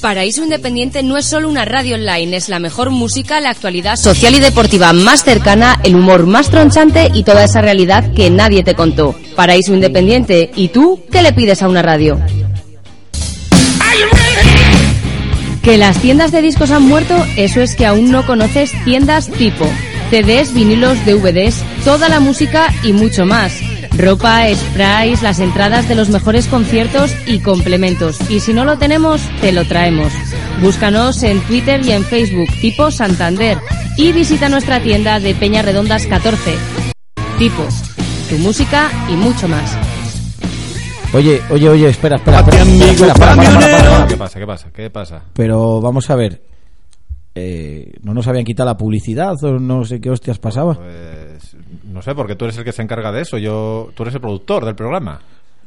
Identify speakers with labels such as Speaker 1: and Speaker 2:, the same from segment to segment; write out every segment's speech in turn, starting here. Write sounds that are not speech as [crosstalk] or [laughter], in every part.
Speaker 1: Paraíso Independiente no es solo una radio online, es la mejor música, la actualidad social y deportiva más cercana, el humor más tronchante y toda esa realidad que nadie te contó. Paraíso Independiente, ¿y tú qué le pides a una radio? Que las tiendas de discos han muerto, eso es que aún no conoces tiendas tipo CDs, vinilos, DVDs, toda la música y mucho más. Ropa, sprays, las entradas de los mejores conciertos y complementos. Y si no lo tenemos, te lo traemos. Búscanos en Twitter y en Facebook tipo Santander y visita nuestra tienda de Peña Redondas 14. Tipo, tu música y mucho más.
Speaker 2: Oye, oye, oye, espera, espera, espera. espera, para, para, para, para,
Speaker 3: ¿Qué
Speaker 2: para.
Speaker 3: pasa? ¿Qué pasa? ¿Qué pasa?
Speaker 2: Pero vamos a ver. eh, ¿No nos habían quitado la publicidad o no sé qué hostias pasaba?
Speaker 3: Pues, no sé, porque tú eres el que se encarga de eso. Yo, tú eres el productor del programa.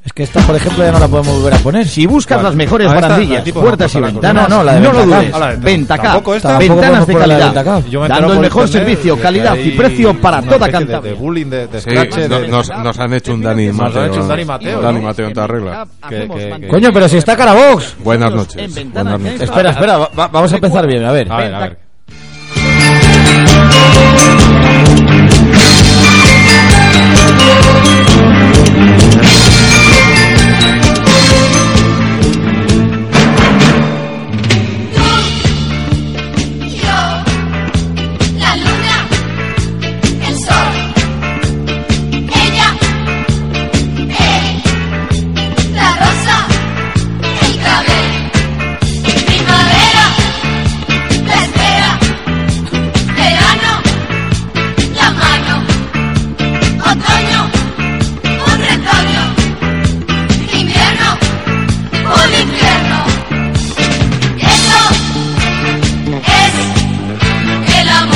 Speaker 2: Es que esta, por ejemplo, ya no la podemos volver a poner.
Speaker 4: Si buscas
Speaker 3: ¿Cuál?
Speaker 4: las mejores
Speaker 3: Ah, esta, la
Speaker 4: barandillas,
Speaker 3: tipo
Speaker 4: puertas y
Speaker 3: Ramón Polanco,
Speaker 4: ventanas,
Speaker 2: no,
Speaker 4: no,
Speaker 2: no, la de
Speaker 4: lo
Speaker 2: Ventacar.
Speaker 4: dudes.
Speaker 3: Ah, la de-
Speaker 4: Ventacar,
Speaker 3: tampoco esta.
Speaker 4: ventanas
Speaker 2: Tampoco
Speaker 4: de
Speaker 2: podemos poner la de
Speaker 4: calidad,
Speaker 2: Ventacar.
Speaker 3: Yo me he
Speaker 4: dando
Speaker 3: enterado
Speaker 4: el
Speaker 3: por
Speaker 4: mejor
Speaker 3: internet
Speaker 4: servicio,
Speaker 3: de que
Speaker 4: calidad
Speaker 3: hay
Speaker 4: y precio para
Speaker 3: una
Speaker 4: toda
Speaker 3: especie de-
Speaker 4: cantante.
Speaker 3: De bullying, de, de
Speaker 5: Sí,
Speaker 3: escrache,
Speaker 5: no-
Speaker 3: de-
Speaker 5: nos, nos han hecho un Dani
Speaker 3: Nos han
Speaker 5: Mateo.
Speaker 3: hecho un Dani Mateo,
Speaker 5: Dani
Speaker 3: ¿no?
Speaker 5: Mateo en toda regla.
Speaker 3: Que- que- que-
Speaker 2: Coño, pero si está Carabox.
Speaker 5: Buenas
Speaker 4: En
Speaker 5: noches.
Speaker 4: ventanas,
Speaker 5: Buenas noches.
Speaker 4: ¿eh?
Speaker 2: Espera, espera, va- va- vamos a empezar bien, a ver.
Speaker 3: A ver, a ver.
Speaker 6: Yo, la luna, el sol, ella, él, la rosa, el clavel, primavera, la espera, verano, la mano, otoño, un retoño, invierno, un infierno. Eso. Es el amor,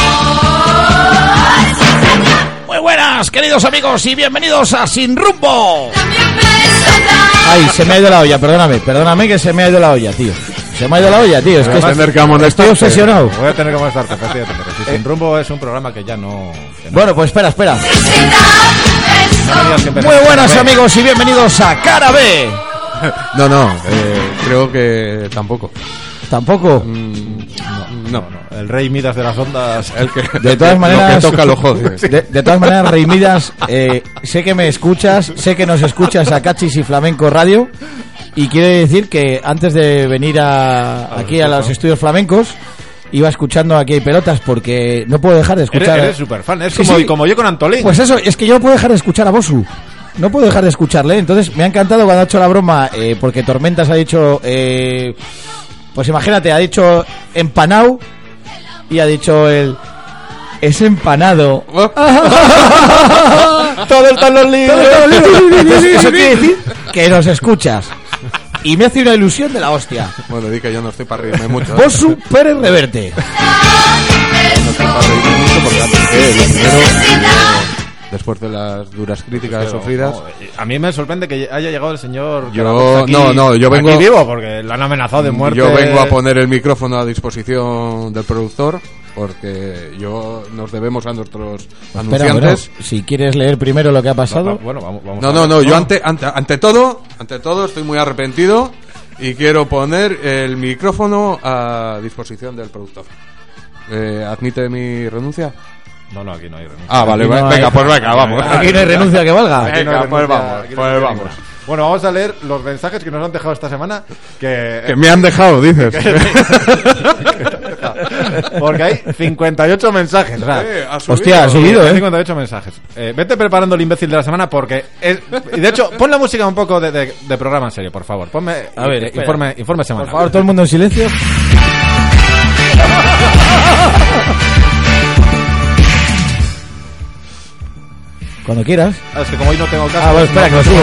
Speaker 6: sí señor,
Speaker 2: Muy buenas, queridos amigos, y bienvenidos a Sin Rumbo.
Speaker 6: también persona.
Speaker 2: Ay, se me ha ido la olla, perdóname, perdóname que se me ha ido la olla, tío. Se me ha ido la olla, tío. Es que
Speaker 5: Voy a
Speaker 2: estoy,
Speaker 5: tener que amonestarte.
Speaker 2: estoy obsesionado.
Speaker 3: Voy a tener que molestarte, efectivamente, porque si Sin Rumbo es un programa que ya no... que no-
Speaker 2: Bueno, pues espera, espera.
Speaker 6: Felicidad, persona.
Speaker 3: tenías que empezar.
Speaker 2: Muy buenas, amigos, y bienvenidos a Cara B.
Speaker 5: No, no, eh, creo que tampoco.
Speaker 2: Tampoco.
Speaker 5: No,
Speaker 3: El rey Midas de las ondas...
Speaker 5: El que,
Speaker 2: De todas
Speaker 5: Lo
Speaker 2: maneras-
Speaker 5: que toca lo jode.
Speaker 2: [laughs] De, de todas maneras, Reimidas, eh, sé que me escuchas, sé que nos escuchas a Cachis y Flamenco Radio. Y quiere decir que antes de venir a, aquí a los estudios flamencos, iba escuchando aquí hay pelotas porque no puedo dejar de
Speaker 3: Eres,
Speaker 2: escuchar.
Speaker 3: eres súper fan, es
Speaker 2: Sí,
Speaker 3: como,
Speaker 2: sí.
Speaker 3: como yo con
Speaker 2: [laughs]
Speaker 3: Antolín.
Speaker 2: Pues eso, es que yo no puedo dejar de escuchar a Bosu. No puedo dejar de escucharle. Entonces, me ha encantado cuando ha hecho la broma, eh, porque Tormentas ha dicho. eh, pues imagínate, ha dicho empanado y ha dicho el. Es [laughs] empanado.
Speaker 5: Todos están los
Speaker 2: [laughs] Eso quiere decir que nos escuchas. Y me hace una ilusión de la hostia.
Speaker 5: Bueno, di que yo no estoy para reírme mucho.
Speaker 2: Bosu Pérez Reverte.
Speaker 5: Para reírme mucho porque antes que lo primero,
Speaker 6: Felicidad,
Speaker 5: después de las duras críticas
Speaker 3: Pero,
Speaker 5: sufridas,
Speaker 3: no, eh, a mí me sorprende que haya llegado el señor.
Speaker 5: Yo-
Speaker 3: Carapuz aquí-
Speaker 5: no, no, yo vengo-
Speaker 3: aquí vivo porque lo han amenazado de muerte.
Speaker 5: Yo vengo a poner el micrófono a disposición del productor porque yo nos debemos a nuestros
Speaker 2: Espera, bueno,
Speaker 5: anunciantes.
Speaker 2: si quieres leer primero lo que ha
Speaker 3: Va- va-
Speaker 2: pasado.
Speaker 3: Bueno, vamos, vamos
Speaker 5: No,
Speaker 3: a
Speaker 5: no,
Speaker 3: ver.
Speaker 5: no, yo ante, ante, ante todo, ante todo estoy muy arrepentido y quiero poner el micrófono a disposición del productor. Eh, ¿Admite mi renuncia?
Speaker 3: No, no, aquí no hay renuncia.
Speaker 5: Ah, vale,
Speaker 2: Aquí no
Speaker 5: va- venga,
Speaker 2: hay-
Speaker 5: pues venga, vamos.
Speaker 2: Aquí no hay renuncia que valga.
Speaker 3: Aquí no hay
Speaker 5: Venga, pues
Speaker 3: renuncia,
Speaker 5: vamos,
Speaker 3: aquí no hay
Speaker 5: pues
Speaker 3: renuncia.
Speaker 5: vamos.
Speaker 3: Bueno, vamos a leer los mensajes que nos han dejado esta semana. Que,
Speaker 5: Que me han dejado, dices.
Speaker 3: [laughs] porque hay 58 mensajes. o sea,
Speaker 5: Eh, ha subido.
Speaker 2: Hostia, ha subido,
Speaker 3: hay
Speaker 2: eh.
Speaker 3: 58 mensajes. Eh, vete preparando el imbécil de la semana porque. Es, y de hecho, pon la música un poco de, de- de programa en serio, por favor. Ponme. eh,
Speaker 2: A ver, espera.
Speaker 3: informe, informe semanal.
Speaker 2: Por favor, todo el mundo en silencio. Cuando quieras.
Speaker 3: Ah, Es que como hoy no tengo casa.
Speaker 2: Ah, bueno, espera, que lo subo.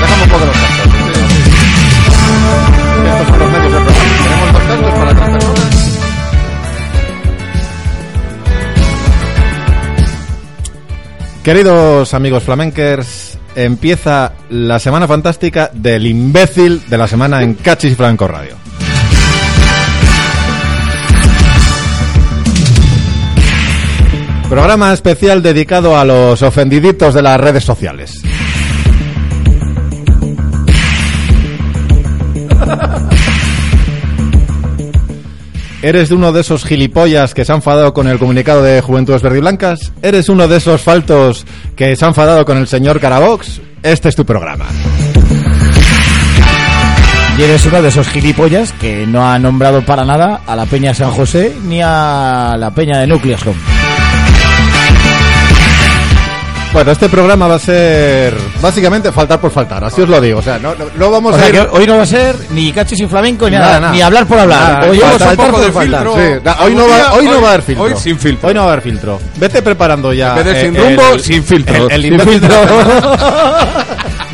Speaker 3: Déjame un poco los cascos. Estos son los medios del programa. Tenemos dos cascos para tres personas. Queridos amigos flamenkers, empieza la semana fantástica del imbécil de la semana en Cachis y Franco Radio. Programa especial dedicado a los ofendiditos de las redes sociales. ¿Eres uno de esos gilipollas que se han enfadado con el comunicado de Juventudes Verdiblancas? ¿Eres uno de esos faltos que se han enfadado con el señor Carabox? Este es tu programa.
Speaker 2: Y eres uno de esos gilipollas que no ha nombrado para nada a la Peña San José ni a la Peña de Nucleus Home.
Speaker 3: Bueno, este programa va a ser básicamente faltar por faltar, así os lo digo. O sea, no, no, no vamos
Speaker 2: O
Speaker 3: a
Speaker 2: sea
Speaker 3: ir...
Speaker 2: que hoy no va a ser ni caches y flamenco ni,
Speaker 3: Nada,
Speaker 2: nada,
Speaker 3: nada.
Speaker 2: ni hablar por hablar.
Speaker 3: Nada,
Speaker 2: hoy vamos a
Speaker 3: falta un
Speaker 2: faltar
Speaker 5: poco
Speaker 2: por
Speaker 5: de
Speaker 2: faltar.
Speaker 5: filtro.
Speaker 3: Sí, na- hoy, no
Speaker 5: Algún
Speaker 3: va,
Speaker 5: día-
Speaker 3: hoy no
Speaker 5: hoy-
Speaker 3: va a haber filtro.
Speaker 5: hoy sin filtro.
Speaker 3: Hoy no va a haber filtro. Vete preparando ya. eh,
Speaker 5: Me quedé sin rumbo, sin filtro.
Speaker 3: el- el
Speaker 5: Sin
Speaker 3: imbécil de la
Speaker 5: filtro. [laughs]
Speaker 3: semana.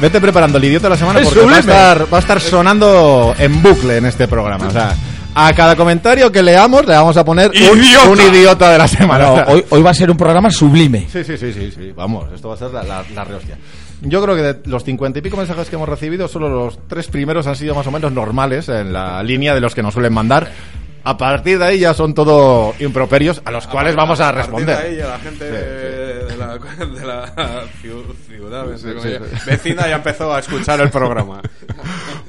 Speaker 3: Vete preparando el idiota de la semana
Speaker 2: Es
Speaker 3: porque va a,
Speaker 2: sublime.
Speaker 3: estar, va a estar sonando en bucle en este programa. O sea, a cada comentario que leamos le vamos a poner un-
Speaker 5: Idiota.
Speaker 3: Un, idiota de la semana.
Speaker 2: Bueno, hoy, hoy va a ser un programa sublime.
Speaker 3: Sí, sí, sí, sí, sí. Vamos, esto va a ser la, la, la rehostia. Yo creo que de los cincuenta y pico mensajes que hemos recibido, solo los tres primeros han sido más o menos normales en la línea de los que nos suelen mandar. A partir de ahí ya son todo improperios a los cuales vamos a responder.
Speaker 5: partir de ahí ya la gente de la, [laughs] de la ciu- ciudad, entre
Speaker 3: Sí, sí,
Speaker 5: comillas,
Speaker 3: sí.
Speaker 5: vecina ya empezó a escuchar el programa. [laughs]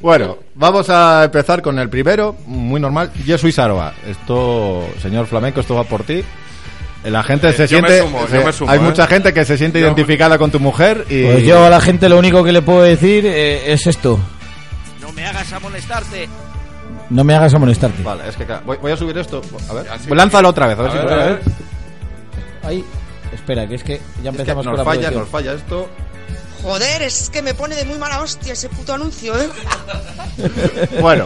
Speaker 3: Bueno, vamos a empezar con el primero, muy normal, Yesu Isaroa. Esto, señor flamenco, esto va por ti. La gente se
Speaker 5: Eh, yo
Speaker 3: siente.
Speaker 5: me sumo,
Speaker 3: se-
Speaker 5: yo me sumo,
Speaker 3: hay
Speaker 5: ¿eh?
Speaker 3: mucha gente que se siente
Speaker 5: Yo-
Speaker 3: identificada con tu mujer y.
Speaker 2: Pues yo a la gente lo único que le puedo decir eh, es esto.
Speaker 4: No me hagas a molestarte.
Speaker 2: No me hagas a molestarte.
Speaker 3: Vale, es que claro, voy, voy a subir esto. A ver,
Speaker 5: Así.
Speaker 3: lánzalo otra vez, a ver
Speaker 5: A
Speaker 3: si
Speaker 5: ver,
Speaker 3: puede-
Speaker 5: a ver.
Speaker 2: Ahí. Espera, que es que ya
Speaker 3: Es que
Speaker 2: empezamos
Speaker 3: nos
Speaker 2: con la
Speaker 3: falla,
Speaker 2: producción.
Speaker 3: nos falla esto.
Speaker 7: Joder, es que me pone de muy mala hostia ese puto anuncio, ¿eh?
Speaker 3: Bueno.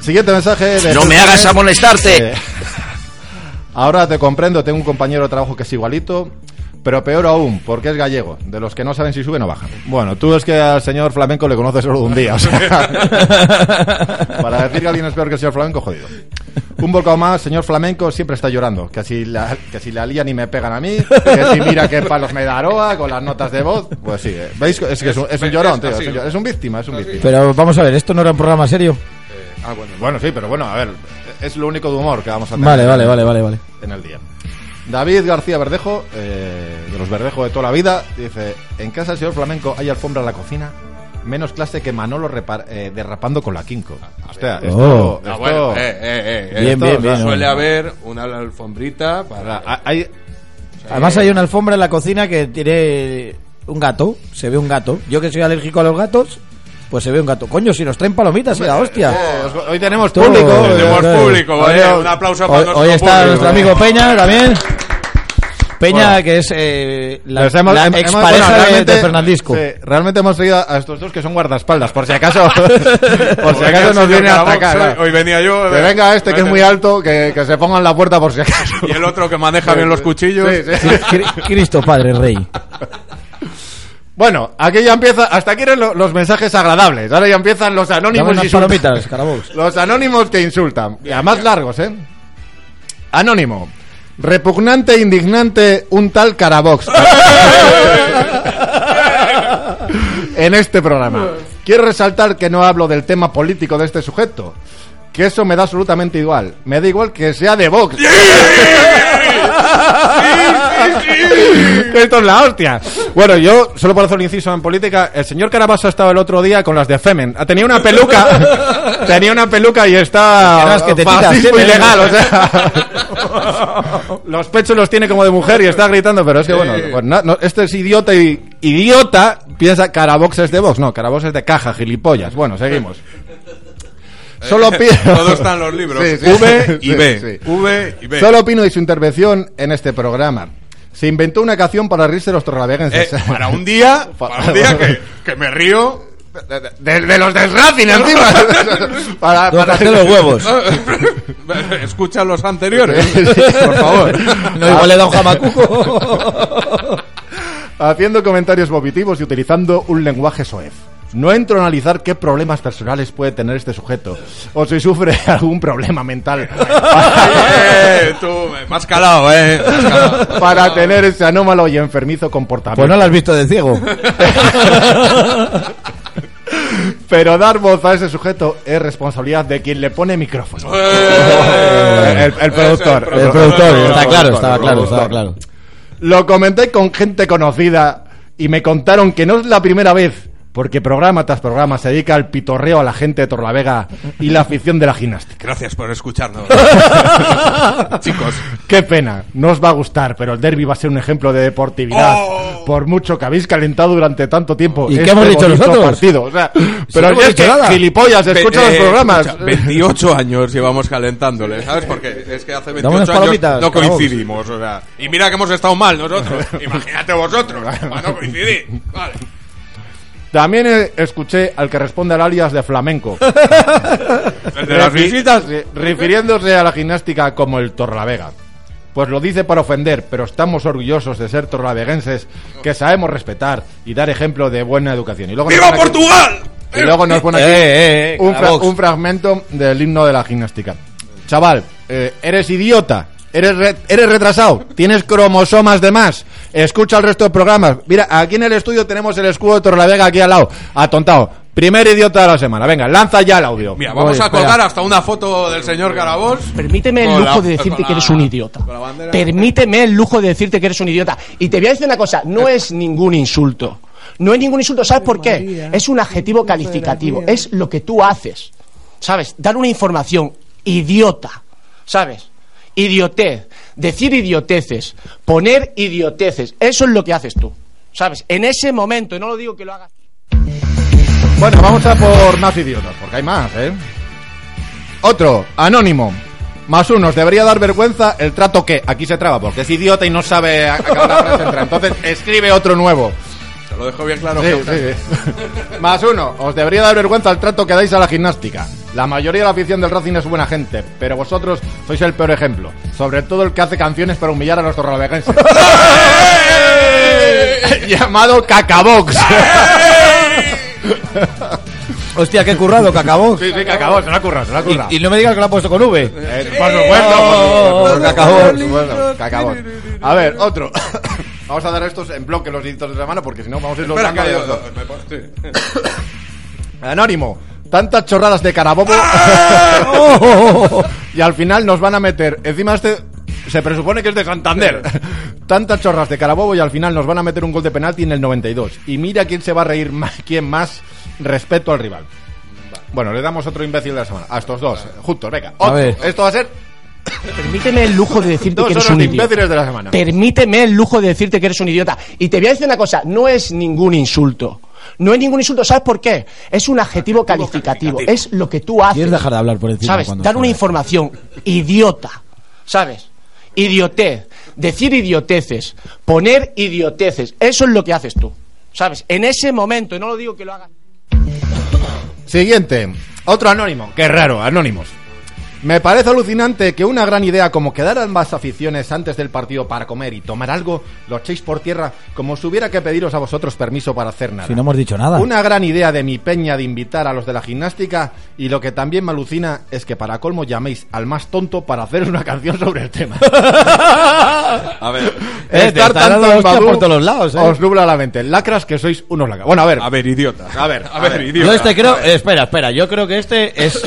Speaker 3: Siguiente mensaje de
Speaker 4: No me hagas a molestarte.
Speaker 3: Eh, Ahora te comprendo, tengo un compañero de trabajo que es igualito, pero peor aún, porque es gallego, de los que no saben si suben o bajan. Bueno, tú es que al señor flamenco le conoces solo de un día,
Speaker 4: [laughs]
Speaker 3: o sea, para decir que alguien es peor que el señor flamenco, jodido. Un volcado más, señor flamenco siempre está llorando, que si la, que si la lían y me pegan a mí, que si mira qué palos me da Aroa con las notas de voz, pues sí, eh. ¿veis? Es que es un, es un llorón, tío, es un, llor- es un víctima, es un víctima.
Speaker 2: Pero vamos a ver, esto no era un programa serio.
Speaker 5: Ah, bueno.
Speaker 3: Bueno, sí, pero bueno, a ver, es lo único de humor que vamos a tener
Speaker 2: Vale, vale, vale, vale, vale.
Speaker 3: en el día. David García Verdejo, eh, de los Verdejo de toda la vida, dice, en casa del señor Flamenco hay alfombra en la cocina, menos clase que Manolo repar- eh, derrapando con la quinco. Hostia, esto...
Speaker 2: Oh.
Speaker 3: esto-
Speaker 5: Ah, bueno, eh, eh, eh, eh.
Speaker 2: Bien,
Speaker 3: esto,
Speaker 2: bien,
Speaker 3: o sea,
Speaker 2: bien.
Speaker 5: Suele haber una alfombrita para...
Speaker 3: ahora, hay-
Speaker 2: Además hay una alfombra en la cocina que tiene un gato, se ve un gato. Yo que soy alérgico a los gatos, pues se ve un gato. Coño, si nos traen palomitas, será hostia.
Speaker 3: eh, os- hoy tenemos
Speaker 2: Oh. Todo.
Speaker 3: público. eh,
Speaker 5: Tenemos
Speaker 2: claro.
Speaker 5: público,
Speaker 3: Hoy-
Speaker 5: vaya, un aplauso para
Speaker 2: Hoy,
Speaker 5: nuestro
Speaker 2: hoy está
Speaker 5: público. ¿eh?
Speaker 2: nuestro amigo Peña también. Peña,
Speaker 3: Bueno.
Speaker 2: que es eh, la,
Speaker 3: Les hemos-
Speaker 2: la
Speaker 3: hemos-
Speaker 2: expareja
Speaker 3: bueno,
Speaker 2: de- de,
Speaker 3: realmente-
Speaker 2: Fernandisco.
Speaker 3: sí, realmente hemos traído a estos dos que son guardaespaldas, por si
Speaker 5: [laughs]
Speaker 3: acaso, por si
Speaker 5: Venga,
Speaker 3: acaso nos
Speaker 5: señor
Speaker 3: vienen a
Speaker 5: Carabox,
Speaker 3: atacar.
Speaker 5: hoy- Hoy venía yo...
Speaker 3: Que
Speaker 5: eh,
Speaker 3: venga este que es
Speaker 5: vete.
Speaker 3: muy alto, que, que se ponga en la puerta por si acaso.
Speaker 5: [laughs] Y el otro que maneja bien los cuchillos. Eh,
Speaker 3: Sí, sí.
Speaker 2: Sí, Cri- Cristo Padre Rey.
Speaker 3: Bueno, aquí ya empieza, hasta aquí eran lo- los mensajes agradables. Ahora ya empiezan los
Speaker 2: Dame
Speaker 3: anónimos
Speaker 2: unas
Speaker 3: insultan-
Speaker 2: palomitas, Carabox.
Speaker 3: Los anónimos que insultan. Y además largos, ¿eh? Anónimo. Repugnante, e indignante, un tal Carabox. en este programa. Quiero resaltar que no hablo del tema político de este sujeto. Que eso me da absolutamente igual. Me da igual que sea de Vox. [laughs] Esto es la hostia. Bueno, yo solo por hacer un inciso en política, el señor Carabaso ha estado el otro día con las de Femen. Ah, Tenía una peluca, [laughs] tenía una peluca y está
Speaker 2: Verás que te ¿eh? tiras,
Speaker 3: fascismo
Speaker 2: tiene.
Speaker 3: ilegal,
Speaker 2: [laughs]
Speaker 3: o sea. los pechos los tiene como de mujer y está gritando, pero es que bueno, pues na- no, este es idiota y idiota piensa Carabox es de Vox, no, Carabox es de caja, gilipollas. Bueno, seguimos. Solo pido.
Speaker 5: Eh, [laughs] Todo está en los libros.
Speaker 3: Sí, sí.
Speaker 5: V y
Speaker 3: Sí,
Speaker 5: B.
Speaker 3: sí.
Speaker 5: V y B.
Speaker 3: Solo opino de su intervención en este programa. Se inventó una canción para reírse de los
Speaker 5: Eh,
Speaker 3: torralavegenses. [laughs]
Speaker 5: para un día, para un día que, que me río.
Speaker 3: De, de los del Racing, encima. [laughs] [laughs] para,
Speaker 2: Tengo que
Speaker 3: para-
Speaker 2: hacer los huevos.
Speaker 5: [laughs] Escucha los anteriores.
Speaker 3: [laughs] Sí, por favor.
Speaker 2: No, igual le da un
Speaker 3: [laughs]
Speaker 2: jamacuco.
Speaker 3: Haciendo comentarios vomitivos y utilizando un lenguaje soez. No entro a analizar qué problemas personales puede tener este sujeto o si sufre [laughs] algún problema mental
Speaker 5: [laughs] Eh, tú, eh, me has calado, eh. me has
Speaker 3: [laughs]
Speaker 5: calado.
Speaker 3: para tener ese anómalo y enfermizo comportamiento.
Speaker 2: Pues no la has visto de ciego.
Speaker 3: Pero dar voz a ese sujeto es responsabilidad de quien le pone micrófono.
Speaker 5: Eh,
Speaker 3: El- el productor,
Speaker 5: Ese,
Speaker 2: El productor, está
Speaker 3: no,
Speaker 2: claro,
Speaker 3: no,
Speaker 2: estaba
Speaker 3: no,
Speaker 2: claro,
Speaker 3: no,
Speaker 2: estaba
Speaker 3: no.
Speaker 2: claro.
Speaker 3: Lo comenté con gente conocida y me contaron que no es la primera vez Porque programa tras programa se dedica al pitorreo a la gente de Torlavega y la afición de la gimnástica.
Speaker 5: Gracias
Speaker 3: [laughs]
Speaker 5: por escucharnos. [laughs] Chicos.
Speaker 3: Qué pena, no os va a gustar, pero el derby va a ser un ejemplo de deportividad.
Speaker 5: Oh.
Speaker 3: Por mucho que habéis calentado durante tanto tiempo.
Speaker 2: ¿Y qué
Speaker 3: este
Speaker 2: hemos dicho
Speaker 3: bonito
Speaker 2: nosotros?
Speaker 3: partido, o sea,
Speaker 2: no
Speaker 3: pero
Speaker 2: hemos
Speaker 3: es
Speaker 2: dicho
Speaker 3: que,
Speaker 2: nada.
Speaker 3: gilipollas,
Speaker 5: Ve-
Speaker 3: escucha los
Speaker 5: eh,
Speaker 3: programas.
Speaker 5: escucha, 28 años llevamos calentándole, ¿sabes? Porque es que hace
Speaker 2: Dame unas
Speaker 5: 28 años
Speaker 2: palomitas,
Speaker 5: no
Speaker 2: cabrón.
Speaker 5: coincidimos, o sea. Y mira que hemos estado mal nosotros. Imagínate vosotros, para no coincidir. Vale.
Speaker 3: También eh, escuché al que responde al alias de
Speaker 5: [laughs]
Speaker 3: flamenco.
Speaker 5: El de las
Speaker 3: Refi-
Speaker 5: visitas.
Speaker 3: re- Refiriéndose a la gimnástica como el Torlavega. Pues lo dice para ofender, pero estamos orgullosos de ser torlaveguenses que sabemos respetar y dar ejemplo de buena educación. Y luego nos
Speaker 5: ¡Viva
Speaker 3: pone aquí-
Speaker 5: Portugal!
Speaker 3: Y luego nos pone aquí
Speaker 2: Eh, eh, eh,
Speaker 3: un, fra-
Speaker 2: Calabox.
Speaker 3: un fragmento del himno de la gimnástica. Chaval, eh, eres idiota. Eres, re- eres retrasado, tienes cromosomas de más. Escucha el resto de programas. Mira, aquí en el estudio tenemos el escudo de Torlavega aquí al lado. Atontado. Primer idiota de la semana. Venga, lanza ya el audio.
Speaker 5: Mira, vamos
Speaker 2: Oye,
Speaker 5: a
Speaker 2: espera.
Speaker 5: colgar hasta una foto del señor Carabos.
Speaker 8: Permíteme el
Speaker 5: Con la-
Speaker 8: lujo de
Speaker 5: con
Speaker 8: decirte
Speaker 5: la-
Speaker 8: que eres un idiota.
Speaker 5: con la bandera.
Speaker 8: Permíteme el lujo de decirte que eres un idiota. Y te voy a decir una cosa, no es ningún insulto. No es ningún insulto, ¿sabes por qué? Es un adjetivo calificativo, es lo que tú haces. ¿Sabes? Dar una información idiota, ¿sabes? Idiotez, decir idioteces, poner idioteces, eso es lo que haces tú. ¿Sabes? En ese momento, y no lo digo que lo hagas.
Speaker 3: Bueno, vamos a por más idiotas, porque hay más, ¿eh? Otro, anónimo. Más uno, os debería dar vergüenza el trato que aquí se traba, porque es idiota y no sabe a- acabar la frase entera. Entonces, escribe otro nuevo.
Speaker 5: Te lo dejo bien claro.
Speaker 3: [laughs] Sí,
Speaker 5: Jaume.
Speaker 3: sí, sí. Más uno, os debería dar vergüenza el trato que dais a la gimnástica. La mayoría de la afición del Racing es buena gente, pero vosotros sois el peor ejemplo. Sobre todo el que hace canciones para humillar a los [laughs] torralavegenses. Llamado Cacabox.
Speaker 2: Hostia, qué currado, Cacabox.
Speaker 3: sí, sí, Cacabox, se lo ha currado, se lo ha currado.
Speaker 2: Y, y no me digas que lo han puesto con V.
Speaker 3: Eh, por supuesto,
Speaker 2: Oh,
Speaker 3: por supuesto,
Speaker 2: cacabón.
Speaker 3: por supuesto, cacabón. oh, A ver, otro. [coughs] Vamos a dar estos en bloque los deditos de la mano porque si no vamos a ir los
Speaker 5: Espera,
Speaker 3: blancos
Speaker 5: que-
Speaker 3: de los
Speaker 5: me pon- sí.
Speaker 3: dos. Anónimo. Tantas chorradas de carabobo. ¡Ah! y al final nos van a meter. Encima este. Se presupone que es de Santander. [laughs] Tantas chorras de carabobo y al final nos van a meter un gol de penalti en el 92. Y mira quién se va a reír más, quién más respecto al rival. Bueno, le damos otro imbécil de la semana. A estos dos, eh, juntos, venga.
Speaker 2: A
Speaker 3: Otro.
Speaker 2: ver.
Speaker 3: Esto va a ser
Speaker 8: Permíteme el lujo de decirte
Speaker 3: dos
Speaker 8: que eres
Speaker 3: horas
Speaker 8: un
Speaker 3: de
Speaker 8: idiota.
Speaker 3: imbéciles de la semana.
Speaker 8: Permíteme el lujo de decirte que eres un idiota. Y te voy a decir una cosa, no es ningún insulto. No es ningún insulto, ¿sabes por qué? Es un adjetivo calificativo, es lo que tú haces.
Speaker 2: ¿Quieres dejar de hablar por encima?
Speaker 8: ¿Sabes?
Speaker 2: cuando
Speaker 8: Dar una
Speaker 2: hablas?
Speaker 8: información idiota, ¿sabes? Idiotez, decir idioteces, poner idioteces, eso es lo que haces tú. ¿Sabes? En ese momento, y no lo digo que lo hagas.
Speaker 3: Siguiente. Otro anónimo. Qué raro, anónimos. Me parece alucinante que una gran idea como quedar ambas aficiones antes del partido para comer y tomar algo, lo echéis por tierra como si hubiera que pediros a vosotros permiso para hacer nada.
Speaker 2: Si no hemos dicho nada.
Speaker 3: Una gran idea de mi peña de invitar a los de la gimnástica y lo que también me alucina es que para colmo llaméis al más tonto para hacer una [laughs] canción sobre
Speaker 2: [laughs]
Speaker 3: el tema.
Speaker 5: A ver,
Speaker 2: Eh, te
Speaker 3: Estar
Speaker 2: está dando
Speaker 3: tanto en
Speaker 2: hostia
Speaker 3: Badoo
Speaker 2: por todos los lados, eh.
Speaker 3: Os nubla la mente. Lacras que sois unos lacras. Bueno, a ver.
Speaker 5: a ver, idiota.
Speaker 3: A ver,
Speaker 5: a ver, idiota.
Speaker 2: Yo este creo, eh, espera, espera, yo creo que este es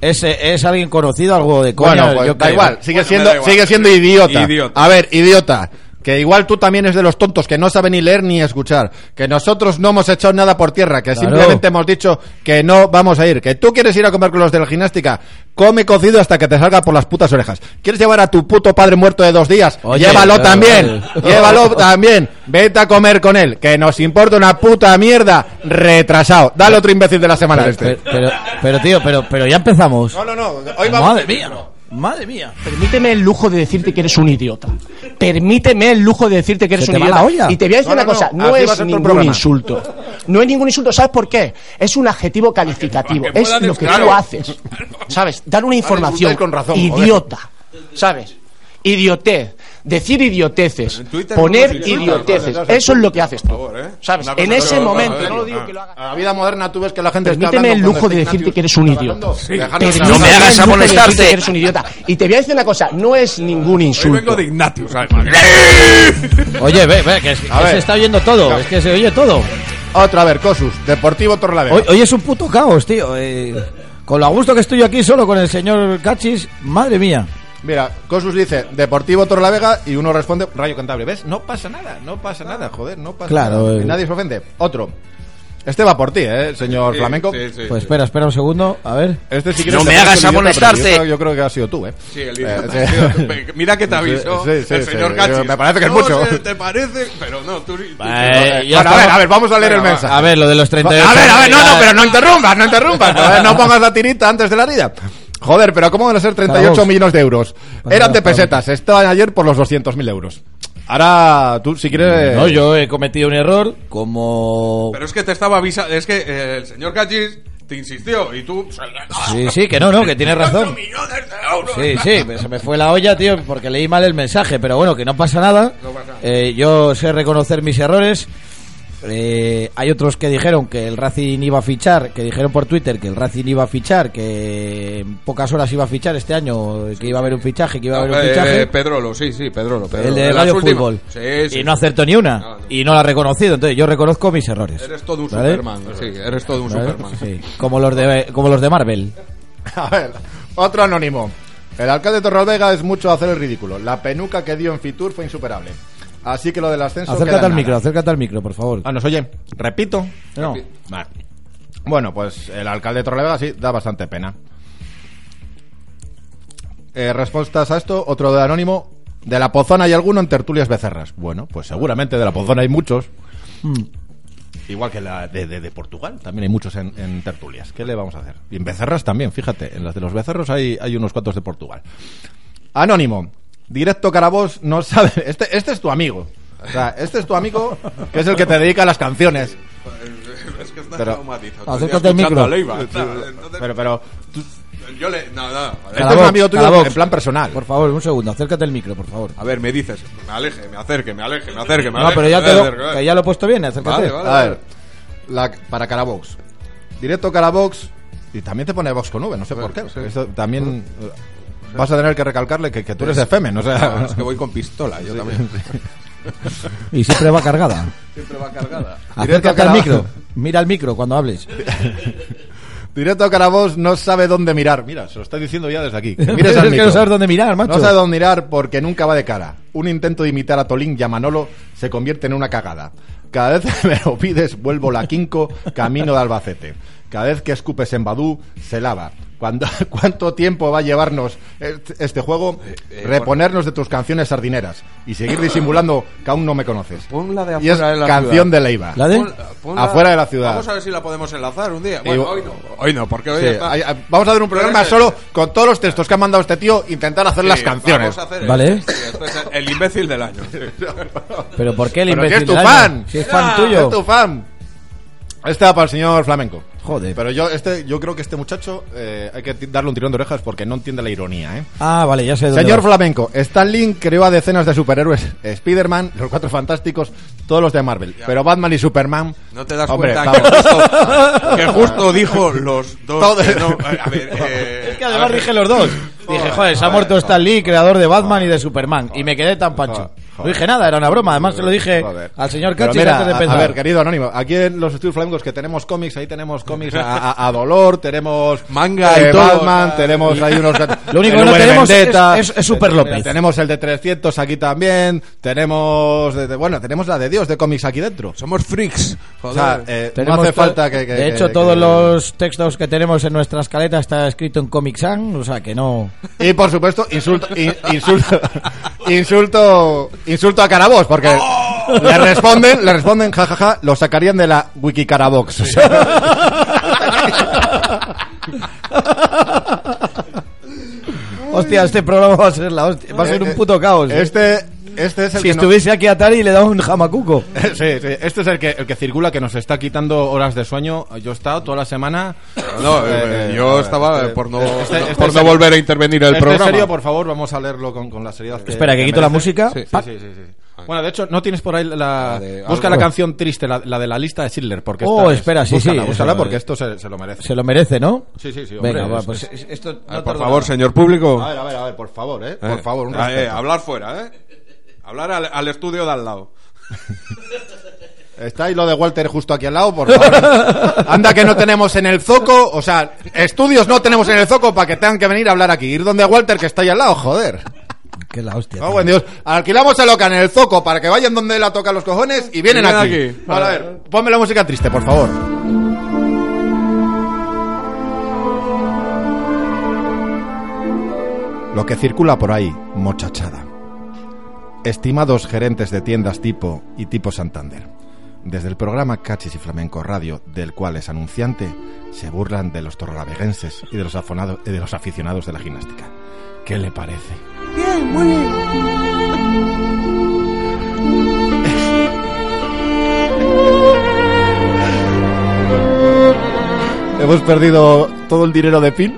Speaker 2: es, eh, es alguien conocido, algo de coña.
Speaker 3: bueno, pues,
Speaker 2: yo
Speaker 3: da
Speaker 2: creo.
Speaker 3: igual, sigue
Speaker 5: Bueno, me
Speaker 3: siendo,
Speaker 5: da igual.
Speaker 3: sigue siendo idiota.
Speaker 5: Idiota.
Speaker 3: A ver, idiota. Que igual tú también es de los tontos que no sabe ni leer ni escuchar. Que nosotros no hemos echado nada por tierra. Que
Speaker 2: Claro.
Speaker 3: simplemente hemos dicho que no vamos a ir. Que tú quieres ir a comer con los de la gimnástica. Come cocido hasta que te salga por las putas orejas. ¿Quieres llevar a tu puto padre muerto de dos días?
Speaker 2: Oye,
Speaker 3: llévalo
Speaker 2: claro,
Speaker 3: también.
Speaker 2: vale. [laughs]
Speaker 3: Llévalo también. Vete a comer con él. Que nos importa una puta mierda. Retrasado. Dale otro imbécil de la semana.
Speaker 2: Pero,
Speaker 3: este.
Speaker 2: pero, pero- pero, tío, pero, pero ya empezamos.
Speaker 3: no, no. Hoy
Speaker 2: Madre mía, madre mía.
Speaker 8: Permíteme el lujo de decirte que eres un idiota. Permíteme el lujo de decirte que eres
Speaker 2: Se
Speaker 8: un
Speaker 2: te va
Speaker 8: idiota.
Speaker 2: la olla.
Speaker 8: Y te voy a decir
Speaker 3: No,
Speaker 8: una
Speaker 3: no, no.
Speaker 8: cosa, no,
Speaker 3: Así va a
Speaker 8: es
Speaker 3: ser todo el
Speaker 8: ningún
Speaker 3: programa.
Speaker 8: insulto. No es ningún insulto, ¿sabes por qué? Es un adjetivo calificativo,
Speaker 5: para que
Speaker 8: es
Speaker 5: puedan
Speaker 8: lo que
Speaker 5: escalar.
Speaker 8: tú haces. ¿Sabes? Dar una información
Speaker 3: insultáis con razón, joder.
Speaker 8: idiota, ¿sabes? Idiotez, decir idioteces,
Speaker 5: En Twitter no
Speaker 8: poner
Speaker 5: nos insultan,
Speaker 8: idioteces,
Speaker 3: joder,
Speaker 8: eso es lo que haces
Speaker 5: por
Speaker 8: tú.
Speaker 5: favor, ¿eh?
Speaker 8: ¿Sabes?
Speaker 5: Una
Speaker 8: En
Speaker 5: cosa
Speaker 8: ese
Speaker 5: no, no,
Speaker 8: momento, no
Speaker 5: no,
Speaker 8: lo
Speaker 5: no,
Speaker 8: digo
Speaker 5: no.
Speaker 8: que lo hagas.
Speaker 3: A la vida moderna tú ves que la gente
Speaker 8: Permíteme el lujo de decirte que eres un idiota. Permíteme
Speaker 4: No me
Speaker 8: el
Speaker 4: hagas a
Speaker 8: lujo de decirte
Speaker 4: molestarte.
Speaker 8: Que eres un idiota. Y te voy a decir una cosa, no es ningún
Speaker 5: Hoy vengo
Speaker 8: insulto.
Speaker 5: de Ignatius,
Speaker 2: Oye, ve, ve, que, es- que se está oyendo todo, es que se oye todo.
Speaker 3: Otra, a ver, Cosus, Deportivo Torlavega.
Speaker 2: Hoy, hoy es un puto caos, tío. eh. con lo a gusto que estoy yo aquí solo con el señor Cachis, madre mía.
Speaker 3: Mira, Cosus dice Deportivo Torlavega y uno responde Rayo Cantabria. ¿Ves? No pasa nada, no pasa nada, joder, no pasa
Speaker 2: Claro,
Speaker 3: nada.
Speaker 2: eh.
Speaker 3: Nadie se ofende. Otro. Este va por ti, ¿eh, señor Flamenco?
Speaker 5: Sí, sí,
Speaker 2: Pues
Speaker 5: sí.
Speaker 2: espera, espera un segundo. A ver.
Speaker 3: Este si
Speaker 4: No me hagas a molestarte.
Speaker 3: Yo creo, yo creo que ha sido tú, ¿eh?
Speaker 5: Sí, el
Speaker 3: Eh,
Speaker 5: idiota.
Speaker 3: sí.
Speaker 4: [laughs]
Speaker 5: Tío, Mira que te aviso.
Speaker 3: Sí, sí,
Speaker 5: el
Speaker 3: sí,
Speaker 5: señor
Speaker 3: sí.
Speaker 5: Cachis.
Speaker 3: Me parece que es
Speaker 5: No
Speaker 3: mucho.
Speaker 5: sé, ¿Te parece? Pero no, tú. tú-
Speaker 2: Eh, ya
Speaker 3: Bueno, a ver,
Speaker 2: estamos-
Speaker 3: a ver, vamos a leer
Speaker 5: Venga,
Speaker 3: el
Speaker 5: va.
Speaker 3: mensaje.
Speaker 2: A ver, lo de los 38.
Speaker 3: A ver, a ver, no, no, pero no interrumpas, no interrumpas. No, no pongas la tirita antes de la herida. Joder, pero ¿cómo van a ser 38
Speaker 2: Vamos.
Speaker 3: millones de euros?
Speaker 2: Vamos,
Speaker 3: Eran de
Speaker 2: vamos.
Speaker 3: pesetas, estaban ayer por los 200.000 euros. Ahora, tú, si quieres...
Speaker 2: Mm, No, yo he cometido un error como...
Speaker 5: Pero es que te estaba avisando. Es que eh, el señor Cachis te insistió y tú.
Speaker 2: Sí, sí, que no, no, que tienes razón.
Speaker 5: 8 millones de euros.
Speaker 2: Sí, sí, pero se me fue la olla, tío, porque leí mal el mensaje, pero bueno, que no pasa nada.
Speaker 5: No pasa nada.
Speaker 2: Eh, yo sé reconocer mis errores. Eh, hay otros que dijeron que el Racing iba a fichar, que dijeron por Twitter que el Racing iba a fichar, que en pocas horas iba a fichar este año, que iba a haber un fichaje, que iba a haber un
Speaker 5: Eh,
Speaker 2: fichaje.
Speaker 5: Pedrolo, sí, sí, Pedrolo. Pedrolo.
Speaker 2: el
Speaker 5: De
Speaker 2: de
Speaker 5: las
Speaker 2: Radio
Speaker 5: últimas.
Speaker 2: Fútbol.
Speaker 5: Sí, sí.
Speaker 2: y no acertó ni una.
Speaker 5: No, no.
Speaker 2: Y no la ha reconocido. Entonces yo reconozco mis errores.
Speaker 5: Eres todo un
Speaker 2: ¿Vale?
Speaker 5: Superman. Sí, eres todo un
Speaker 2: ¿Vale?
Speaker 5: Superman.
Speaker 2: Sí, Como los de como los de Marvel.
Speaker 3: [laughs] A ver, otro anónimo. El alcalde de Torrevega es mucho hacer el ridículo. La penuca que dio en Fitur fue insuperable. Así que lo del ascenso... queda
Speaker 2: Acércate
Speaker 3: en
Speaker 2: al
Speaker 3: nada.
Speaker 2: micro, acércate al micro, por favor.
Speaker 3: Ah, nos oye. Repito.
Speaker 2: No.
Speaker 3: Vale. Bueno, pues el alcalde de Torrelavega sí, da bastante pena. Eh, respuestas a esto, otro de anónimo. De la pozona hay alguno en tertulias becerras. Bueno, pues seguramente de la pozona hay muchos. Igual que la de, de- de Portugal, también hay muchos en, en tertulias. ¿Qué le vamos a hacer? Y en becerras también, fíjate. En las de los becerros hay, hay unos cuantos de Portugal. Anónimo. Directo Carabos no sabe. [laughs] Este, este es tu amigo. O sea, este es tu amigo que es el que te dedica a las canciones.
Speaker 5: [laughs] Es que está
Speaker 3: Pero-
Speaker 5: traumatizado.
Speaker 2: Acércate al
Speaker 5: Estoy escuchando
Speaker 2: micro.
Speaker 5: a Leiva.
Speaker 3: Sí,
Speaker 5: Claro, entonces-
Speaker 3: Pero, pero. tú-
Speaker 5: Yo le. No, no.
Speaker 3: Este es un amigo tuyo en plan personal.
Speaker 2: Por favor, un segundo, acércate al micro, por favor.
Speaker 5: A ver, me dices. Me aleje, me acerque, me aleje, me acerque. Me
Speaker 2: No,
Speaker 5: aleje,
Speaker 2: pero ya
Speaker 5: me
Speaker 2: te
Speaker 5: acerque,
Speaker 2: lo,
Speaker 5: vale.
Speaker 2: que ya lo he puesto bien, acércate.
Speaker 5: Vale, vale.
Speaker 3: A ver. la- para Carabox. Directo Carabox. Y también te pone Vox con V, no sé por qué. Eso también. eh, Vas a tener que recalcarle que, que tú eres de Femen, o
Speaker 5: Ah,
Speaker 3: sea.
Speaker 5: es que voy con pistola, yo también.
Speaker 2: Y siempre va cargada.
Speaker 5: Siempre va cargada.
Speaker 3: Directo
Speaker 2: Acércate al
Speaker 3: Carabao.
Speaker 2: micro. Mira al micro cuando
Speaker 3: [laughs]
Speaker 2: hables.
Speaker 3: [laughs] Directo Carabox no sabe dónde mirar. Mira, se lo está diciendo ya desde aquí. Que
Speaker 2: [laughs]
Speaker 3: Mires
Speaker 2: es
Speaker 3: al
Speaker 2: que
Speaker 3: micro.
Speaker 2: no sabes dónde mirar, macho.
Speaker 3: No sabe dónde mirar porque nunca va de cara. Un intento de imitar a Tolín y a Manolo se convierte en una cagada. Cada vez [laughs] que me lo pides, vuelvo la quinco, camino de Albacete. Cada vez que escupes en Badú, se lava. Cuando- [laughs] ¿Cuánto tiempo va a llevarnos este, este juego?
Speaker 5: eh,
Speaker 3: Reponernos de tus canciones sardineras y seguir disimulando que aún no me conoces.
Speaker 5: Pon la de
Speaker 3: y es
Speaker 5: afuera de la
Speaker 3: canción
Speaker 5: ciudad.
Speaker 3: de Leiva.
Speaker 2: La de-
Speaker 3: Afuera de la ciudad.
Speaker 5: Vamos a ver si la podemos enlazar un día. Bueno,
Speaker 3: Y-
Speaker 5: hoy no. Hoy no, porque hoy
Speaker 3: Sí,
Speaker 5: está-
Speaker 3: hay- hay- vamos a hacer un programa
Speaker 5: Pero es-
Speaker 3: solo con todos los textos que ha mandado este tío, intentar hacer
Speaker 5: Sí,
Speaker 3: las canciones.
Speaker 5: vamos a hacer
Speaker 2: Vale.
Speaker 5: esto, sí, esto es el imbécil del año.
Speaker 2: Pero ¿por qué el
Speaker 3: Pero que
Speaker 2: imbécil
Speaker 3: es tu
Speaker 2: del año?
Speaker 3: fan.
Speaker 2: Si es fan
Speaker 5: Ah,
Speaker 2: tuyo.
Speaker 3: Es tu fan. Este va para el señor Flamenco.
Speaker 2: Joder.
Speaker 3: Pero yo, este, yo creo que este muchacho eh, hay que ti- darle un tirón de orejas porque no entiende la ironía, ¿eh?
Speaker 2: Ah, vale, ya sé dónde
Speaker 3: Señor
Speaker 2: va.
Speaker 3: Flamenco, Stan Lee creó a decenas de superhéroes. Spider-Man, los cuatro fantásticos, todos los de Marvel. Pero Batman y Superman.
Speaker 5: No te das
Speaker 3: Hombre,
Speaker 5: cuenta ¿eh? que
Speaker 3: estamos-
Speaker 5: justo, que justo dijo los dos.
Speaker 3: Todo-
Speaker 5: que no. a ver, eh,
Speaker 2: Es que
Speaker 5: a
Speaker 2: además
Speaker 5: ver.
Speaker 2: dije los
Speaker 3: [laughs]
Speaker 2: dos. Dije, joder, se ha
Speaker 5: joder,
Speaker 2: muerto
Speaker 5: joder,
Speaker 2: Stan Lee, creador de Batman y de Superman. Y me quedé tan
Speaker 3: Joder,
Speaker 2: pancho. No
Speaker 3: joder.
Speaker 2: dije nada, era una broma. Además se lo dije
Speaker 3: Joder.
Speaker 2: al señor
Speaker 3: Pero
Speaker 2: Cachi
Speaker 3: mira,
Speaker 2: antes de
Speaker 3: a-
Speaker 2: empezar.
Speaker 3: A ver, querido Anónimo, aquí en los estudios flamencos que tenemos cómics, ahí tenemos cómics a, a- a dolor, tenemos eh,
Speaker 5: Manga y todo, Ah.
Speaker 3: Batman,
Speaker 5: o sea,
Speaker 3: tenemos ahí unos... [laughs]
Speaker 2: Lo único que
Speaker 3: el
Speaker 2: no
Speaker 3: V de
Speaker 2: tenemos es,
Speaker 3: Vendetta. Eh,
Speaker 2: es- es Super López.
Speaker 3: Tenemos el de 300 aquí también, tenemos... de- de- bueno, tenemos la de Dios de cómics aquí dentro.
Speaker 5: Somos freaks.
Speaker 3: O
Speaker 5: Joder.
Speaker 3: sea, eh, no
Speaker 2: Tenemos
Speaker 3: hace
Speaker 2: to-
Speaker 3: falta que... que-
Speaker 2: de hecho,
Speaker 3: que-
Speaker 2: todos
Speaker 3: que-
Speaker 2: los textos que tenemos en nuestra escaleta está escrito en Comic Sans, o sea que
Speaker 3: [laughs]
Speaker 2: no.
Speaker 3: Y por supuesto, insulto, in- insulto, insulto, insulto a Carabox, porque le responden, le responden, jajaja, lo sacarían de la Wiki Carabox. O sea.
Speaker 2: Hostia, este programa va a ser la hostia, va a ser un puto caos. ¿eh?
Speaker 3: Este, este es el
Speaker 2: si
Speaker 3: que no-
Speaker 2: estuviese aquí Atari le daba un jamacuco.
Speaker 3: Sí, [laughs] sí, este es el que, el que circula, que nos está quitando horas de sueño. Yo he estado toda la semana.
Speaker 5: No,
Speaker 3: Eh,
Speaker 5: eh, yo
Speaker 3: eh,
Speaker 5: estaba
Speaker 3: este-
Speaker 5: por no,
Speaker 3: este- este
Speaker 5: por no
Speaker 3: serio-
Speaker 5: volver a intervenir en el
Speaker 3: este
Speaker 5: programa.
Speaker 3: serio, por favor, vamos a leerlo con, con la seriedad. que-
Speaker 2: Espera, que quito la
Speaker 3: merece.
Speaker 2: música.
Speaker 5: Sí, sí,
Speaker 2: Pac.
Speaker 3: Sí, sí, sí. Bueno, de hecho, no tienes por ahí la.
Speaker 5: La de-
Speaker 3: Busca
Speaker 5: algo-
Speaker 3: la canción triste, la, la de la lista de Schindler. Porque
Speaker 2: Oh,
Speaker 3: esta es-
Speaker 2: espera, sí,
Speaker 3: búscala,
Speaker 2: sí,
Speaker 3: Búscala
Speaker 2: eso-
Speaker 3: porque esto se, se lo merece.
Speaker 2: Se lo merece, ¿no?
Speaker 3: Sí, sí, sí, hombre,
Speaker 2: Venga, va,
Speaker 3: es-
Speaker 2: pues es- esto no
Speaker 5: A ver, Eh, por
Speaker 2: tarda nada.
Speaker 5: favor, señor público.
Speaker 3: A ver, a ver, a ver, por favor, eh.
Speaker 5: Eh,
Speaker 3: Por favor, un
Speaker 5: eh, eh,
Speaker 3: respeto.
Speaker 5: hablar fuera, ¿eh? Hablar al, al estudio de al lado.
Speaker 3: Está ahí lo de Walter justo aquí al lado, por
Speaker 2: [laughs]
Speaker 3: favor. Anda que no tenemos en el zoco, o sea, estudios no tenemos en el zoco para que tengan que venir a hablar aquí. Ir donde Walter que está ahí al lado, joder.
Speaker 2: Que la hostia.
Speaker 3: Oh, buen Dios. Alquilamos el loca en el zoco para que vayan donde la toca los cojones y vienen
Speaker 5: Y vienen
Speaker 3: aquí.
Speaker 5: aquí.
Speaker 3: Vale, a ver, ponme la música triste, por favor. Lo que circula por ahí, mochachada. Estimados gerentes de tiendas tipo y tipo Santander, desde el programa Cachis y Flamenco Radio, del cual es anunciante, se burlan de los torralaveguenses y de los, afonado- y de los aficionados de la gimnástica. ¿Qué le parece? Hemos perdido todo el dinero de PIN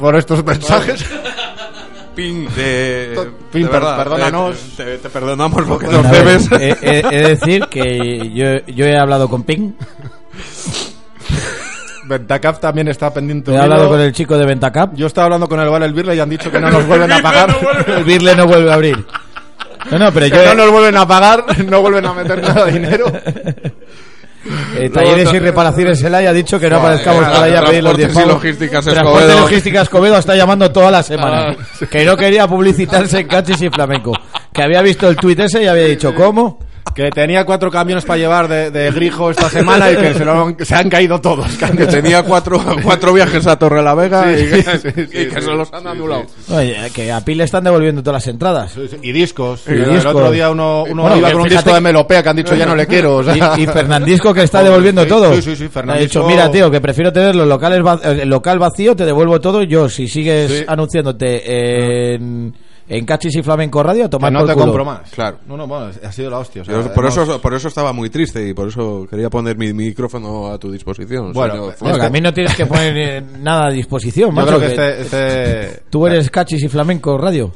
Speaker 3: por estos
Speaker 5: [laughs]
Speaker 3: mensajes.
Speaker 5: Pin, de.
Speaker 3: Pin,
Speaker 5: de
Speaker 3: per-
Speaker 5: verdad, eh,
Speaker 3: perdónanos.
Speaker 5: Te, te- te perdonamos lo que
Speaker 2: A
Speaker 5: nos
Speaker 2: ver,
Speaker 5: debes.
Speaker 2: eh, eh, he de decir que yo, yo he hablado con Ping,
Speaker 3: Ventacap también está pendiente.
Speaker 2: he
Speaker 3: un
Speaker 2: hablado
Speaker 3: hilo.
Speaker 2: con el chico de Ventacap.
Speaker 3: Yo estaba hablando con el bar El Birle y han dicho que no nos
Speaker 5: [laughs]
Speaker 3: vuelven a pagar.
Speaker 2: El Birle no vuelve a abrir. No, no, pero yo.
Speaker 3: [laughs] Que no nos vuelven a pagar, [laughs] no vuelven a meter nada de dinero.
Speaker 2: eh, talleres y reparaciones el ha dicho que no
Speaker 5: Joder,
Speaker 2: aparezcamos por allá a pedir los 10
Speaker 5: eh, Transportes y
Speaker 2: pavos.
Speaker 5: Logísticas
Speaker 2: Transportes
Speaker 5: Escobedo. Ah,
Speaker 2: Logística Escobedo está llamando toda la semana. Que no quería publicitarse en cachis y flamenco. Que había visto el tuit ese y había dicho, ¿cómo?
Speaker 3: Que tenía cuatro camiones para llevar de, de grijo esta semana y que se, lo han, se han caído
Speaker 5: [laughs]
Speaker 3: todos. que han
Speaker 5: [laughs]
Speaker 3: [laughs]
Speaker 5: Que
Speaker 3: dicho,
Speaker 5: tenía cuatro, cuatro viajes a Torre la Vega
Speaker 3: Sí,
Speaker 5: y, que-
Speaker 3: sí, sí,
Speaker 5: y que
Speaker 3: sí,
Speaker 5: se los
Speaker 3: sí,
Speaker 5: han
Speaker 3: sí,
Speaker 5: anulado.
Speaker 2: Oye, que a Pil le están devolviendo todas las entradas.
Speaker 3: Y discos. el,
Speaker 2: discos.
Speaker 3: otro día uno, uno
Speaker 2: Bueno,
Speaker 3: iba
Speaker 2: que
Speaker 3: con un
Speaker 2: fíjate
Speaker 3: disco de
Speaker 2: que-
Speaker 3: melopea que han dicho ya no le quiero. o sea.
Speaker 2: [laughs]
Speaker 3: [laughs]
Speaker 2: Y, y Fernandisco que está
Speaker 3: Hombre,
Speaker 2: devolviendo
Speaker 3: sí,
Speaker 2: todo.
Speaker 3: sí, sí, sí,
Speaker 2: Ha dicho,
Speaker 3: Fernandisco-
Speaker 2: mira, tío, que prefiero tener los locales va- eh, el local vacío, te devuelvo todo. Yo, si sigues
Speaker 3: Sí.
Speaker 2: anunciándote en, en Cachis y Flamenco Radio,
Speaker 3: Que
Speaker 2: toma
Speaker 3: no
Speaker 2: por
Speaker 3: te
Speaker 2: culo.
Speaker 3: compro más.
Speaker 5: Claro.
Speaker 3: No, no, bueno, ha sido la hostia. o sea,
Speaker 5: Yo por,
Speaker 3: hemos-
Speaker 5: eso, por eso estaba muy triste y por eso quería poner mi micrófono a tu disposición.
Speaker 3: Bueno,
Speaker 5: señor
Speaker 3: eh,
Speaker 2: Bueno,
Speaker 5: Fuentes.
Speaker 2: que a mí no tienes que poner eh, nada a disposición,
Speaker 3: Yo
Speaker 2: macho,
Speaker 3: creo que
Speaker 2: que
Speaker 3: este, este-
Speaker 2: Tú eres Cachis y Flamenco Radio.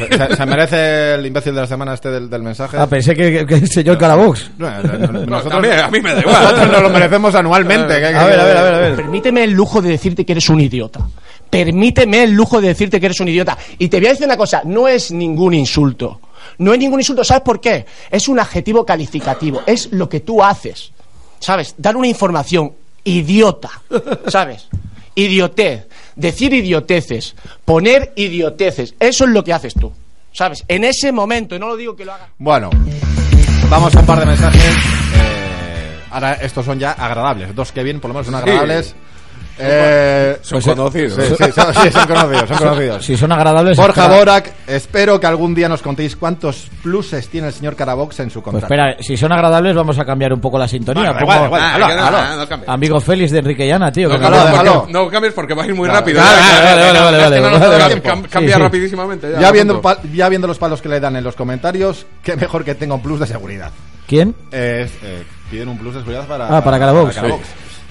Speaker 3: [laughs]
Speaker 5: [laughs]
Speaker 3: se, se merece el imbécil de la semana este del, del mensaje.
Speaker 2: Ah, pensé que, que el señor Carabox.
Speaker 3: No, no, no, no,
Speaker 5: No,
Speaker 3: nosotros,
Speaker 5: también, a mí me da
Speaker 3: nosotros nos
Speaker 5: igual.
Speaker 3: lo merecemos anualmente. que-
Speaker 2: A ver, a ver, a ver, a ver.
Speaker 8: Permíteme el lujo de decirte que eres un idiota. Permíteme el lujo de decirte que eres un idiota. Y te voy a decir una cosa, no es ningún insulto. No es ningún insulto, ¿sabes por qué? Es un adjetivo calificativo, es lo que tú haces. ¿Sabes? Dar una información idiota, ¿sabes? Idiotez, decir idioteces, poner idioteces, eso es lo que haces tú. ¿Sabes? En ese momento, y no lo digo que lo hagas.
Speaker 3: Bueno, vamos a un par de mensajes. eh, ahora estos son ya agradables. Dos que bien, por lo menos son agradables. Eh,
Speaker 5: Son
Speaker 2: Pues, eh,
Speaker 5: conocidos.
Speaker 3: sí, sí, son, sí, son conocidos, son conocidos.
Speaker 2: Si son agradables.
Speaker 3: Borja
Speaker 2: espera-
Speaker 3: Borac, espero que algún día nos contéis cuántos pluses tiene el señor Carabox en su
Speaker 2: Pues
Speaker 3: contrato.
Speaker 2: espera, si son agradables, vamos a cambiar un poco la sintonía.
Speaker 3: Bueno, da igual,
Speaker 2: Pongo
Speaker 3: da igual.
Speaker 5: Ah,
Speaker 3: Aló,
Speaker 5: que no,
Speaker 3: aló.
Speaker 5: ah, no cambies.
Speaker 2: Amigo Félix de Enrique Llana, tío.
Speaker 5: No
Speaker 2: que
Speaker 5: cambies,
Speaker 2: nos-
Speaker 3: déjalo.
Speaker 5: porque- no cambies porque va a ir muy
Speaker 3: Claro,
Speaker 5: rápido.
Speaker 3: claro,
Speaker 5: Ya,
Speaker 2: vale,
Speaker 5: ya,
Speaker 2: vale,
Speaker 5: ya,
Speaker 2: vale,
Speaker 5: ya,
Speaker 2: vale,
Speaker 5: ya,
Speaker 2: vale,
Speaker 5: ya,
Speaker 2: vale,
Speaker 5: ya,
Speaker 2: vale.
Speaker 5: cam-
Speaker 2: Sí,
Speaker 5: Cambia
Speaker 2: sí.
Speaker 5: rapidísimamente.
Speaker 3: ya,
Speaker 5: lo
Speaker 3: viendo,
Speaker 5: siento.
Speaker 3: pa- ya viendo los palos que le dan en los comentarios, qué mejor que tenga un plus de seguridad.
Speaker 2: ¿Quién?
Speaker 3: Eh, eh, piden un plus de seguridad para,
Speaker 2: Ah, para Carabox.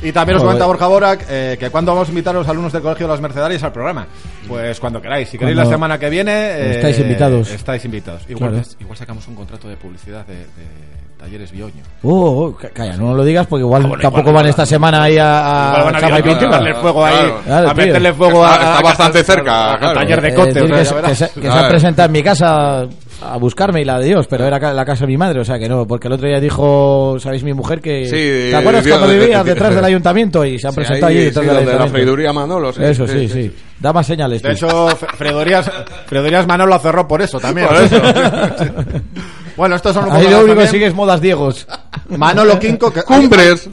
Speaker 3: Y también os
Speaker 2: Joder.
Speaker 3: comenta Borja Borac eh, que cuando vamos a invitar a los alumnos del Colegio de las Mercedarias al programa. Pues cuando queráis. Si queréis la
Speaker 2: Cuando-
Speaker 3: semana que viene. eh,
Speaker 2: Estáis invitados.
Speaker 3: Estáis invitados.
Speaker 2: Igual- Claro.
Speaker 3: igual sacamos un contrato de publicidad de, Talleres Bioño.
Speaker 2: Oh, oh, ca- calla, no lo digas porque igual
Speaker 3: Ah, bueno,
Speaker 2: tampoco
Speaker 3: igual,
Speaker 2: van esta semana ahí a, a
Speaker 3: van a
Speaker 2: chapa y
Speaker 3: venir a
Speaker 2: pintura.
Speaker 3: darle fuego ahí.
Speaker 5: Claro.
Speaker 2: Claro,
Speaker 3: a
Speaker 2: tío.
Speaker 3: meterle fuego
Speaker 5: Está-
Speaker 3: a.
Speaker 5: está
Speaker 3: a-
Speaker 5: bastante
Speaker 3: a-
Speaker 5: cerca,
Speaker 3: a- a
Speaker 5: claro.
Speaker 3: taller de
Speaker 2: Eh,
Speaker 3: cote.
Speaker 2: decir
Speaker 3: o sea,
Speaker 2: que,
Speaker 3: ya
Speaker 2: se-
Speaker 3: verás.
Speaker 2: que se- que se
Speaker 5: A
Speaker 2: han
Speaker 5: ver.
Speaker 2: presentado en mi casa a buscarme y la de Dios, pero era ca- la casa de mi madre, o sea que no, porque el otro día dijo, ¿sabéis mi mujer que...
Speaker 5: Sí,
Speaker 2: ¿Te acuerdas
Speaker 5: vio-
Speaker 2: cuando
Speaker 5: de-
Speaker 2: vivías
Speaker 5: de-
Speaker 2: detrás del ayuntamiento y se han
Speaker 5: Sí,
Speaker 2: presentado
Speaker 5: ahí,
Speaker 2: allí
Speaker 5: sí,
Speaker 2: detrás del
Speaker 5: donde la
Speaker 2: ayuntamiento?
Speaker 5: freiduría Manolo. sí,
Speaker 2: Eso, sí, sí. Da más señales.
Speaker 3: De
Speaker 2: tú.
Speaker 3: hecho, Fe- Fredorías, Fredorías Manolo cerró por eso también.
Speaker 5: Por eso.
Speaker 3: [laughs] bueno, estos son un
Speaker 2: ahí
Speaker 3: poco
Speaker 2: lo
Speaker 3: más
Speaker 2: único que
Speaker 3: también.
Speaker 2: sigue es modas Diegos.
Speaker 3: Manolo Quinco. Que...
Speaker 5: [laughs] Cumbres.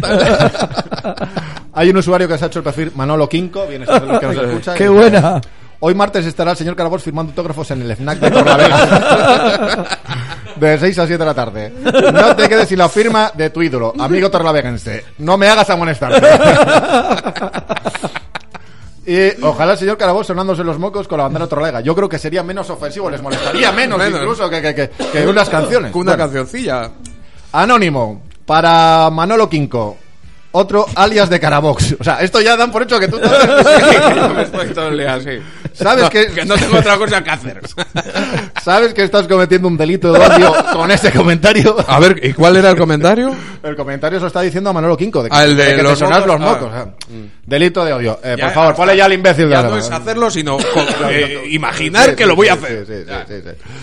Speaker 3: Hay un usuario que se ha hecho el perfil Manolo Quinco, bien este es el que nos
Speaker 2: [laughs]
Speaker 3: escucha.
Speaker 2: ¡Qué
Speaker 3: Y-
Speaker 2: buena!
Speaker 3: Hoy martes estará el señor Carabos firmando autógrafos en el FNAC de
Speaker 2: [laughs]
Speaker 3: Torlavega. De 6 a 7 de la tarde. No te quedes sin la firma de tu ídolo, amigo torlavegense. No me hagas amonestarte. Y ojalá el señor Carabos sonándose los mocos con la bandera torlalega. Yo creo que sería menos ofensivo, les molestaría menos,
Speaker 5: Menos.
Speaker 3: incluso que, que- que- que unas canciones.
Speaker 5: Con una
Speaker 3: Bueno.
Speaker 5: [laughs] cancioncilla.
Speaker 3: Anónimo, para Manolo Quinco. Otro alias de Carabox. O sea, esto ya dan por hecho que tú te-
Speaker 5: Me estoy todo el día así.
Speaker 3: ¿Sabes
Speaker 5: No,
Speaker 3: qué?
Speaker 5: Que no tengo otra cosa que [laughs] hacer.
Speaker 3: sabes que estás cometiendo un delito de odio con ese comentario.
Speaker 5: A ver, ¿y cuál era el comentario?
Speaker 3: El comentario se lo está diciendo a Manolo Quinco. De que,
Speaker 5: Ah, el de
Speaker 3: que
Speaker 5: los
Speaker 3: te sonas los
Speaker 5: mocos, ah.
Speaker 3: mocos. ah. Delito de odio. Eh,
Speaker 5: Ya,
Speaker 3: por favor,
Speaker 5: hasta-
Speaker 3: ponle ya al imbécil de
Speaker 5: Ya
Speaker 3: la
Speaker 5: no es
Speaker 3: semana. [laughs]
Speaker 5: hacerlo, [laughs] sino con- eh,
Speaker 3: Sí,
Speaker 5: imaginar que lo voy a
Speaker 3: sí,
Speaker 5: hacer.
Speaker 3: sí, sí,
Speaker 5: Ya.
Speaker 3: sí,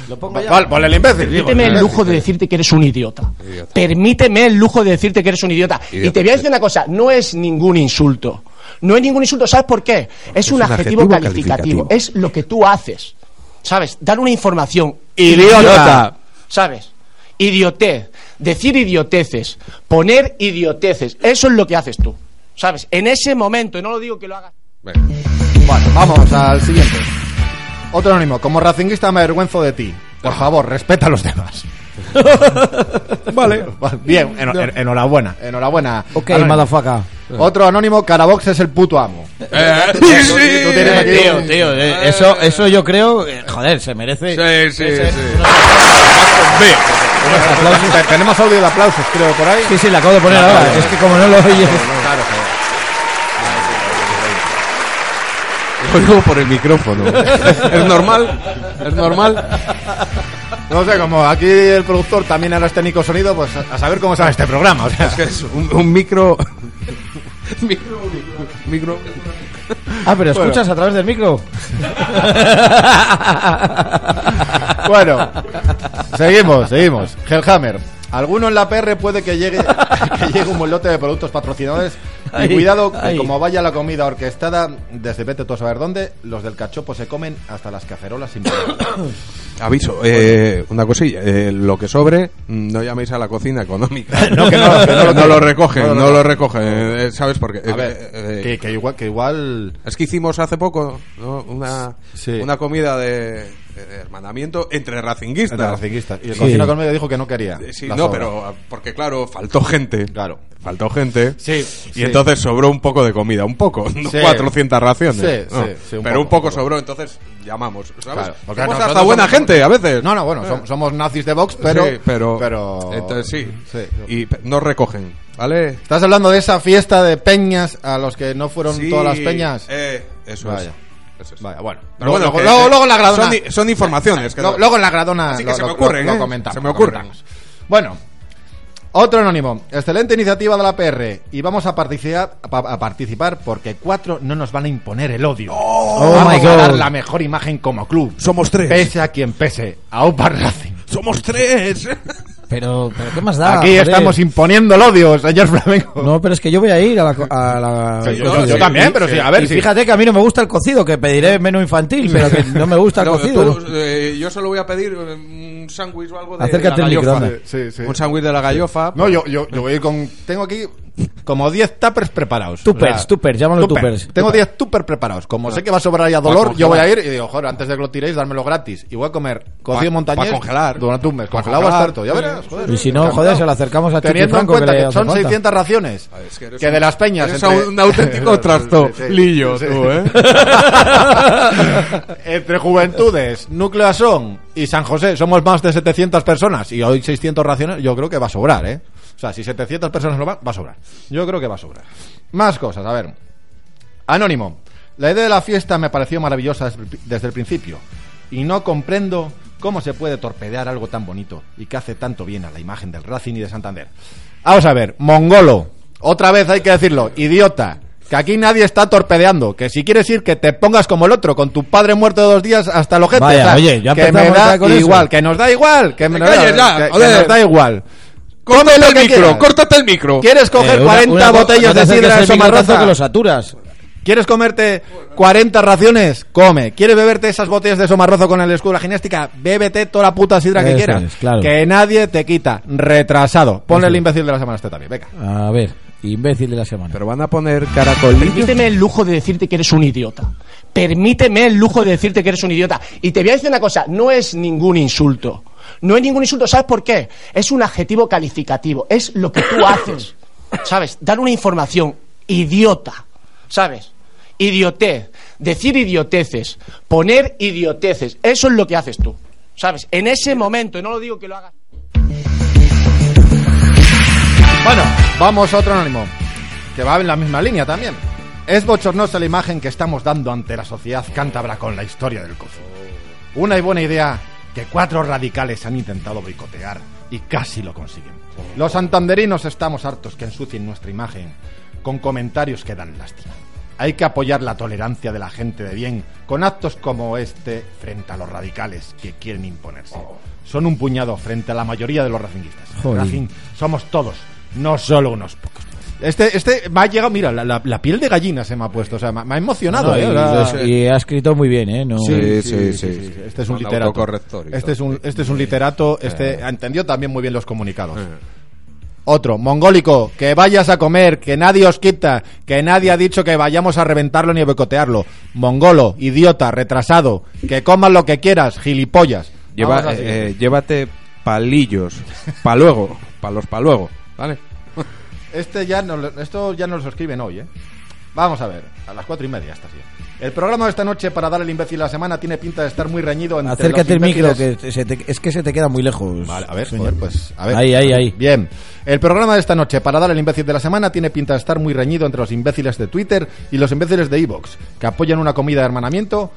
Speaker 3: sí. Va- vale, ponle el imbécil. digo,
Speaker 8: Permíteme el
Speaker 5: Eh,
Speaker 3: imbécil.
Speaker 8: lujo de decirte que eres un idiota. Permíteme el lujo de decirte que eres un idiota. Y te voy a decir una cosa, no es ningún insulto. No es ningún insulto, ¿sabes por qué? Es, un, adjetivo, calificativo. es lo que tú haces. ¿Sabes? Dar una información
Speaker 2: Idiota.
Speaker 8: ¿Sabes? Idiotez, decir idioteces, poner idioteces, eso es lo que haces tú. ¿Sabes? En ese momento, y no lo digo que lo hagas.
Speaker 5: Venga.
Speaker 3: Bueno, vamos al siguiente. Otro anónimo, como racinguista me avergüenzo de ti. Por favor, respeta a los demás.
Speaker 5: Vale.
Speaker 3: [laughs] Bien, eno- en- enhorabuena. Enhorabuena.
Speaker 2: Ok,
Speaker 3: anónimo.
Speaker 2: madafaca.
Speaker 3: Otro anónimo, Carabox es el puto amo.
Speaker 2: [laughs]
Speaker 5: sí,
Speaker 3: tú tienes aquí
Speaker 2: Tío,
Speaker 3: un-
Speaker 2: tío, eh, eso, eso yo creo, eh, joder, se merece.
Speaker 5: Sí, sí, sí.
Speaker 3: Aplausos. Te- Tenemos audio de aplausos, creo, por ahí.
Speaker 2: Sí, sí, la acabo de poner ahora. Es que como no lo oyes.
Speaker 5: Oigo por el micrófono. [laughs] ¿Es normal? ¿Es normal?
Speaker 3: No sé, como aquí el productor también ahora es técnico sonido, pues a a saber cómo sale este programa. o sea.
Speaker 5: Es que es un, un micro... [laughs] micro... Micro...
Speaker 2: Ah, pero escuchas a través del micro. [laughs]
Speaker 3: Bueno, seguimos, seguimos. Hellhammer. Alguno en la PR puede que llegue, [laughs] que llegue un buen lote de productos patrocinadores. Y
Speaker 2: Ay,
Speaker 3: cuidado, que
Speaker 2: ay.
Speaker 3: como vaya la comida orquestada, desde vete tú a saber dónde, los del cachopo se comen hasta las cacerolas sin
Speaker 5: [coughs]
Speaker 3: parar.
Speaker 5: Aviso, eh, una cosilla, eh, lo que sobre, mm, no llaméis a la cocina
Speaker 3: [laughs]
Speaker 5: económica.
Speaker 3: No, que no, que no lo-
Speaker 5: No lo recogen,
Speaker 3: No
Speaker 5: no
Speaker 3: lo
Speaker 5: lo, recogen, eh, ¿sabes por qué?
Speaker 3: A
Speaker 5: Eh,
Speaker 3: ver,
Speaker 5: eh,
Speaker 3: que, que igual, que igual
Speaker 5: Es que hicimos hace poco ¿no? una,
Speaker 3: Sí.
Speaker 5: una comida de, de hermanamiento entre racinguistas.
Speaker 3: entre racinguistas. Y el cocina conmigo dijo que no quería.
Speaker 5: Eh, Sí,
Speaker 3: la
Speaker 5: no,
Speaker 3: sobra.
Speaker 5: pero ah, porque claro, faltó gente.
Speaker 3: Claro.
Speaker 5: Faltó gente.
Speaker 3: Sí,
Speaker 5: Y
Speaker 3: sí.
Speaker 5: entonces sobró un poco de comida, un poco, [laughs] no
Speaker 3: Sí.
Speaker 5: 400 raciones.
Speaker 3: Sí,
Speaker 5: ¿no?
Speaker 3: sí, sí, un
Speaker 5: pero
Speaker 3: poco,
Speaker 5: un poco
Speaker 3: un poco.
Speaker 5: sobró, entonces llamamos. ¿sabes?
Speaker 3: Claro, porque
Speaker 5: Somos
Speaker 3: nosotros
Speaker 5: hasta buena
Speaker 3: somos-
Speaker 5: gente a veces.
Speaker 3: No, no, bueno, som- somos, nazis de Vox, pero.
Speaker 5: pero, pero,
Speaker 3: pero-
Speaker 5: entonces sí,
Speaker 3: sí.
Speaker 5: y pe- no recogen, ¿vale?
Speaker 3: Estás hablando de esa fiesta de peñas a los que no fueron
Speaker 5: Sí,
Speaker 3: todas las peñas.
Speaker 5: eh, eso
Speaker 3: Vaya.
Speaker 5: es. Eso es.
Speaker 3: Vaya, bueno. luego,
Speaker 5: Pero bueno,
Speaker 3: luego,
Speaker 5: que-
Speaker 3: luego- luego en la
Speaker 5: son,
Speaker 3: gradona.
Speaker 5: di- son informaciones. que
Speaker 3: lo-
Speaker 5: no-
Speaker 3: luego en la gradona.
Speaker 5: Así que
Speaker 3: lo-
Speaker 5: se me
Speaker 3: lo-
Speaker 5: ocurren,
Speaker 3: lo- lo
Speaker 5: ¿eh?
Speaker 3: comentamos,
Speaker 5: Se me
Speaker 3: lo
Speaker 5: ocurren.
Speaker 3: comentamos. Bueno. Otro anónimo. Excelente iniciativa de la PR. Y vamos a participar, a, pa- a participar porque cuatro no nos van a imponer el odio.
Speaker 2: Oh
Speaker 3: vamos
Speaker 2: my
Speaker 3: a dar
Speaker 2: God.
Speaker 3: la mejor imagen como club.
Speaker 5: Somos tres.
Speaker 3: Pese a quien pese. A Opa Racing.
Speaker 5: Somos tres.
Speaker 2: Pero, pero ¿qué más da?
Speaker 3: Aquí
Speaker 2: Joder.
Speaker 3: estamos imponiendo el odio, señor Flamenco.
Speaker 2: No, pero es que yo voy a ir a la. co- a la-
Speaker 3: Sí,
Speaker 5: yo- yo
Speaker 2: Sí.
Speaker 5: también,
Speaker 3: pero sí, a ver,
Speaker 2: Y
Speaker 3: sí.
Speaker 2: fíjate que a mí no me gusta el cocido, que pediré menú infantil, pero que no me gusta el
Speaker 5: No,
Speaker 2: cocido.
Speaker 5: tú, eh, yo solo voy a pedir eh, un sándwich o algo de
Speaker 2: Acércate
Speaker 5: la
Speaker 2: al
Speaker 5: gallofa.
Speaker 2: microondas.
Speaker 3: Sí, sí.
Speaker 5: Un sándwich de la gallofa.
Speaker 3: No, yo, yo, yo voy a ir con. Tengo aquí como 10 tuppers preparados.
Speaker 2: Tuppers, tuppers, llámalo tuppers.
Speaker 3: Tengo 10 tuppers preparados. Como sé que va a sobrar ya dolor, yo voy a ir y digo, joder, antes de que lo tiréis, dármelo gratis. Y voy a comer cocido
Speaker 5: Pa-
Speaker 3: montañés.
Speaker 5: pa congelar.
Speaker 3: Durante un mes. Congelado
Speaker 5: Pa
Speaker 3: va a
Speaker 5: congelar.
Speaker 3: estar todo. Ya verás, joder.
Speaker 2: Y si no,
Speaker 3: Encantado.
Speaker 2: joder, se lo acercamos a Chiqui
Speaker 3: Teniendo en
Speaker 2: Franco, que
Speaker 3: cuenta
Speaker 2: le
Speaker 3: que,
Speaker 2: hace
Speaker 3: son
Speaker 2: falta.
Speaker 3: 600 raciones.
Speaker 5: Ah, es que eres
Speaker 3: que
Speaker 5: un-
Speaker 3: de las peñas.
Speaker 5: eres
Speaker 3: entre- [laughs]
Speaker 5: un auténtico trasto, lillo, tú, ¿eh?
Speaker 3: Entre Juventudes, Núcleo Asón y San José somos más de 700 personas y hoy 600 raciones, yo creo que va a sobrar, ¿eh? O sea, si 700 personas no van, va a sobrar. Yo creo que va a sobrar. Más cosas, a ver. Anónimo. La idea de la fiesta me pareció maravillosa des- desde el principio y no comprendo cómo se puede torpedear algo tan bonito y que hace tanto bien a la imagen del Racing y de Santander. Vamos a ver, mongolo. Otra vez hay que decirlo, idiota. Que aquí nadie está torpedeando. Que si quieres ir, que te pongas como el otro, con tu padre muerto de dos días hasta el ojete.
Speaker 2: Vaya,
Speaker 3: o sea,
Speaker 2: oye, ya
Speaker 3: que me
Speaker 2: empezamos
Speaker 3: da
Speaker 2: ya con eso.
Speaker 3: igual, que nos da igual. Que, me-
Speaker 5: calles ya,
Speaker 3: que- que
Speaker 5: joder.
Speaker 3: nos da igual.
Speaker 5: Córtate
Speaker 3: lo
Speaker 5: el
Speaker 3: que
Speaker 5: micro,
Speaker 3: quieras.
Speaker 5: córtate el micro.
Speaker 3: ¿Quieres
Speaker 2: Eh,
Speaker 3: coger
Speaker 2: una-
Speaker 3: 40
Speaker 2: una co-
Speaker 3: botellas
Speaker 2: no te
Speaker 3: de
Speaker 2: acerques
Speaker 3: sidra de
Speaker 2: el microtazo
Speaker 3: Somarroza?
Speaker 2: que lo saturas.
Speaker 3: ¿Quieres comerte 40 raciones? Come. ¿Quieres beberte esas botellas de somarrozo con el escudo de la gimnástica? Bébete toda la puta sidra que
Speaker 2: Eso
Speaker 3: quieras.
Speaker 2: es, claro.
Speaker 3: Que nadie te quita. Retrasado.
Speaker 2: Eso
Speaker 3: Ponle el
Speaker 2: es.
Speaker 3: imbécil de la semana a este también. Venga.
Speaker 2: A ver, imbécil de la semana.
Speaker 5: Pero van a poner caracolillos.
Speaker 8: Permíteme el lujo de decirte que eres un idiota. Permíteme el lujo de decirte que eres un idiota. Y te voy a decir una cosa, no es ningún insulto. No es ningún insulto, ¿sabes por qué? Es un adjetivo calificativo, es lo que tú haces. ¿Sabes? Dar una información idiota, ¿sabes? Idiotez, decir idioteces, poner idioteces, eso es lo que haces tú. ¿Sabes? En ese momento, y no lo digo que lo hagas.
Speaker 3: Bueno, vamos a otro anónimo. Que va en la misma línea también. Es bochornosa la imagen que estamos dando ante la sociedad cántabra con la historia del cozo. Una y buena idea que cuatro radicales han intentado boicotear y casi lo consiguen. Los santanderinos estamos hartos que ensucien nuestra imagen con comentarios que dan lástima. Hay que apoyar la tolerancia de la gente de bien con actos como este frente a los radicales que quieren imponerse. Son un puñado frente a la mayoría de los racinguistas.
Speaker 2: Jolín.
Speaker 3: Racing somos todos, no solo unos pocos. Este, este me ha llegado, mira, la, la- la piel de gallina se me ha puesto, o sea, me, me ha emocionado.
Speaker 2: No, y,
Speaker 3: eh, la-
Speaker 2: los- y ha escrito muy bien, ¿eh? No,
Speaker 5: Sí, sí, sí.
Speaker 3: Este es un
Speaker 5: Con
Speaker 3: literato.
Speaker 5: autocorrector y
Speaker 3: Este es
Speaker 5: todo.
Speaker 3: un, este es un literato. Este entendió también muy bien los comunicados. Otro, mongólico, que vayas a comer, que nadie os quita, que nadie ha dicho que vayamos a reventarlo ni a boicotearlo. Mongolo, idiota, retrasado, que comas lo que quieras, gilipollas.
Speaker 5: Lleva-
Speaker 3: Vamos a seguir.
Speaker 5: eh, llévate palillos. Pa' luego. Pa' los pa' luego. ¿Vale?
Speaker 3: Este ya no, lo- esto ya nos lo escriben hoy, ¿eh? Vamos a ver, a las cuatro y media está así. El programa de esta noche para dar el imbécil la semana tiene pinta de estar muy reñido entre
Speaker 2: Acércate el
Speaker 3: los
Speaker 2: micro,
Speaker 3: imbéciles-
Speaker 2: que te- se te- es que se te queda muy lejos.
Speaker 3: Vale, a ver,
Speaker 2: señor.
Speaker 3: joder, pues, a ver.
Speaker 2: Ahí, ahí, ahí.
Speaker 3: Bien. El programa de esta noche para dar el imbécil de la semana tiene pinta de estar muy reñido entre los imbéciles de Twitter y los imbéciles de Evox, que apoyan una comida de hermanamiento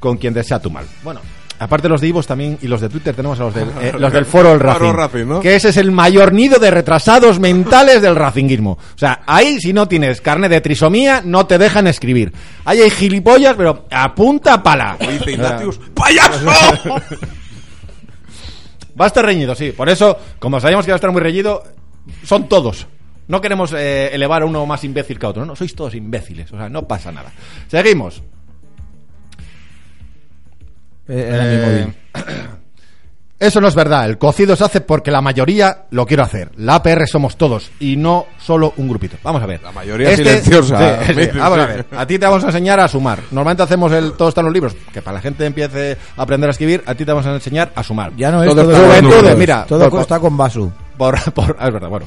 Speaker 3: con quien desea tu mal. Bueno, aparte de los de Evox también y los de Twitter tenemos a los, del- eh, los del foro del
Speaker 5: [laughs]
Speaker 3: Racing.
Speaker 5: Foro Racing, ¿no?
Speaker 3: Que ese es el mayor nido de retrasados mentales del racinguismo. O sea, ahí si no tienes carne de trisomía no te dejan escribir. Ahí hay gilipollas, pero apunta pala.
Speaker 5: Dice Ignatius, [laughs] ¡Payaso!
Speaker 3: Va a estar reñido, sí. Por eso, como sabíamos que va a estar muy reñido, son todos. No queremos eh, elevar a uno más imbécil que a otro. No, sois todos imbéciles. O sea, no pasa nada. Seguimos.
Speaker 2: Eh, era mi
Speaker 3: Eh,
Speaker 2: móvil.
Speaker 3: Eso no es verdad. El cocido se hace porque la mayoría lo quiero hacer. La APR somos todos y no solo un grupito. Vamos a ver. Este-
Speaker 5: La mayoría silenciosa. [laughs]
Speaker 3: Sí, sí. Vamos a ver. A ti te vamos a enseñar a sumar. Normalmente hacemos el todo está en los libros. Que para la gente empiece a aprender a escribir, a ti te vamos a enseñar a sumar.
Speaker 2: Ya no es
Speaker 5: Todo
Speaker 2: todo,
Speaker 5: está
Speaker 2: con
Speaker 5: con
Speaker 2: números.
Speaker 5: números.
Speaker 3: Mira,
Speaker 2: todo
Speaker 3: por-
Speaker 2: consta con Basu.
Speaker 3: Por, [laughs] por- ah, es verdad, bueno.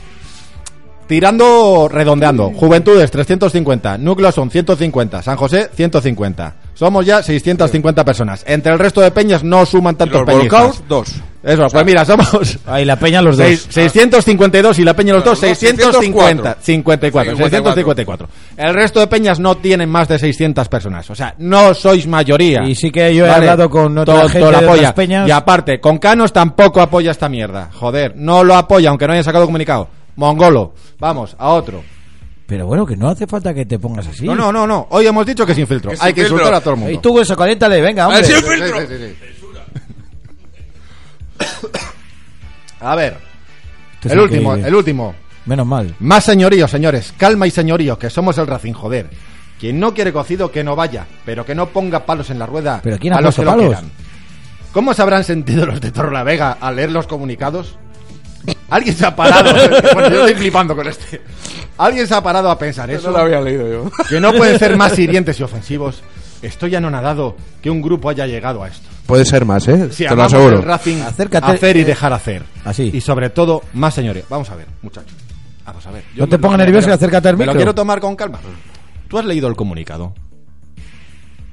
Speaker 3: Tirando, redondeando. Juventudes, 350. Núcleo son 150. San José, 150. Somos ya 650 personas. Entre el resto de peñas no suman
Speaker 5: Y
Speaker 3: tantos
Speaker 5: Los
Speaker 3: peñistas.
Speaker 5: volcaos, dos.
Speaker 3: Eso, pues mira, somos...
Speaker 2: Ahí la peña los dos.
Speaker 3: seis- 652 y la peña los dos,
Speaker 5: Los dos,
Speaker 3: 650.
Speaker 5: 654.
Speaker 3: 54, 654. El resto de peñas no tienen más de 600 personas. O sea, no sois mayoría.
Speaker 2: Y sí que yo he hablado con otra
Speaker 3: Tonto
Speaker 2: gente
Speaker 3: la
Speaker 2: de
Speaker 3: polla.
Speaker 2: otras peñas.
Speaker 3: Y aparte, con Canos tampoco apoya esta mierda. Joder, no lo apoya, aunque no hayan sacado comunicado. Mongolo, vamos, a otro.
Speaker 2: Pero bueno, que no hace falta que te pongas así.
Speaker 3: No, no, no, no. Hoy hemos dicho que sin filtro.
Speaker 5: Que sin
Speaker 3: Hay que
Speaker 5: filtro.
Speaker 3: insultar a todo el mundo.
Speaker 2: Y tú, eso, conéctale, venga, hombre.
Speaker 5: ¡Así el
Speaker 3: Sí,
Speaker 5: filtro!
Speaker 3: sí, sí, sí. A ver,
Speaker 2: Este es
Speaker 3: el último,
Speaker 2: que vive.
Speaker 3: el último.
Speaker 2: Menos mal.
Speaker 3: Más señorío, señores. Calma y señorío, que somos el Racing, joder. Quien no quiere cocido, que no vaya, pero que no ponga palos en la rueda
Speaker 2: ¿Pero quién ha
Speaker 3: a los
Speaker 2: puesto
Speaker 3: que lo
Speaker 2: palos?
Speaker 3: quieran. ¿Cómo se habrán sentido los de Torlavega al leer los comunicados? Alguien se ha parado.
Speaker 2: [laughs]
Speaker 3: Bueno, yo estoy flipando con este. Alguien se ha parado a pensar eso.
Speaker 5: Eso lo había leído yo.
Speaker 3: Que no pueden ser más hirientes y ofensivos. Estoy anonadado que un grupo haya llegado a esto.
Speaker 5: [laughs] Puede ser más, ¿eh?
Speaker 3: Si
Speaker 5: Te lo
Speaker 3: amamos
Speaker 5: aseguro.
Speaker 3: el Racing,
Speaker 2: Acércate. eh,
Speaker 3: hacer y dejar hacer.
Speaker 2: Así.
Speaker 3: Y sobre todo, más señores. Vamos a ver, muchachos. Vamos a ver.
Speaker 2: No te
Speaker 3: me
Speaker 2: pongas
Speaker 3: lo quiero-
Speaker 2: nervioso
Speaker 3: me
Speaker 2: y acércate al
Speaker 3: me lo
Speaker 2: micro.
Speaker 3: quiero tomar con calma. Tú has leído el comunicado.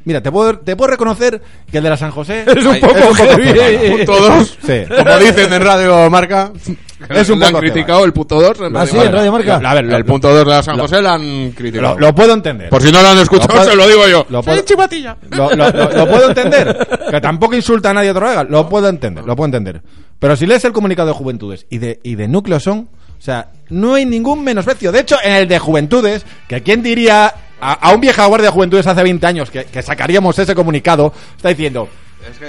Speaker 3: Mira, te puedo, te puedo reconocer que el de la San
Speaker 5: [laughs]
Speaker 3: José
Speaker 2: Eres un
Speaker 3: Ay,
Speaker 2: poco heavy.
Speaker 3: turbado.
Speaker 5: Punto dos.
Speaker 3: Sí.
Speaker 5: Como dicen en Radio Marca.
Speaker 3: [laughs] Es un
Speaker 5: le han
Speaker 3: poco
Speaker 5: criticado el punto 2 en
Speaker 2: Ah, sí,
Speaker 5: Marca.
Speaker 2: en Radio Marca.
Speaker 5: A ver, el punto 2 de la San José la han criticado.
Speaker 3: Lo, lo puedo entender.
Speaker 5: Por si no lo han escuchado,
Speaker 3: puedo-
Speaker 5: se lo digo yo.
Speaker 3: lo puedo-
Speaker 5: Soy chivatilla.
Speaker 3: Lo, lo- lo- lo puedo entender. Que tampoco insulta a nadie otra vez. Lo puedo entender, lo puedo entender. Pero si lees el comunicado de Juventudes y de, y de Núcleo Son, o sea, no hay ningún menosprecio. De hecho, en el de Juventudes, que quién diría a, a un vieja guardia de Juventudes hace 20 años que, que sacaríamos ese comunicado, está diciendo,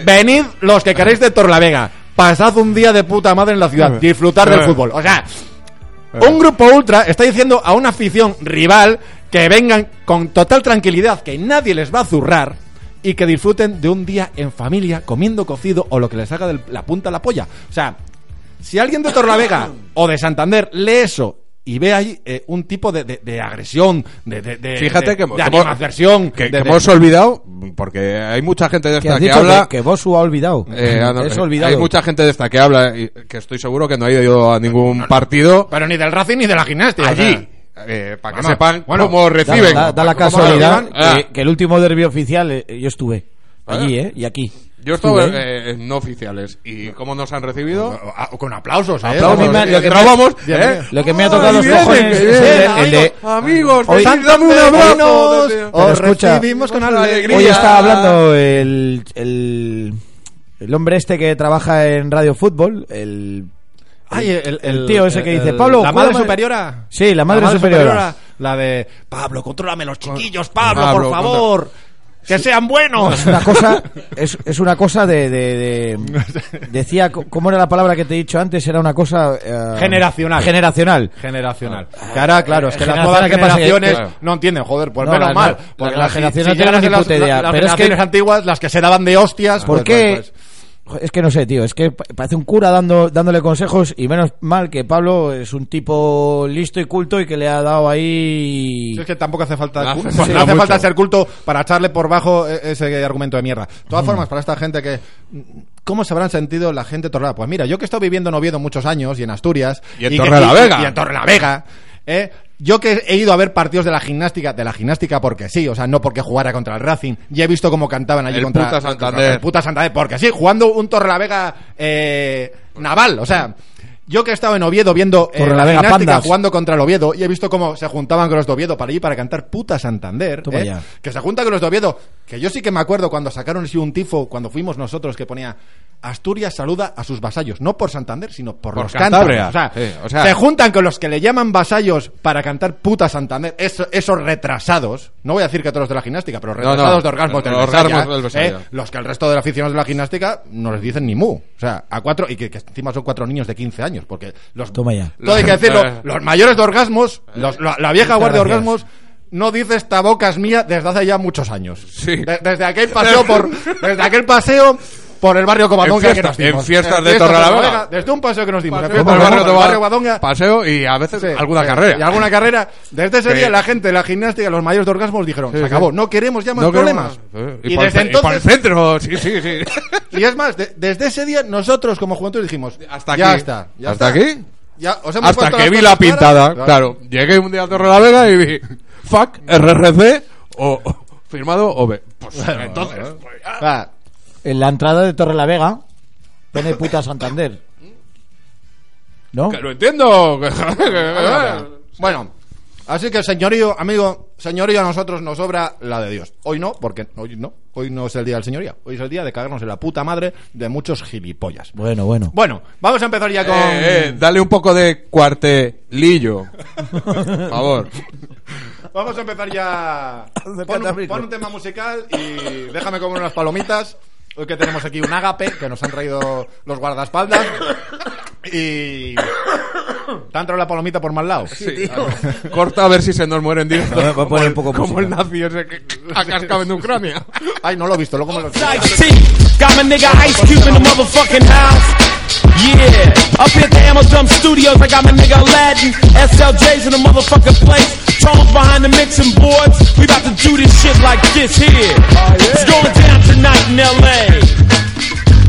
Speaker 3: venid los que queréis de Torlavega, pasad un día de puta madre en la ciudad, disfrutar del fútbol. O sea, un grupo ultra está diciendo a una afición rival que vengan con total tranquilidad, que nadie les va a zurrar y que disfruten de un día en familia comiendo cocido o lo que les haga de la punta a la polla. O sea, si alguien de Torlavega
Speaker 5: [coughs]
Speaker 3: o de Santander lee eso y ve ahí eh, un tipo de, de- de agresión, de, de, de-
Speaker 5: Fíjate
Speaker 3: de-
Speaker 5: que hemos-
Speaker 3: de
Speaker 5: que hemos-
Speaker 3: animadversión,
Speaker 5: que,
Speaker 3: de-
Speaker 5: que
Speaker 3: de-
Speaker 5: hemos olvidado, porque hay mucha gente de
Speaker 2: Que
Speaker 5: esta
Speaker 2: has
Speaker 5: que,
Speaker 2: dicho
Speaker 5: habla.
Speaker 2: que, que Bosu ha olvidado.
Speaker 5: eh, ah, no,
Speaker 2: [laughs] es
Speaker 5: eh,
Speaker 2: olvidado.
Speaker 5: Hay mucha gente de esta que habla, y que estoy seguro que no ha ido a ningún partido.
Speaker 3: pero ni del Racing ni de la gimnasia. o sea.
Speaker 5: allí, eh, para que
Speaker 3: Vamos.
Speaker 5: sepan
Speaker 3: Bueno,
Speaker 5: cómo
Speaker 2: Da-
Speaker 5: reciben.
Speaker 2: Da, da la
Speaker 5: cómo
Speaker 2: casualidad
Speaker 5: reciben. Ah,
Speaker 2: que, que el último derbi oficial eh, yo estuve. Allí,
Speaker 5: Ah.
Speaker 2: ¿eh? Y aquí.
Speaker 5: yo estaba
Speaker 2: Estuve, ¿eh?
Speaker 5: eh, en no oficiales. ¿Y cómo nos han recibido?
Speaker 3: A- Con aplausos, ¿eh?
Speaker 2: Aplausos.
Speaker 3: Vamos,
Speaker 2: Lo que me-
Speaker 5: Entrábamos, ¿eh?
Speaker 2: Lo que me ha tocado los
Speaker 5: vienen,
Speaker 2: cojones
Speaker 5: que
Speaker 2: es el
Speaker 5: vienen,
Speaker 2: de- el de-
Speaker 5: Amigos,
Speaker 2: Hoy-
Speaker 5: venid, dame un abrazo.
Speaker 3: Hoy-
Speaker 2: Pero
Speaker 3: Os
Speaker 2: escucha,
Speaker 3: recibimos con alegría.
Speaker 2: Hoy estaba hablando el, el, el hombre este que trabaja en Radio Fútbol, el...
Speaker 3: Ay, el,
Speaker 2: el tío ese que dice, "Pablo,
Speaker 3: La
Speaker 2: ¿cuál
Speaker 3: madre
Speaker 2: es el-"
Speaker 3: superiora.
Speaker 2: Sí, la madre superiora.
Speaker 3: La de, Pablo, contrólame los chiquillos, Pablo,
Speaker 5: Pablo,
Speaker 3: por favor. Que sean buenos.
Speaker 2: Es una cosa, es, es una cosa de, de- de- Decía, co- ¿cómo era la palabra que te he dicho antes? Era una cosa... eh,
Speaker 3: Generacional.
Speaker 2: Generacional.
Speaker 3: [laughs] Generacional. Que
Speaker 2: Ah,
Speaker 3: ahora, claro, es que las
Speaker 2: Generacional,
Speaker 3: nuevas
Speaker 2: ¿qué pasa?
Speaker 3: generaciones
Speaker 2: Claro.
Speaker 3: no entienden, joder, pues
Speaker 2: No,
Speaker 3: menos
Speaker 2: las-
Speaker 3: mal.
Speaker 2: las-
Speaker 3: Porque
Speaker 2: las
Speaker 3: las, si-
Speaker 2: generaciones
Speaker 3: si
Speaker 2: no tienen
Speaker 3: llegan
Speaker 2: ni
Speaker 3: las-
Speaker 2: puta idea,
Speaker 3: las
Speaker 2: pero es que-
Speaker 3: generaciones antiguas, las que se daban de hostias.
Speaker 2: ¿Por
Speaker 3: pues, pues,
Speaker 2: qué
Speaker 3: pues.
Speaker 2: Joder, Es que no sé, tío. Es que pa- parece un cura dando, dándole consejos y menos mal que Pablo es un tipo listo y culto y que le ha dado ahí...
Speaker 3: Si Es que tampoco hace falta,
Speaker 5: No
Speaker 3: cu-
Speaker 5: hace falta
Speaker 3: no hace
Speaker 5: mucho.
Speaker 3: falta ser culto para echarle por bajo e- ese argumento de mierda. De todas formas, para esta gente que. ¿Cómo se habrán sentido la gente de Torrada? Pues mira, yo que he estado viviendo en Oviedo muchos años y en Asturias.
Speaker 5: Y en
Speaker 3: que-
Speaker 5: Torrelavega.
Speaker 3: Y, en Torrelavega. ¿eh? Yo que he ido a ver partidos de la gimnástica, de la gimnástica porque sí, o sea, no porque jugara contra el Racing. Y he visto cómo cantaban allí
Speaker 5: El
Speaker 3: contra.
Speaker 5: puta
Speaker 3: contra-
Speaker 5: Santander.
Speaker 3: el puta Santander, porque sí, jugando un Torrelavega eh, naval, o sea. Yo que he estado en Oviedo viendo eh, la
Speaker 2: Torrelavega
Speaker 3: gimnástica
Speaker 2: Pandas.
Speaker 3: jugando jugando contra el Oviedo y he visto cómo se juntaban con los de Oviedo para ir para cantar puta Santander.
Speaker 2: Toma
Speaker 3: ¿eh?
Speaker 2: ya.
Speaker 3: Que se junta con los de Oviedo. Que yo sí que me acuerdo cuando sacaron así un tifo, cuando fuimos nosotros, que ponía Asturias saluda a sus vasallos. No por Santander, sino por,
Speaker 5: Por
Speaker 3: los
Speaker 5: Cantabria.
Speaker 3: cántabros. O sea,
Speaker 5: Sí, o sea-
Speaker 3: se juntan con los que le llaman vasallos para cantar puta Santander. Eso- esos retrasados, no voy a decir que todos los de la gimnástica, pero
Speaker 5: no.
Speaker 3: retrasados de orgasmos del
Speaker 5: Orgasmos
Speaker 3: Besaya,
Speaker 5: del Besaya.
Speaker 3: ¿eh? Los que el resto de los aficionados de la gimnástica no les dicen ni mu. O sea, a cuatro, y que, que encima son cuatro niños de 15 años, porque los
Speaker 2: Toma ya.
Speaker 3: todo
Speaker 5: [laughs]
Speaker 3: hay que decirlo. Los mayores de orgasmos,
Speaker 5: Eh,
Speaker 3: los- la, la vieja guardia de
Speaker 2: gracias.
Speaker 3: orgasmos, no dice esta boca es mía desde hace ya muchos años.
Speaker 5: Sí.
Speaker 3: De- desde aquel paseo
Speaker 5: [laughs]
Speaker 3: por. Desde aquel paseo. Por el barrio Covadonga
Speaker 5: En
Speaker 3: que nos
Speaker 5: fiestas-
Speaker 3: dimos.
Speaker 5: en fiestas de
Speaker 3: Torrelavega,
Speaker 5: Torrelavega.
Speaker 3: Desde un paseo que nos dimos. en
Speaker 5: Paseo
Speaker 3: fiestas
Speaker 5: por
Speaker 3: de
Speaker 5: el barrio,
Speaker 3: Torrelavega,
Speaker 5: de
Speaker 3: Covadonga,
Speaker 5: paseo y a veces
Speaker 3: sí,
Speaker 5: alguna
Speaker 3: sí,
Speaker 5: carrera.
Speaker 3: Y alguna carrera. Desde ese
Speaker 5: Sí.
Speaker 3: día la gente, la gimnástica, los mayores de orgasmos dijeron,
Speaker 5: Sí,
Speaker 3: se
Speaker 5: sí.
Speaker 3: acabó, no queremos ya más
Speaker 5: No queremos
Speaker 3: problemas.
Speaker 5: más. Sí.
Speaker 3: Y,
Speaker 5: por el
Speaker 3: desde
Speaker 5: ce- por el
Speaker 3: entonces,
Speaker 5: centro, sí, sí, sí. [laughs]
Speaker 3: y es más, de- desde ese día nosotros como juventud dijimos,
Speaker 5: Hasta
Speaker 3: ya
Speaker 5: aquí.
Speaker 3: está. ya
Speaker 5: ¿Hasta
Speaker 3: está.
Speaker 5: aquí?
Speaker 3: Ya, os hemos
Speaker 5: Hasta
Speaker 3: puesto
Speaker 5: que
Speaker 3: las
Speaker 5: vi
Speaker 3: cosas
Speaker 5: la pintada,
Speaker 3: claras.
Speaker 5: claro. Llegué un día a Torre la Vega y vi fuck RRC o o- firmado OB. Pues entonces, pues, ya.
Speaker 3: Ah,
Speaker 2: En la entrada de Torre la Vega pone puta Santander. ¿No?
Speaker 5: que lo entiendo. que- [laughs]
Speaker 3: Ah,
Speaker 5: Ah,
Speaker 3: Bueno, así que señorío, amigo, señorío, a nosotros nos sobra la de Dios. Hoy no, porque hoy no, hoy no es el día del señoría. Hoy es el día de cagarnos en la puta madre de muchos gilipollas.
Speaker 2: Bueno, bueno.
Speaker 3: Bueno, vamos a empezar ya con.
Speaker 5: Eh, eh, dale un poco de cuartelillo. Por favor.
Speaker 3: Vamos a empezar ya. Pon, un- pon un tema musical y déjame comer unas palomitas. Hoy que tenemos aquí un ágape que nos han traído los guardaespaldas. Y. ¿Te han traído la palomita por mal lado?
Speaker 5: Sí, a- Corta a ver si se nos muere en directo.
Speaker 2: A ver, voy a
Speaker 5: como
Speaker 2: poner
Speaker 5: el,
Speaker 2: un poco de
Speaker 5: como el
Speaker 2: música.
Speaker 5: nazi ese que ha cascado en Ucrania.
Speaker 3: [laughs] Ay, no lo he visto, luego me lo
Speaker 9: Got my nigga Ice Cube in the motherfucking house. Yeah, up at the Amazon Studios, I got my nigga Aladdin. SLJ's in the motherfucking place. Trolls behind the mixing boards. We about to do this shit like this here. It's going down tonight in LA.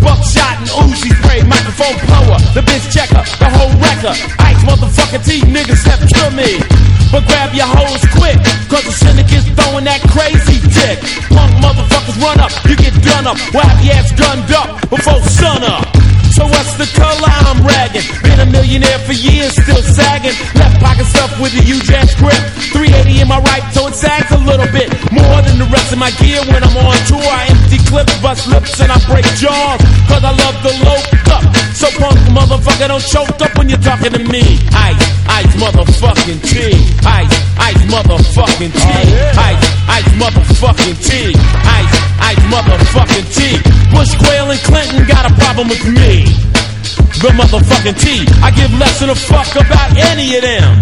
Speaker 9: Buckshot and Uzi spray, microphone blower, the bitch checker, the whole wrecker. Ice motherfucking T niggas have killed me. But grab your hoes quick, cause the syndicate's throwing that crazy dick. Punk motherfuckers run up, you get done up. We'll have your ass gunned up before sun up. So what's the color I'm ragging? Been a millionaire for years, still sagging. Left pocket stuff with a huge ass grip. 380 in my right, so it sags a little bit. More than the rest of my gear when I'm on tour. I empty clips, bust lips, and I break jaws. Cause I love the low up. So punk motherfucker, don't choke up when you're talking to me. Ice, ice motherfucking T. Ice, ice motherfucking T. Ice, ice motherfucking T. Ice, ice motherfucking T. Bush, Quayle, and Clinton got a problem with me the motherfucking T. I give less than a fuck about any of them.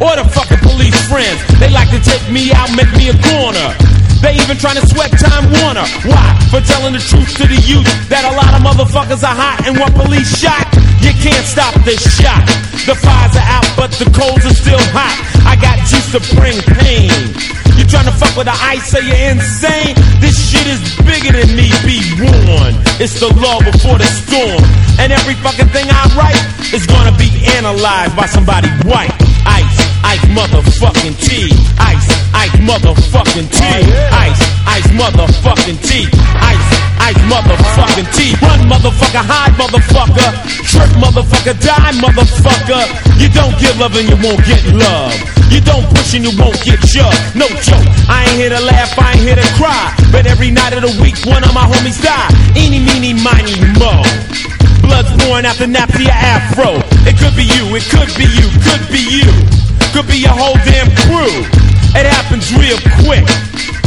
Speaker 9: Or the fucking police friends. They like to take me out, make me a corner. They even trying to sweat Time Warner. Why? For telling the truth to the youth that a lot of motherfuckers are hot and want police shot. You can't stop this shot. The fires are out, but the coals are still hot. I got juice to bring pain. You trying to fuck with the ice, say you're insane. This shit is bigger than me, be warned. It's the law before the storm. And every fucking thing I write is gonna be analyzed by somebody white. Ice, ice, motherfucking T. Ice, ice, motherfucking T. Ice, ice, motherfucking T. Ice, ice, motherfucking T. Run, motherfucker, hide, motherfucker. Trip, motherfucker, die, motherfucker. You don't give love and you won't get love. You don't push and you won't get shoved. No joke. I ain't here to laugh, I ain't here to cry. But every night of the week, one of my homies die. Eeny, meeny, miny, mo. Blood's pouring out the nappy of afro. It could be you, it could be you, could be you. Could be your whole damn crew. It happens real quick.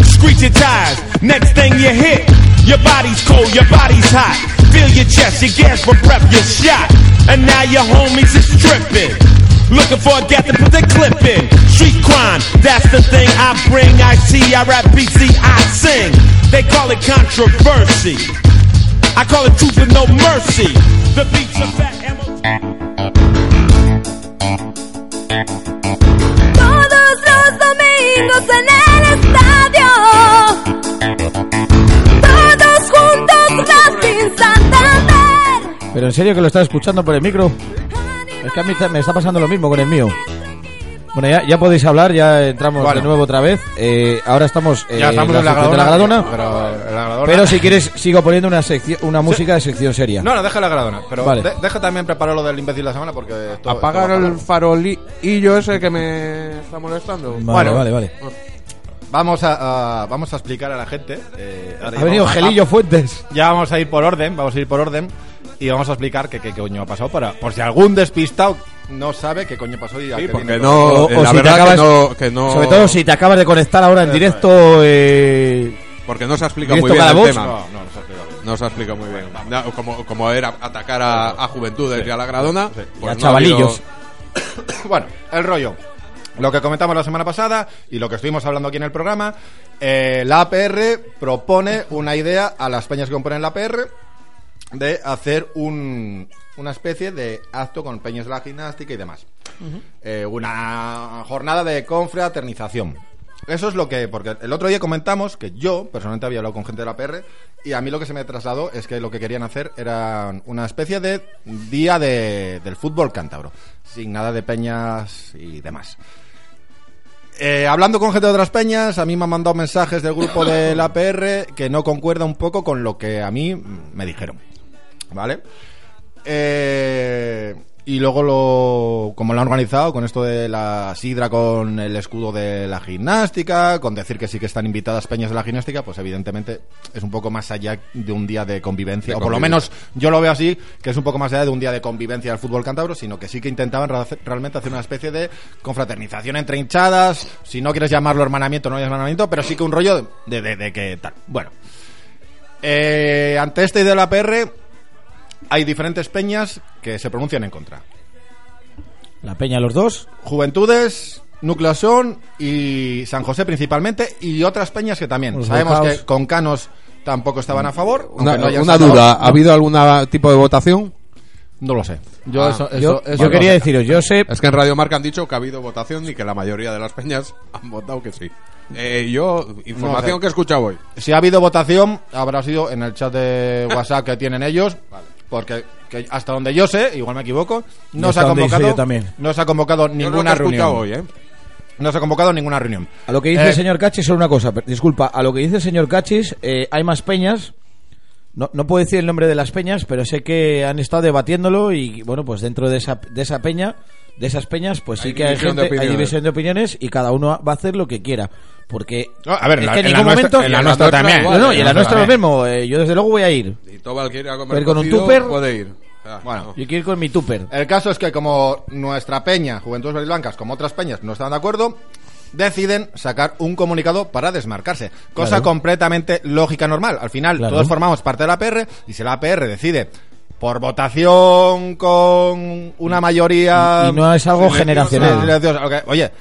Speaker 9: Screech your tires, next thing you hit. Your body's cold, your body's hot. Feel your chest, your gas for prep, your shot. And now your homies is tripping. Looking for a gap to put the clip in. Street crime, that's the thing I bring. I see, I rap BC, I sing. They call it controversy. I call it truth with no mercy. The beats are fat. ammo-
Speaker 6: Todos los domingos en el estadio. Todos juntos Racing Santander.
Speaker 2: Pero en serio que lo estás escuchando por el micro. Es que a mí está- me está pasando lo mismo con el mío. Bueno, ya, ya podéis hablar, ya entramos
Speaker 3: Bueno.
Speaker 2: de nuevo otra vez. Eh, ahora estamos, eh,
Speaker 3: Ya estamos en la
Speaker 2: sección de
Speaker 3: gradona.
Speaker 2: Gradona.
Speaker 3: Pero, la gradona-
Speaker 2: Pero si quieres, sigo poniendo una, sección, una música de sección seria.
Speaker 3: No, no, deja la gradona. Pero
Speaker 2: Vale.
Speaker 3: de- deja también preparar lo del imbécil de la semana porque. esto-
Speaker 5: Apagar
Speaker 3: esto va a
Speaker 5: el
Speaker 3: parar.
Speaker 5: farolillo ese que me está molestando.
Speaker 2: Vale, vale, vale.
Speaker 3: Vamos a, a- vamos a explicar a la gente. eh, ahora
Speaker 2: Ha
Speaker 3: ya
Speaker 5: ah,
Speaker 2: venido
Speaker 3: vamos a-
Speaker 2: Gelillo Fuentes.
Speaker 3: Ya vamos a ir por orden, vamos a ir por orden y vamos a explicar qué, qué coño ha pasado para por si algún despistado no sabe qué coño pasó y a
Speaker 5: Sí,
Speaker 3: qué
Speaker 5: porque
Speaker 3: viene
Speaker 5: no,
Speaker 3: todo.
Speaker 2: O-
Speaker 5: eh,
Speaker 2: o
Speaker 5: la
Speaker 2: si te
Speaker 5: verdad
Speaker 2: acabas-
Speaker 5: que no, que no-
Speaker 2: Sobre todo si te acabas de conectar ahora en directo. Eh,
Speaker 5: porque no se ha explicado
Speaker 2: ¿Directo
Speaker 5: muy bien
Speaker 2: cada
Speaker 5: el
Speaker 2: voz?
Speaker 5: tema.
Speaker 3: No, no, no se ha explicado.
Speaker 5: No se ha explicado muy bien. No, como, como era atacar a, a Juventudes y a la Gradona,
Speaker 2: Y a
Speaker 5: pues no ha
Speaker 2: chavalillos.
Speaker 3: [laughs]
Speaker 5: habido-
Speaker 3: Bueno, el rollo. Lo que comentamos la semana pasada y lo que estuvimos hablando aquí en el programa, eh, la APR propone una idea a las peñas que componen la APR de hacer un, una especie de acto con peñas de la gimnástica y demás. Eh, una jornada de confraternización. Eso es lo que, porque el otro día comentamos que yo personalmente había hablado con gente de la PR y a mí lo que se me trasladó es que lo que querían hacer era una especie de día de- del fútbol cántabro, sin nada de peñas y demás. Eh, hablando con gente de otras peñas, a mí me han mandado mensajes del grupo de la PR que no concuerda un poco con lo que a mí me dijeron. ¿Vale? Eh, y luego lo como lo han organizado con esto de la sidra con el escudo de la gimnástica, con decir que sí que están invitadas peñas de la gimnástica, pues evidentemente es un poco más allá de un día de convivencia,
Speaker 5: De
Speaker 3: o por lo menos
Speaker 5: convivencia.
Speaker 3: yo lo veo así, que es un poco más allá de un día de convivencia del fútbol cántabro, sino que sí que intentaban ra- realmente hacer una especie de confraternización entre hinchadas, si no quieres llamarlo hermanamiento, no es hermanamiento, pero sí que un rollo de, de, de que tal. Bueno. Eh, ante este de la PR, hay diferentes peñas que se pronuncian en contra.
Speaker 2: la peña los dos.
Speaker 3: Juventudes, Nucleosón y San José principalmente, y otras peñas que también.
Speaker 2: Los
Speaker 3: Sabemos
Speaker 2: Bocaos.
Speaker 3: que con Canos tampoco estaban a favor. aunque
Speaker 5: Una,
Speaker 3: no hayan
Speaker 5: una
Speaker 3: sacado-
Speaker 5: duda, ¿ha habido algún tipo de votación?
Speaker 3: No lo sé.
Speaker 5: Ah, Yo eso-
Speaker 2: Ah, Yo, yo quería deciros, yo sé.
Speaker 5: Es que en Radio Marca han dicho que ha habido votación y que la mayoría de las peñas han votado que sí. Eh, yo, información
Speaker 3: No sé.
Speaker 5: que he escuchado hoy.
Speaker 3: Si ha habido votación, habrá sido en el
Speaker 2: [laughs]
Speaker 3: chat de WhatsApp que tienen ellos. Porque que hasta donde yo sé, igual me equivoco, no se
Speaker 2: hasta
Speaker 3: ha
Speaker 2: donde
Speaker 3: convocado,
Speaker 2: yo también.
Speaker 3: no se ha convocado
Speaker 5: Yo lo que
Speaker 3: ninguna
Speaker 5: he escuchado
Speaker 3: reunión.
Speaker 5: hoy, ¿eh?
Speaker 3: No se ha convocado ninguna reunión.
Speaker 2: A lo que dice
Speaker 3: Eh,
Speaker 2: el señor Cachis, solo una cosa, per- disculpa, a lo que dice el señor Cachis, eh, hay más peñas. No, no puedo decir el nombre de las peñas, pero sé que han estado debatiéndolo y bueno, pues dentro de esa, de esa peña, de esas peñas, pues sí
Speaker 5: Hay
Speaker 2: que hay
Speaker 5: división de
Speaker 2: gente, hay
Speaker 5: opiniones.
Speaker 2: división de opiniones y cada uno va a hacer lo que quiera. Porque
Speaker 3: No, a ver,
Speaker 2: es
Speaker 3: la-
Speaker 2: que
Speaker 3: en la nuestra- en la
Speaker 2: y
Speaker 3: nuestra también.
Speaker 2: No, no, y en la
Speaker 3: En la
Speaker 2: nuestra lo
Speaker 3: nuestra
Speaker 2: mismo, eh, yo desde luego voy a ir.
Speaker 5: Si Tobal quiere ir a comer
Speaker 2: Pero con un
Speaker 5: cocido,
Speaker 2: tupper-
Speaker 5: puede ir. Ah,
Speaker 3: Bueno.
Speaker 2: Yo quiero ir con mi tupper.
Speaker 3: El caso es que como nuestra peña, Juventudes Verdes Blancas, como otras peñas, no estaban de acuerdo, deciden sacar un comunicado para desmarcarse. Cosa
Speaker 2: Claro.
Speaker 3: completamente lógica normal. Al final,
Speaker 2: Claro.
Speaker 3: todos formamos parte de la PR y si la PR decide por votación con una mayoría...
Speaker 2: Y no es algo
Speaker 3: Silenciosa.
Speaker 2: generacional.
Speaker 3: Silenciosa, ok. Oye,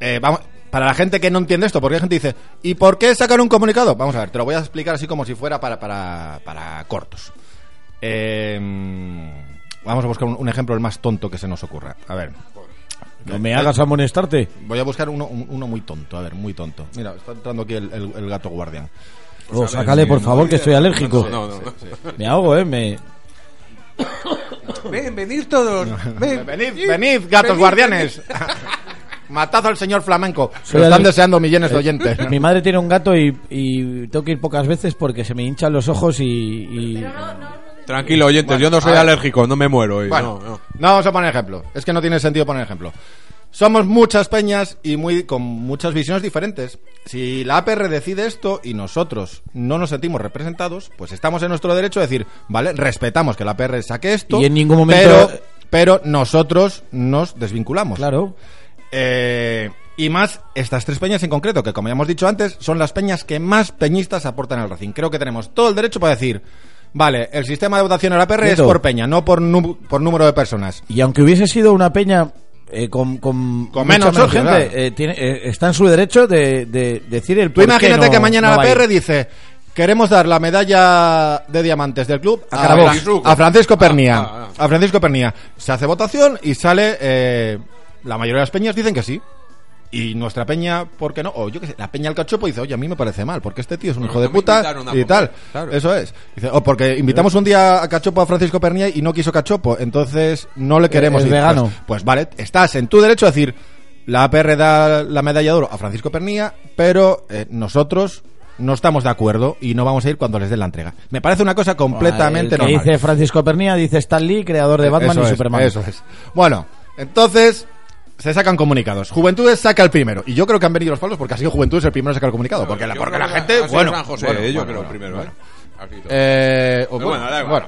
Speaker 3: eh, vamos... Para la gente que no entiende esto, porque hay gente que dice, ¿y por qué sacar un comunicado? Vamos a ver, te lo voy a explicar así como si fuera para, para, para cortos. Eh, vamos a buscar un, un ejemplo el más tonto que se nos ocurra. A ver,
Speaker 2: No me hagas amonestarte.
Speaker 3: voy a buscar uno, un- uno muy tonto. A ver, muy tonto. Mira, está entrando aquí el, el- el gato guardián.
Speaker 2: Oh, sácale, por favor, que estoy alérgico.
Speaker 5: No, no, no.
Speaker 2: Me ahogo, eh, me...
Speaker 5: Ven, venid todos. Ven,
Speaker 3: Venid, venid, gatos guardianes. [laughs] Matad al señor flamenco. Se
Speaker 2: Soy
Speaker 3: lo están
Speaker 2: ale-
Speaker 3: deseando millones de
Speaker 2: [laughs]
Speaker 3: oyentes.
Speaker 2: Mi madre tiene un gato y, y tengo que ir pocas veces porque se me hinchan los ojos y... y-
Speaker 5: Tranquilo, oyentes, yo no soy
Speaker 3: a ver.
Speaker 5: alérgico, no me muero. hoy,
Speaker 3: Bueno,
Speaker 5: no, no.
Speaker 3: no vamos a poner ejemplo. Es que no tiene sentido poner ejemplo. Somos muchas peñas y muy con muchas visiones diferentes. Si la APR decide esto y nosotros no nos sentimos representados, pues estamos en nuestro derecho de decir, vale, respetamos que la APR saque esto.
Speaker 2: Y en ningún momento-
Speaker 3: Pero, pero nosotros nos desvinculamos.
Speaker 2: Claro.
Speaker 3: Eh, y más, estas tres peñas en concreto, que como ya hemos dicho antes, son las peñas que más peñistas aportan al Racing. Creo que tenemos todo el derecho para decir, vale, el sistema de votación a la PR es
Speaker 2: Nieto.
Speaker 3: por peña, no por, nu- por número de personas.
Speaker 2: Y aunque hubiese sido una peña eh, con, con,
Speaker 3: Con
Speaker 2: mucha
Speaker 3: menos socios, claro.
Speaker 2: gente, eh, tiene- eh, está en su derecho de, de decir el
Speaker 3: Tú
Speaker 2: por qué
Speaker 3: imagínate
Speaker 2: no-
Speaker 3: que mañana
Speaker 2: no
Speaker 3: la
Speaker 2: va a ir.
Speaker 3: PR dice, Queremos dar la medalla de diamantes del club
Speaker 5: A
Speaker 2: Ah,
Speaker 3: a,
Speaker 5: Carabox.
Speaker 3: Fran- a Francisco Pernía.
Speaker 5: Ah, ah,
Speaker 3: A Francisco Pernía. Se hace votación y sale. eh, la mayoría de las peñas dicen que sí. Y nuestra peña, ¿por qué no? O yo qué sé, la peña al cachopo dice, oye, a mí me parece mal, porque este tío es un
Speaker 5: Porque
Speaker 3: hijo de
Speaker 5: no me
Speaker 3: puta
Speaker 5: invitaron a
Speaker 3: y
Speaker 5: comer,
Speaker 3: tal.
Speaker 5: claro.
Speaker 3: Eso es. Dice, o porque invitamos un día a cachopo a Francisco Pernía y no quiso cachopo, entonces no le queremos
Speaker 2: es
Speaker 3: ir.
Speaker 2: vegano.
Speaker 3: Pues, pues vale, estás en tu derecho a decir, la APR da la medalla de oro a Francisco Pernía, pero eh, nosotros no estamos de acuerdo y no vamos a ir cuando les den la entrega. Me parece una cosa completamente
Speaker 2: Ah, El que
Speaker 3: normal. Eh,
Speaker 2: dice Francisco Pernía, dice Stan Lee, creador de Batman
Speaker 3: Eso
Speaker 2: y
Speaker 3: es,
Speaker 2: Superman.
Speaker 3: Eso es. Bueno, entonces se sacan comunicados. Juventudes saca el primero. Y yo creo que han venido los palos porque ha sido Juventudes el primero en sacar el comunicado. Porque la,
Speaker 5: Yo
Speaker 3: porque
Speaker 5: creo
Speaker 3: la
Speaker 5: que
Speaker 3: gente.
Speaker 5: ha sido
Speaker 3: bueno,
Speaker 5: San José,
Speaker 3: bueno,
Speaker 5: eh, yo
Speaker 3: bueno,
Speaker 5: creo
Speaker 3: bueno,
Speaker 5: primero,
Speaker 3: bueno.
Speaker 5: ¿eh? Aquí todo.
Speaker 3: Eh, o bueno,
Speaker 5: Pero bueno, da igual.
Speaker 3: bueno.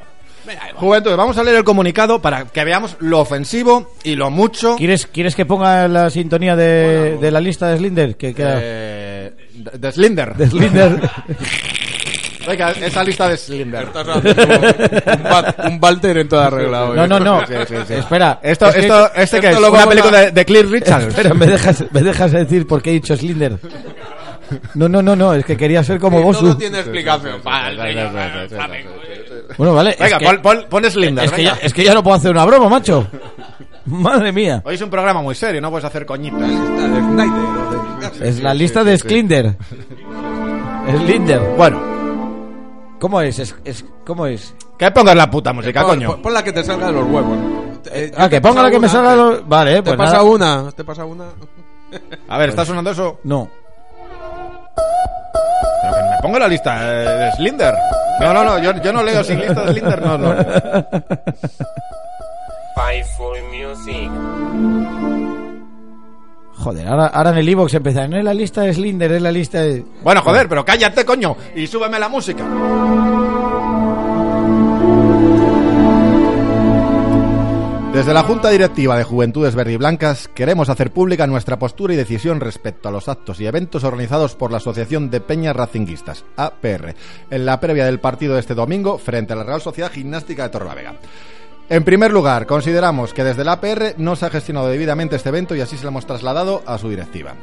Speaker 3: Juventudes, vamos a leer el comunicado para que veamos lo ofensivo y lo mucho.
Speaker 2: ¿Quieres, ¿Quieres que ponga la sintonía de, de la lista de Slinder? Que queda...
Speaker 3: Eh, de de Slinder.
Speaker 2: de Slinder.
Speaker 3: [laughs] Venga, esa lista de Slinder.
Speaker 5: Estás haciendo un, ba- un Walter en toda regla hoy.
Speaker 2: No, no, no.
Speaker 3: Sí, sí, sí.
Speaker 2: Espera.
Speaker 3: Esto,
Speaker 2: es que-
Speaker 3: esto, este que es
Speaker 5: esto lo
Speaker 3: una
Speaker 5: vamos
Speaker 3: película
Speaker 5: a-
Speaker 3: de, de Cliff Richard.
Speaker 2: Espera, ¿me dejas, ¿me dejas decir por qué he dicho Slinder? No, no, no, no, es que quería ser como
Speaker 5: Todo
Speaker 2: Bosu.
Speaker 5: tiene explicación. Vale, venga, vale.
Speaker 2: Bueno, vale.
Speaker 3: [laughs] Venga,
Speaker 2: es que,
Speaker 3: pon, pon- pon Slinder.
Speaker 2: es, que
Speaker 3: venga.
Speaker 2: ya, es que ya no puedo hacer una broma,
Speaker 3: [laughs]
Speaker 2: macho. Madre mía.
Speaker 3: Hoy es un programa muy serio, no puedes hacer coñitas.
Speaker 2: Es la lista de Slinder. Slinder.
Speaker 3: Bueno,
Speaker 2: ¿Cómo es? Es- es- ¿Cómo es?
Speaker 3: que pongas la puta música,
Speaker 5: Pon-
Speaker 3: coño.
Speaker 5: pon- Pon la que te salga de los huevos. Eh, yo
Speaker 2: Ah,
Speaker 5: te
Speaker 2: que ponga
Speaker 5: paso
Speaker 2: la que me
Speaker 5: una
Speaker 2: salga.
Speaker 5: antes.
Speaker 2: los- Vale,
Speaker 5: ¿Te
Speaker 2: pues
Speaker 5: pasa
Speaker 2: nada.
Speaker 5: una? ¿Te pasa una?
Speaker 3: A ver, ¿está sonando eso?
Speaker 2: No.
Speaker 3: Pero que me pongo la lista eh, de Slinder. No, no, no, yo, yo no leo sin lista de Slinder, no, no.
Speaker 2: Joder, ahora, ahora en el Evox empieza. No es la lista de Slinder, es la lista de.
Speaker 3: Bueno, joder, pero cállate, coño, y súbeme la música. Desde la Junta Directiva de Juventudes Verde y Blancas queremos hacer pública nuestra postura y decisión respecto a los actos y eventos organizados por la Asociación de Peñas Racinguistas, APR, en la previa del partido de este domingo frente a la Real Sociedad Gimnástica de Torrelavega. En primer lugar, consideramos que desde la APR no se ha gestionado debidamente este evento y así se lo hemos trasladado a su directiva.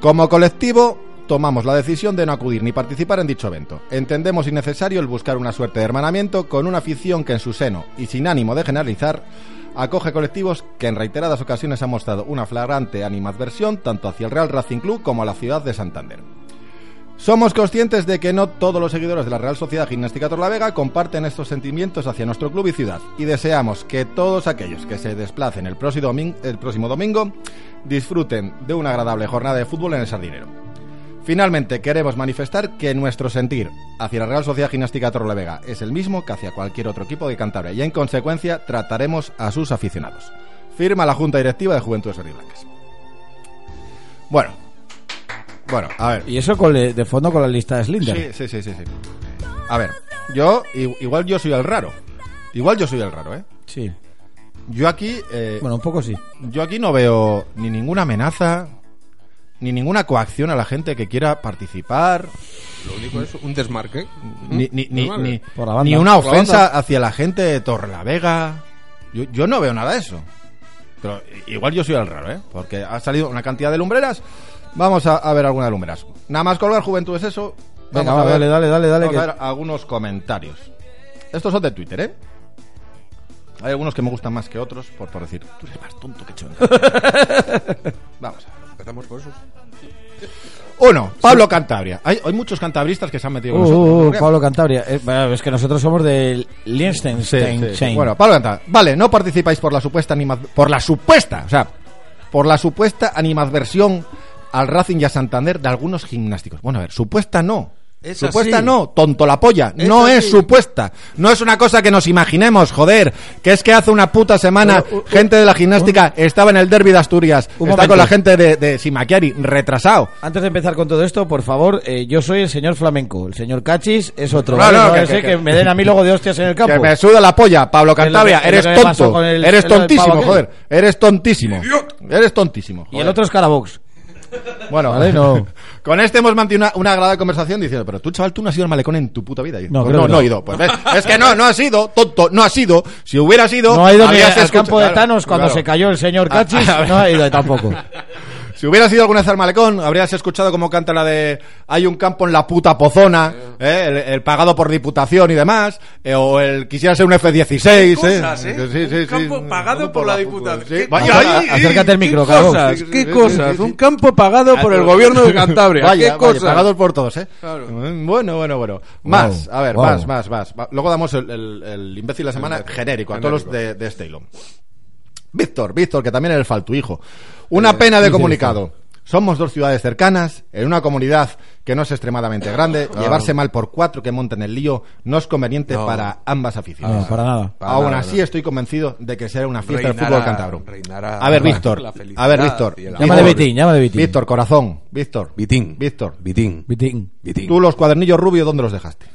Speaker 3: Como colectivo, tomamos la decisión de no acudir ni participar en dicho evento. Entendemos innecesario el buscar una suerte de hermanamiento con una afición que en su seno, y sin ánimo de generalizar, acoge colectivos que en reiteradas ocasiones han mostrado una flagrante animadversión tanto hacia el Real Racing Club como a la ciudad de Santander. Somos conscientes de que no todos los seguidores de la Real Sociedad Gimnástica Torlavega comparten estos sentimientos hacia nuestro club y ciudad y deseamos que todos aquellos que se desplacen el próximo, domin- el próximo domingo disfruten de una agradable jornada de fútbol en el Sardinero. Finalmente, queremos manifestar que nuestro sentir hacia la Real Sociedad Gimnástica Torlavega es el mismo que hacia cualquier otro equipo de Cantabria y en consecuencia trataremos a sus aficionados. Firma la Junta Directiva de Juventudes Verde Blancas. Bueno, bueno, a ver.
Speaker 2: Y eso con le- de fondo con la lista de Slinder.
Speaker 3: Sí, sí, sí, sí, sí. A ver, yo i- igual yo soy el raro. Igual yo soy el raro, ¿eh?
Speaker 2: Sí.
Speaker 3: Yo aquí eh,
Speaker 2: Bueno, un poco sí.
Speaker 3: yo aquí no veo ni ninguna amenaza ni ninguna coacción a la gente que quiera participar,
Speaker 5: Lo único es un desmarque.
Speaker 3: ni, ni, ni,
Speaker 5: Vale.
Speaker 3: ni-
Speaker 2: Mm. Por la banda.
Speaker 3: ni una
Speaker 2: Por la
Speaker 3: ofensa hacia la gente de Torlavega. Yo, yo no veo nada de eso. Pero igual yo soy el raro, ¿eh? Porque ha salido una cantidad de lumbreras. Vamos a, a ver algunas lumbreras. Nada más colgar Juventud es eso.
Speaker 2: Venga,
Speaker 3: Vamos
Speaker 2: va,
Speaker 3: a ver-
Speaker 2: dale, dale, dale, dale.
Speaker 3: Vamos a
Speaker 2: que-
Speaker 3: ver algunos comentarios. Estos son de Twitter, ¿eh? Hay algunos que me gustan más que otros, por, por decir, tú eres más tonto
Speaker 2: [laughs]
Speaker 3: que chonga. Vamos a ver.
Speaker 5: Empezamos por eso.
Speaker 3: Uno, Pablo Cantabria. Hay, hay muchos cantabristas que se han metido con
Speaker 2: Uh,
Speaker 3: nosotros,
Speaker 2: uh,
Speaker 3: ¿no?
Speaker 2: uh, Pablo Cantabria. Eh, bueno, es que nosotros somos del Liechtenstein.
Speaker 3: Sí, sí, sí. Bueno, Pablo Cantabria. Vale, no participáis por la supuesta anima- por la supuesta, o sea, por la supuesta animadversión al Racing y a Santander de algunos gimnásticos. Bueno, a ver, supuesta no.
Speaker 5: Es
Speaker 3: supuesta
Speaker 5: así.
Speaker 3: no, tonto la polla.
Speaker 5: Es
Speaker 3: no
Speaker 5: así.
Speaker 3: es supuesta. No es una cosa que nos imaginemos, joder. Que es que hace una puta semana
Speaker 2: Pero, u- u-
Speaker 3: gente de la gimnástica estaba en el derby de Asturias. Está
Speaker 2: Un
Speaker 3: con
Speaker 2: momento.
Speaker 3: la gente de, de Simachiari, retrasado.
Speaker 2: Antes de empezar con todo esto, por favor, eh, yo soy el señor flamenco. El señor Cachis es otro.
Speaker 3: No,
Speaker 2: ¿vale?
Speaker 3: no,
Speaker 2: No
Speaker 3: que-
Speaker 2: es el
Speaker 3: que-
Speaker 2: que, me den a mí luego de hostias en el campo.
Speaker 3: Que me suda la polla, Pablo Cantabria.
Speaker 2: pues. Es lo que- es
Speaker 3: Eres
Speaker 2: lo que me pasó
Speaker 3: tonto.
Speaker 2: con el-
Speaker 3: eres
Speaker 2: el- el
Speaker 3: tontísimo,
Speaker 2: pavo aquel.
Speaker 3: joder. Eres tontísimo. Eres tontísimo.
Speaker 2: Y
Speaker 3: joder.
Speaker 2: el otro es Carabox.
Speaker 3: Bueno,
Speaker 2: Vale, no.
Speaker 3: [laughs] con este hemos mantenido una, una agradable conversación diciendo, pero tú, chaval, tú no has ido al malecón en tu puta vida. Y yo,
Speaker 2: No,
Speaker 3: pues
Speaker 2: creo
Speaker 3: no,
Speaker 2: que
Speaker 3: no
Speaker 2: no.
Speaker 3: he ido. Pues ves, es que no, no has ido, tonto, no has ido. Si hubiera sido,
Speaker 2: No ha ido ni
Speaker 3: habrías
Speaker 2: al
Speaker 3: escuchado-
Speaker 2: campo de
Speaker 3: claro, Ah,
Speaker 2: Thanos cuando
Speaker 3: claro.
Speaker 2: se cayó el señor Cachis.
Speaker 3: a ver.
Speaker 2: no ha ido tampoco.
Speaker 3: Si hubieras ido alguna vez al malecón, habrías escuchado cómo canta la de Hay un campo en la puta pozona, ¿eh? el, el pagado por diputación y demás, eh, o el quisiera ser un F-16.
Speaker 5: cosas,
Speaker 3: ¿eh?
Speaker 5: ¿eh? Un campo
Speaker 3: sí,
Speaker 5: pagado
Speaker 3: un
Speaker 5: por la
Speaker 3: pu-
Speaker 5: diputación.
Speaker 3: sí.
Speaker 5: ¿Qué-
Speaker 3: Vaya,
Speaker 5: Ay,
Speaker 3: vaya,
Speaker 5: ay,
Speaker 2: acércate al micro,
Speaker 5: ¿Qué
Speaker 2: cabrón.
Speaker 5: cosas?
Speaker 3: Sí, sí,
Speaker 5: ¿Qué
Speaker 3: sí,
Speaker 5: cosas?
Speaker 3: sí, sí.
Speaker 5: Un campo pagado por el gobierno de
Speaker 3: [laughs]
Speaker 5: Cantabria.
Speaker 3: Vaya,
Speaker 5: ¿Qué
Speaker 3: vaya,
Speaker 5: cosas?
Speaker 3: pagados por todos, ¿eh?
Speaker 5: Claro.
Speaker 3: Mm, Bueno, bueno, bueno. Más,
Speaker 2: Wow,
Speaker 3: a ver,
Speaker 2: wow.
Speaker 3: más, más, más. Va- Luego damos el, el- el imbécil de la semana genérico,
Speaker 5: Genérico.
Speaker 3: a todos los
Speaker 5: Genérico.
Speaker 3: de, de este hilo. Víctor, Víctor, que también eres falto, hijo.
Speaker 5: Eh,
Speaker 3: Una pena de comunicado. Somos dos ciudades cercanas, en una comunidad que no es
Speaker 5: Ah.
Speaker 3: extremadamente grande. Llevarse mal por cuatro que monten el lío no es conveniente
Speaker 5: No. Ah,
Speaker 3: para ambas aficiones.
Speaker 2: No, para nada.
Speaker 5: Para
Speaker 3: Aún
Speaker 5: nada,
Speaker 3: así
Speaker 5: no.
Speaker 3: estoy convencido de que será una fiesta del
Speaker 5: Reinará-
Speaker 3: fútbol cántabro.
Speaker 5: reinará
Speaker 3: A ver,
Speaker 5: la-
Speaker 3: Víctor.
Speaker 5: la
Speaker 3: A ver,
Speaker 5: felicidad
Speaker 3: Víctor.
Speaker 5: y el amor.
Speaker 2: Llámale
Speaker 3: Víctor.
Speaker 2: Vitín, llámale Vitín.
Speaker 3: Víctor, corazón. Víctor.
Speaker 5: Vitín.
Speaker 3: Víctor.
Speaker 5: Vitín.
Speaker 2: Vitín.
Speaker 5: Vitín.
Speaker 3: Tú los cuadernillos rubios, ¿dónde los dejaste?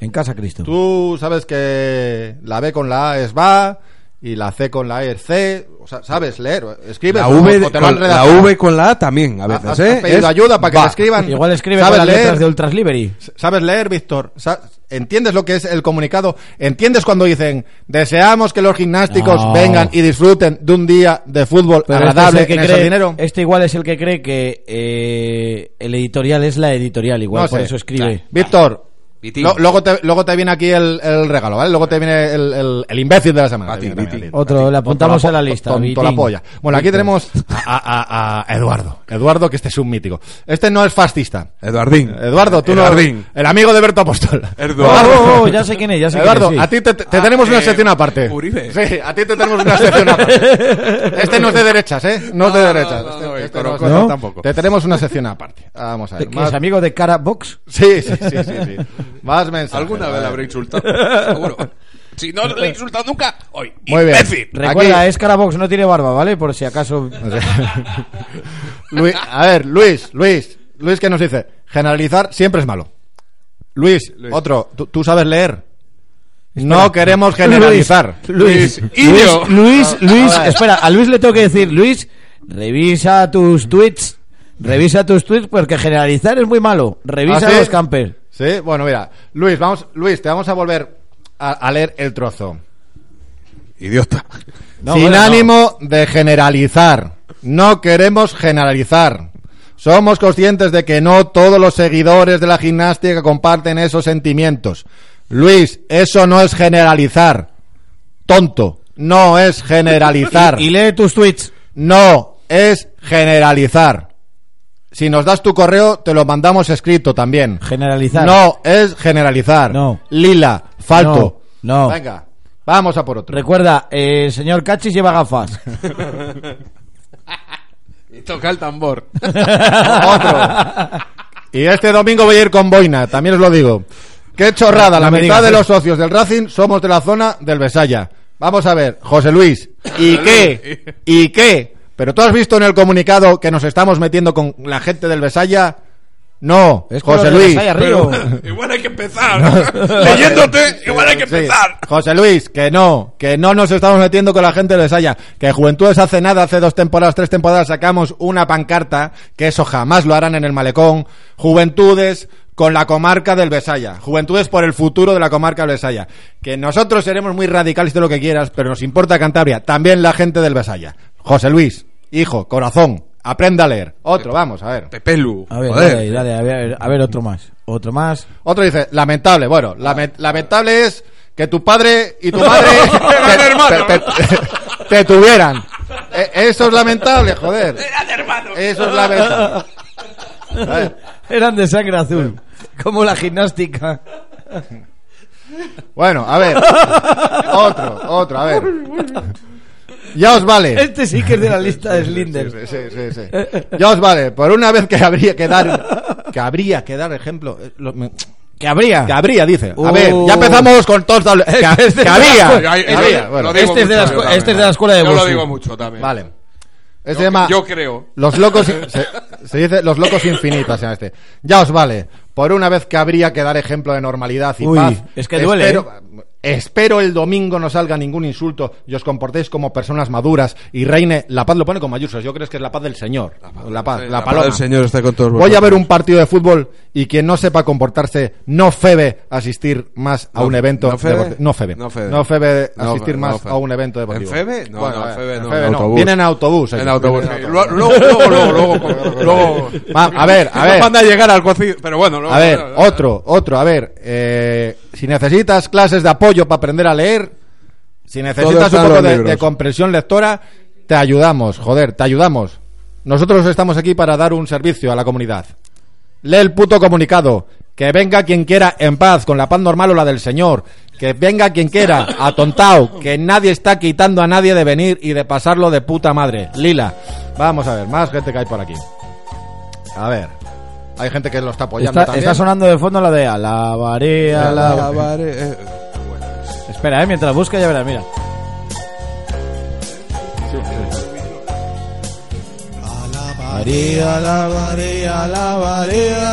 Speaker 2: En casa, Cristo.
Speaker 3: Tú sabes que la B con la A es va y la C con la E es C. O sea, sabes leer, escribes.
Speaker 5: La
Speaker 3: o-
Speaker 5: V,
Speaker 3: o te lo han
Speaker 5: con, la
Speaker 3: redactado.
Speaker 5: V con la A también, a
Speaker 3: ¿Has-
Speaker 5: veces,
Speaker 3: has
Speaker 5: ¿eh?
Speaker 3: pedido
Speaker 5: Es
Speaker 3: ayuda para que
Speaker 5: va.
Speaker 3: te escriban.
Speaker 2: Igual escribe con
Speaker 3: ¿Sabes
Speaker 2: las
Speaker 3: leer?
Speaker 2: letras de Ultras Liberty.
Speaker 3: ¿Sabes leer, Víctor? Sa- ¿Entiendes lo que es el comunicado? ¿Entiendes cuando dicen deseamos que los gimnásticos
Speaker 2: No.
Speaker 3: vengan y disfruten de un día de fútbol
Speaker 2: Pero
Speaker 3: agradable
Speaker 2: este, es el
Speaker 3: en
Speaker 2: que
Speaker 3: ese
Speaker 2: cree-
Speaker 3: dinero?
Speaker 2: este igual es el que cree que eh, el editorial es la editorial, igual
Speaker 3: No
Speaker 2: por
Speaker 3: sé.
Speaker 2: eso escribe.
Speaker 3: Víctor,
Speaker 5: Vitín.
Speaker 3: lo- luego, te, luego te viene aquí el, el regalo, ¿vale? Luego te viene el, el- el imbécil de la semana.
Speaker 5: Vitín,
Speaker 3: Te viene también,
Speaker 5: Vitín.
Speaker 3: a ti.
Speaker 2: Otro,
Speaker 3: A ti.
Speaker 2: le apuntamos
Speaker 3: Tonto
Speaker 2: a la
Speaker 3: po-
Speaker 2: lista,
Speaker 3: Tonto
Speaker 2: Vitín.
Speaker 3: la polla. Bueno, aquí tenemos a, a- a- a Eduardo. Eduardo, que este es un mítico. Este no es fascista.
Speaker 5: Eduardín.
Speaker 3: Eduardo, tú no-
Speaker 5: Eduardín.
Speaker 3: El amigo de Berto Apostol.
Speaker 5: Eduardo.
Speaker 2: Oh,
Speaker 3: [laughs]
Speaker 2: oh, oh, ya sé quién es, ya sé quién
Speaker 3: Eduardo,
Speaker 2: es, sí.
Speaker 3: a ti te, te
Speaker 5: Ah,
Speaker 3: tenemos una
Speaker 5: eh,
Speaker 3: sección aparte.
Speaker 5: Uribe.
Speaker 3: Sí, a ti te tenemos una
Speaker 2: [laughs]
Speaker 3: sección aparte. Este no es de derechas, ¿eh? No es de
Speaker 5: No, no,
Speaker 3: derechas.
Speaker 5: no,
Speaker 3: Este-
Speaker 5: no,
Speaker 3: este
Speaker 5: Coro-
Speaker 3: es-
Speaker 5: Coro tampoco.
Speaker 3: Te tenemos una sección aparte. Ah, Vamos a ver.
Speaker 2: ¿Que
Speaker 3: más-
Speaker 2: es amigo de Cara Box?
Speaker 3: Sí, sí, sí, sí, sí. Más mensajes.
Speaker 5: Alguna
Speaker 3: a
Speaker 5: vez
Speaker 3: ver.
Speaker 5: la habré [laughs] insultado, seguro.
Speaker 4: Si no le he insultado nunca, hoy.
Speaker 3: Muy bien.
Speaker 4: Imbécil.
Speaker 2: Recuerda,
Speaker 3: Aquí-
Speaker 2: es Cara Box, no tiene barba, ¿vale? Por si [laughs] acaso.
Speaker 3: [laughs] Luis, a ver, Luis, Luis, Luis que nos dice, generalizar siempre es malo. Luis,
Speaker 5: Luis.
Speaker 3: otro, ¿tú, tú sabes leer? No
Speaker 2: [laughs]
Speaker 3: queremos generalizar.
Speaker 2: Luis, Luis,
Speaker 5: y
Speaker 2: Luis,
Speaker 5: yo.
Speaker 2: Luis, Luis, espera, a Luis le tengo que decir, Luis, revisa tus tweets, revisa tus tweets porque generalizar es muy malo. Revisa
Speaker 3: ¿Ah, sí?
Speaker 2: los campers.
Speaker 3: Sí, bueno, mira, Luis, vamos, Luis, te vamos a volver a, a leer el trozo.
Speaker 5: Idiota.
Speaker 2: No,
Speaker 3: Sin
Speaker 2: bueno, no.
Speaker 3: ánimo de generalizar. No queremos generalizar. Somos conscientes de que no todos los seguidores de la gimnástica comparten esos sentimientos. Luis, eso no es generalizar. Tonto, no es
Speaker 2: [laughs]
Speaker 3: generalizar.
Speaker 2: Y lee tus tweets.
Speaker 3: No, es generalizar. Si nos das tu correo, te lo mandamos escrito también.
Speaker 2: Generalizar.
Speaker 3: No, es generalizar.
Speaker 2: No.
Speaker 3: Lila, falto.
Speaker 2: No, no.
Speaker 3: Venga, vamos a por otro.
Speaker 2: Recuerda, eh, el señor Cachis lleva [laughs] gafas.
Speaker 5: Y toca
Speaker 3: [laughs]
Speaker 5: el tambor.
Speaker 3: Otro. Y este domingo voy a ir con boina, también os lo digo. Qué chorrada, la
Speaker 2: No me
Speaker 3: mitad
Speaker 2: digas,
Speaker 3: de
Speaker 2: eh.
Speaker 3: los socios del Racing somos de la zona del Besaya. Vamos a ver, José Luis, ¿y qué? ¿Y qué? ¿Pero tú has visto en el comunicado que nos estamos metiendo con la gente del Besaya? No,
Speaker 2: Es como
Speaker 3: José
Speaker 2: los de
Speaker 3: Luis.
Speaker 2: Masaya
Speaker 4: Pero
Speaker 2: Río.
Speaker 4: igual hay que empezar. Leyéndote, igual hay que
Speaker 3: Sí.
Speaker 4: empezar.
Speaker 3: José Luis, que no, que no nos estamos metiendo con la gente de Saya. Que Juventudes hace nada, hace dos temporadas, tres temporadas, sacamos una pancarta, que eso jamás lo harán en el malecón. Juventudes con la comarca del Besaya. Juventudes por el futuro de la comarca del Besaya. Que nosotros seremos muy radicales de lo que quieras, pero nos importa Cantabria, también la gente del Besaya. José Luis, hijo, corazón, aprenda a leer. Otro, vamos, a ver.
Speaker 5: Pepelu.
Speaker 2: A ver,
Speaker 5: Joder.
Speaker 2: dale, dale, a ver, a ver, otro más. Otro más.
Speaker 3: Otro dice, lamentable. Bueno, lame- lamentable es que tu padre y tu madre
Speaker 4: Eran hermanos.
Speaker 3: te, te- te tuvieran. E- Eso es lamentable, joder.
Speaker 4: Eran hermanos.
Speaker 3: Eso es lamentable.
Speaker 2: Eran de sangre [laughs] azul. Como la gimnástica.
Speaker 3: Bueno, a ver. Otro, otro, a ver. Ya os vale.
Speaker 2: [laughs] Este sí que es de la lista de Slinder.
Speaker 3: Sí, sí, sí, sí. Ya os vale. Por una vez que habría que dar, que habría que dar ejemplo. eh, lo- me-
Speaker 2: Que habría.
Speaker 3: Que habría, dice. A ver,
Speaker 2: Uh.
Speaker 3: ya empezamos con todos. los- Que, que había.
Speaker 5: Yo- yo-
Speaker 3: que
Speaker 5: yo-
Speaker 3: había,
Speaker 5: lo
Speaker 3: bueno.
Speaker 5: digo
Speaker 2: Este es de la
Speaker 5: mucho yo
Speaker 2: escu-
Speaker 5: también.
Speaker 2: este es de la escuela de
Speaker 5: Yo lo
Speaker 2: Bosu.
Speaker 5: digo mucho también.
Speaker 3: Vale. Ese
Speaker 5: Yo-
Speaker 3: se llama.
Speaker 5: yo creo.
Speaker 3: Los locos. se, se dice Los locos infinitos, se llama este. Ya os vale. Por una vez que habría que dar ejemplo de normalidad y
Speaker 2: Uy,
Speaker 3: paz.
Speaker 2: es que duele, ¿eh?
Speaker 3: espero- Espero el domingo no salga ningún insulto y os comportéis como personas maduras y reine. La paz lo pone con mayúsculas. Yo creo que es la paz del Señor. La paz, la,
Speaker 5: La paz
Speaker 3: paloma.
Speaker 5: del Señor está con todos
Speaker 3: Voy a
Speaker 5: vosotros.
Speaker 3: ver un partido de fútbol y quien no sepa comportarse no febe asistir más a
Speaker 5: No,
Speaker 3: un evento
Speaker 5: no febe,
Speaker 3: deportivo. No febe.
Speaker 5: no febe. No
Speaker 3: asistir
Speaker 5: febe,
Speaker 3: más
Speaker 5: no febe.
Speaker 3: a un evento deportivo.
Speaker 5: ¿En febe? No, no, en febe no, en
Speaker 3: Vienen
Speaker 5: autobús.
Speaker 3: Viene en autobús.
Speaker 5: En
Speaker 3: ellos,
Speaker 5: autobús.
Speaker 3: vienen en
Speaker 5: Luego, luego, luego, luego, [laughs] luego.
Speaker 3: Va, a ver, a
Speaker 5: Nos
Speaker 3: ver.
Speaker 5: manda a llegar al cocido. Pero bueno, luego-
Speaker 3: A ver,
Speaker 5: bueno,
Speaker 3: otro, otro, a ver. eh, si necesitas clases de apoyo para aprender a leer, si
Speaker 5: Todo
Speaker 3: necesitas un
Speaker 5: está en
Speaker 3: poco
Speaker 5: los
Speaker 3: de,
Speaker 5: libros.
Speaker 3: de comprensión lectora, te ayudamos, joder, te ayudamos. Nosotros estamos aquí para dar un servicio a la comunidad. Lee el puto comunicado. Que venga quien quiera en paz, con la paz normal o la del Señor. Que venga quien quiera, atontao. Que nadie está quitando a nadie de venir y de pasarlo de puta madre. Lila. Vamos a ver, más gente que hay por aquí. A ver. Hay gente que lo está apoyando
Speaker 2: Está,
Speaker 3: también.
Speaker 2: está sonando de fondo la de alabaré, alabaré.
Speaker 5: Alabaré, eh,
Speaker 2: Espera, eh, mientras busca ya verás, mira.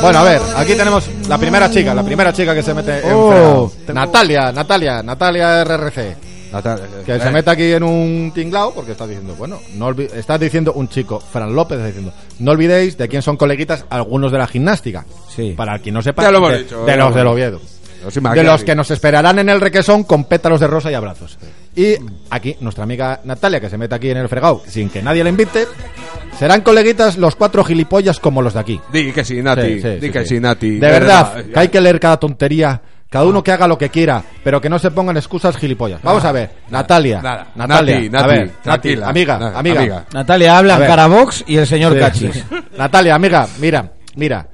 Speaker 3: Bueno, a ver, aquí tenemos la primera chica, la primera chica que se mete en
Speaker 2: Oh.
Speaker 3: fregado. Natalia, Natalia, Natalia RRC.
Speaker 5: Natal-
Speaker 3: Que
Speaker 5: eh,
Speaker 3: se meta aquí en un tinglao porque está diciendo, bueno, no olvi- está diciendo un chico, Fran López está diciendo, no olvidéis de quién son coleguitas algunos de la gimnástica.
Speaker 2: Sí.
Speaker 3: Para quien no sepa,
Speaker 5: Ya lo hemos
Speaker 3: de,
Speaker 5: dicho,
Speaker 3: de
Speaker 5: ya lo
Speaker 3: los
Speaker 5: hemos
Speaker 3: del
Speaker 5: dicho.
Speaker 3: Oviedo.
Speaker 5: Los Imac-
Speaker 3: De los que nos esperarán en el requesón con pétalos de rosa y abrazos. Y aquí, nuestra amiga Natalia, que se mete aquí en el fregado sin que nadie la invite, serán coleguitas los cuatro gilipollas como los de aquí.
Speaker 5: Di que sí, Nati.
Speaker 3: Sí, sí,
Speaker 5: di
Speaker 3: sí,
Speaker 5: que
Speaker 3: sí.
Speaker 5: sí, Nati.
Speaker 3: De verdad, que hay que leer cada tontería. Cada uno que haga lo que quiera, pero que no se pongan excusas gilipollas. Vamos a ver, Natalia.
Speaker 5: nada.
Speaker 3: Natalia.
Speaker 5: Nati,
Speaker 3: a
Speaker 5: Nati,
Speaker 3: ver,
Speaker 5: tranquila.
Speaker 3: Nati, amiga,
Speaker 5: Nada,
Speaker 3: amiga.
Speaker 5: amiga.
Speaker 2: Natalia habla
Speaker 3: A
Speaker 2: en
Speaker 3: ver.
Speaker 2: Carabox y el señor
Speaker 3: Sí.
Speaker 2: Cachis. [laughs]
Speaker 3: Natalia, amiga, mira, mira.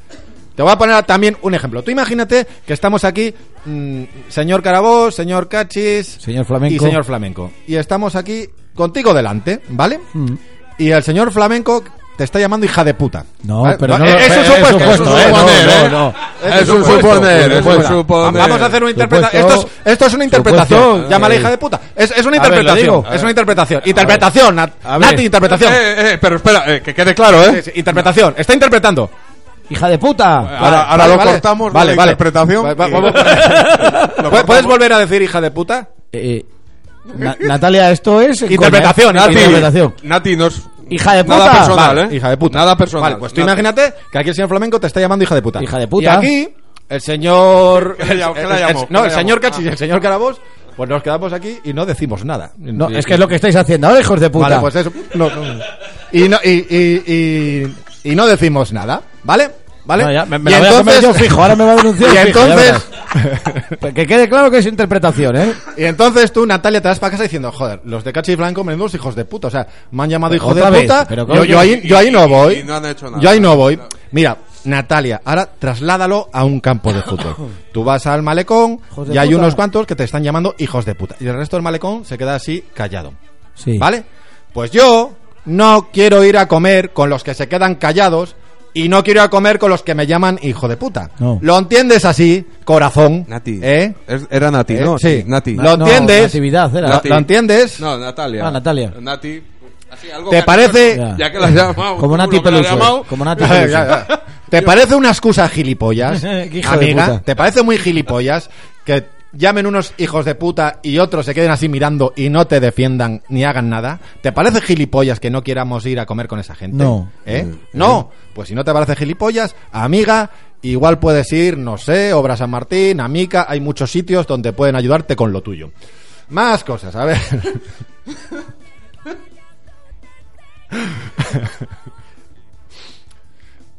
Speaker 3: Te voy a poner también un ejemplo. Tú imagínate que estamos aquí, mm, señor Carabó, señor Cachis.
Speaker 2: Señor Flamenco.
Speaker 3: Y señor Flamenco. Y estamos aquí contigo delante, ¿vale?
Speaker 2: Mm.
Speaker 3: Y el señor Flamenco te está llamando hija de puta.
Speaker 2: No,
Speaker 3: ¿Vale?
Speaker 2: pero no lo- eh,
Speaker 3: Es un
Speaker 2: es
Speaker 3: supuesto,
Speaker 2: supuesto,
Speaker 3: es un
Speaker 2: eh, no,
Speaker 3: suponer,
Speaker 2: no,
Speaker 3: ¿eh?
Speaker 2: no.
Speaker 5: Es un suponer, es un suponer.
Speaker 3: Vamos a hacer una interpretación. Esto,
Speaker 2: eh. Supuesto.
Speaker 3: es, esto es una interpretación.
Speaker 2: Supuesto.
Speaker 3: Llámale hija de puta. Es, es
Speaker 2: A
Speaker 3: una
Speaker 2: ver, lo
Speaker 3: interpretación.
Speaker 2: digo.
Speaker 3: es una interpretación. Interpretación, Nat-
Speaker 2: A ver.
Speaker 3: Nati, interpretación.
Speaker 5: Eh, eh, pero espera, eh, que quede claro, ¿eh?
Speaker 3: Sí, sí, interpretación. Está interpretando.
Speaker 2: Hija de puta.
Speaker 5: Ahora,
Speaker 3: Vale,
Speaker 5: ahora
Speaker 3: vale,
Speaker 5: lo
Speaker 3: vale.
Speaker 5: cortamos,
Speaker 3: Vale,
Speaker 5: vale,
Speaker 3: vale.
Speaker 5: interpretación.
Speaker 3: Va- va- [laughs]
Speaker 5: y-
Speaker 3: vamos-
Speaker 5: Lo
Speaker 3: ¿Puedes- ¿Puedes
Speaker 5: cortamos.
Speaker 3: volver a decir hija de puta?
Speaker 2: Eh, Na- Natalia, esto es
Speaker 3: [laughs] Interpretación,
Speaker 2: coña, ¿eh?
Speaker 3: Nati.
Speaker 2: interpretación.
Speaker 5: Nati, no es-
Speaker 2: Hija de puta.
Speaker 5: Nada personal,
Speaker 3: Vale,
Speaker 5: ¿eh?
Speaker 3: hija de puta.
Speaker 5: Nada personal.
Speaker 3: Vale, pues tú
Speaker 5: Nati.
Speaker 3: imagínate que aquí el señor Flamenco te está llamando hija de puta.
Speaker 2: Hija de puta.
Speaker 3: Y aquí
Speaker 2: [laughs]
Speaker 3: el señor.
Speaker 5: ¿Qué le llamó?
Speaker 3: el-
Speaker 5: ¿Qué le
Speaker 3: el-
Speaker 5: llamó?
Speaker 3: el-
Speaker 5: ¿Qué
Speaker 3: No,
Speaker 5: le
Speaker 3: el
Speaker 5: llamó?
Speaker 3: señor Cachis y el señor Carabos. Pues nos quedamos aquí y no decimos nada.
Speaker 2: ¿eh? No,
Speaker 3: Y-
Speaker 2: es que es lo que estáis haciendo ahora, hijos de puta.
Speaker 3: Vale, pues eso. No, no. Y, no, y, y, y, y no decimos nada, ¿vale? ¿Vale?
Speaker 2: No, ya, me, me
Speaker 3: y
Speaker 2: la voy a comer
Speaker 3: entonces,
Speaker 2: yo fijo, ahora me va a denunciar.
Speaker 3: [laughs] Y
Speaker 2: fijo, ya
Speaker 3: entonces, [laughs]
Speaker 2: verás. que quede claro que es interpretación, ¿eh?
Speaker 3: y entonces tú, Natalia, te vas para casa diciendo, joder, los de Cachi y Blanco, menudos hijos de puta. O sea, me han llamado hijo de
Speaker 2: Otra vez,
Speaker 3: puta.
Speaker 2: pero
Speaker 3: yo,
Speaker 2: coño.
Speaker 3: yo ahí, yo ahí no voy.
Speaker 5: y no han hecho nada.
Speaker 3: Yo ahí no voy. Mira, Natalia, ahora trasládalo a un campo de
Speaker 2: [coughs]
Speaker 3: fútbol. Tú vas al malecón
Speaker 2: Hijos de
Speaker 3: y hay
Speaker 2: puta.
Speaker 3: unos cuantos que te están llamando hijos de puta. Y el resto del malecón se queda así callado.
Speaker 2: Sí.
Speaker 3: ¿Vale? Pues yo no quiero ir a comer con los que se quedan callados y no quiero ir a comer con los que me llaman hijo de puta.
Speaker 2: No.
Speaker 3: ¿Lo entiendes así, corazón?
Speaker 5: Nati.
Speaker 3: ¿Eh?
Speaker 5: Es- Era Nati,
Speaker 3: Eh,
Speaker 5: ¿no?
Speaker 3: sí.
Speaker 5: Nati.
Speaker 3: ¿Lo
Speaker 2: No, ¿eh?
Speaker 3: entiendes?
Speaker 2: natividad era.
Speaker 3: ¿Lo, lo entiendes?
Speaker 5: No, Natalia.
Speaker 2: Ah, Natalia.
Speaker 5: Nati. Así, algo
Speaker 3: ¿Te
Speaker 5: cariñoso,
Speaker 3: parece-
Speaker 5: Ya, que la has llamado.
Speaker 2: Como
Speaker 5: tú,
Speaker 2: Nati
Speaker 5: lo que la has
Speaker 2: Peluso, eh.
Speaker 5: llamado.
Speaker 2: como Nati [laughs]
Speaker 3: A ver,
Speaker 2: Peluso.
Speaker 3: ya, ya. [laughs] ¿Te parece una excusa
Speaker 2: [laughs]
Speaker 3: gilipollas,
Speaker 2: Qué hijo de
Speaker 3: amiga?
Speaker 2: puta.
Speaker 3: ¿Te parece muy gilipollas que llamen unos hijos de puta y otros se queden así mirando y no te defiendan ni hagan nada? ¿Te parece gilipollas que no queramos ir a comer con esa gente?
Speaker 2: No.
Speaker 3: ¿Eh? No. Pues si no te parece gilipollas, amiga, igual puedes ir, no sé, Obra San Martín, Amica, hay muchos sitios donde pueden ayudarte con lo tuyo. Más cosas, a ver.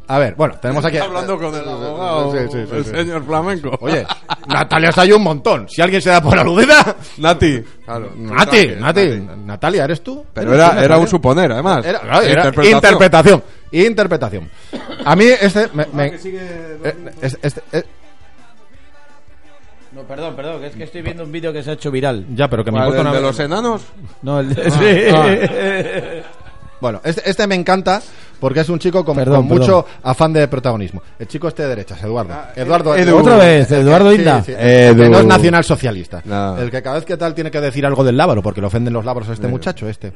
Speaker 3: A ver, bueno, tenemos aquí.
Speaker 5: Está [laughs] hablando con el abogado.
Speaker 3: Sí, sí, sí,
Speaker 5: el
Speaker 3: sí.
Speaker 5: señor flamenco. [laughs]
Speaker 3: Oye, Natalia se hay un montón. Si alguien se da por aludida.
Speaker 5: Nati. Claro, tú
Speaker 3: Nati,
Speaker 5: tranqui,
Speaker 3: Nati, Natalia, ¿eres tú?
Speaker 5: Pero
Speaker 3: ¿Eres tú,
Speaker 5: era, era
Speaker 3: Natalia?
Speaker 5: un suponer, además.
Speaker 3: Era- claro, era
Speaker 5: Interpretación.
Speaker 3: interpretación. Interpretación. A mí este. me- me- eh, este- este- eh,
Speaker 2: No, perdón, perdón, que es que estoy viendo un vídeo que se ha hecho viral.
Speaker 3: ya, pero que me
Speaker 5: ¿Cuál,
Speaker 3: importa
Speaker 5: el
Speaker 3: una
Speaker 5: de los enanos?
Speaker 2: No, el [laughs] Ah,
Speaker 3: Bueno, este, este me encanta porque es un chico con,
Speaker 2: Perdón,
Speaker 3: con
Speaker 2: perdón.
Speaker 3: mucho afán de protagonismo. El chico este de derechas, Eduardo. Eduardo,
Speaker 5: Ah, eh, Edu.
Speaker 2: Otra vez, Eduardo
Speaker 3: Sí,
Speaker 2: Inda.
Speaker 3: sí,
Speaker 5: Edu.
Speaker 3: que no es nacionalsocialista.
Speaker 5: No.
Speaker 3: El que cada vez que tal tiene que decir algo del lábaro, porque le ofenden los lábaros a este muchacho, este.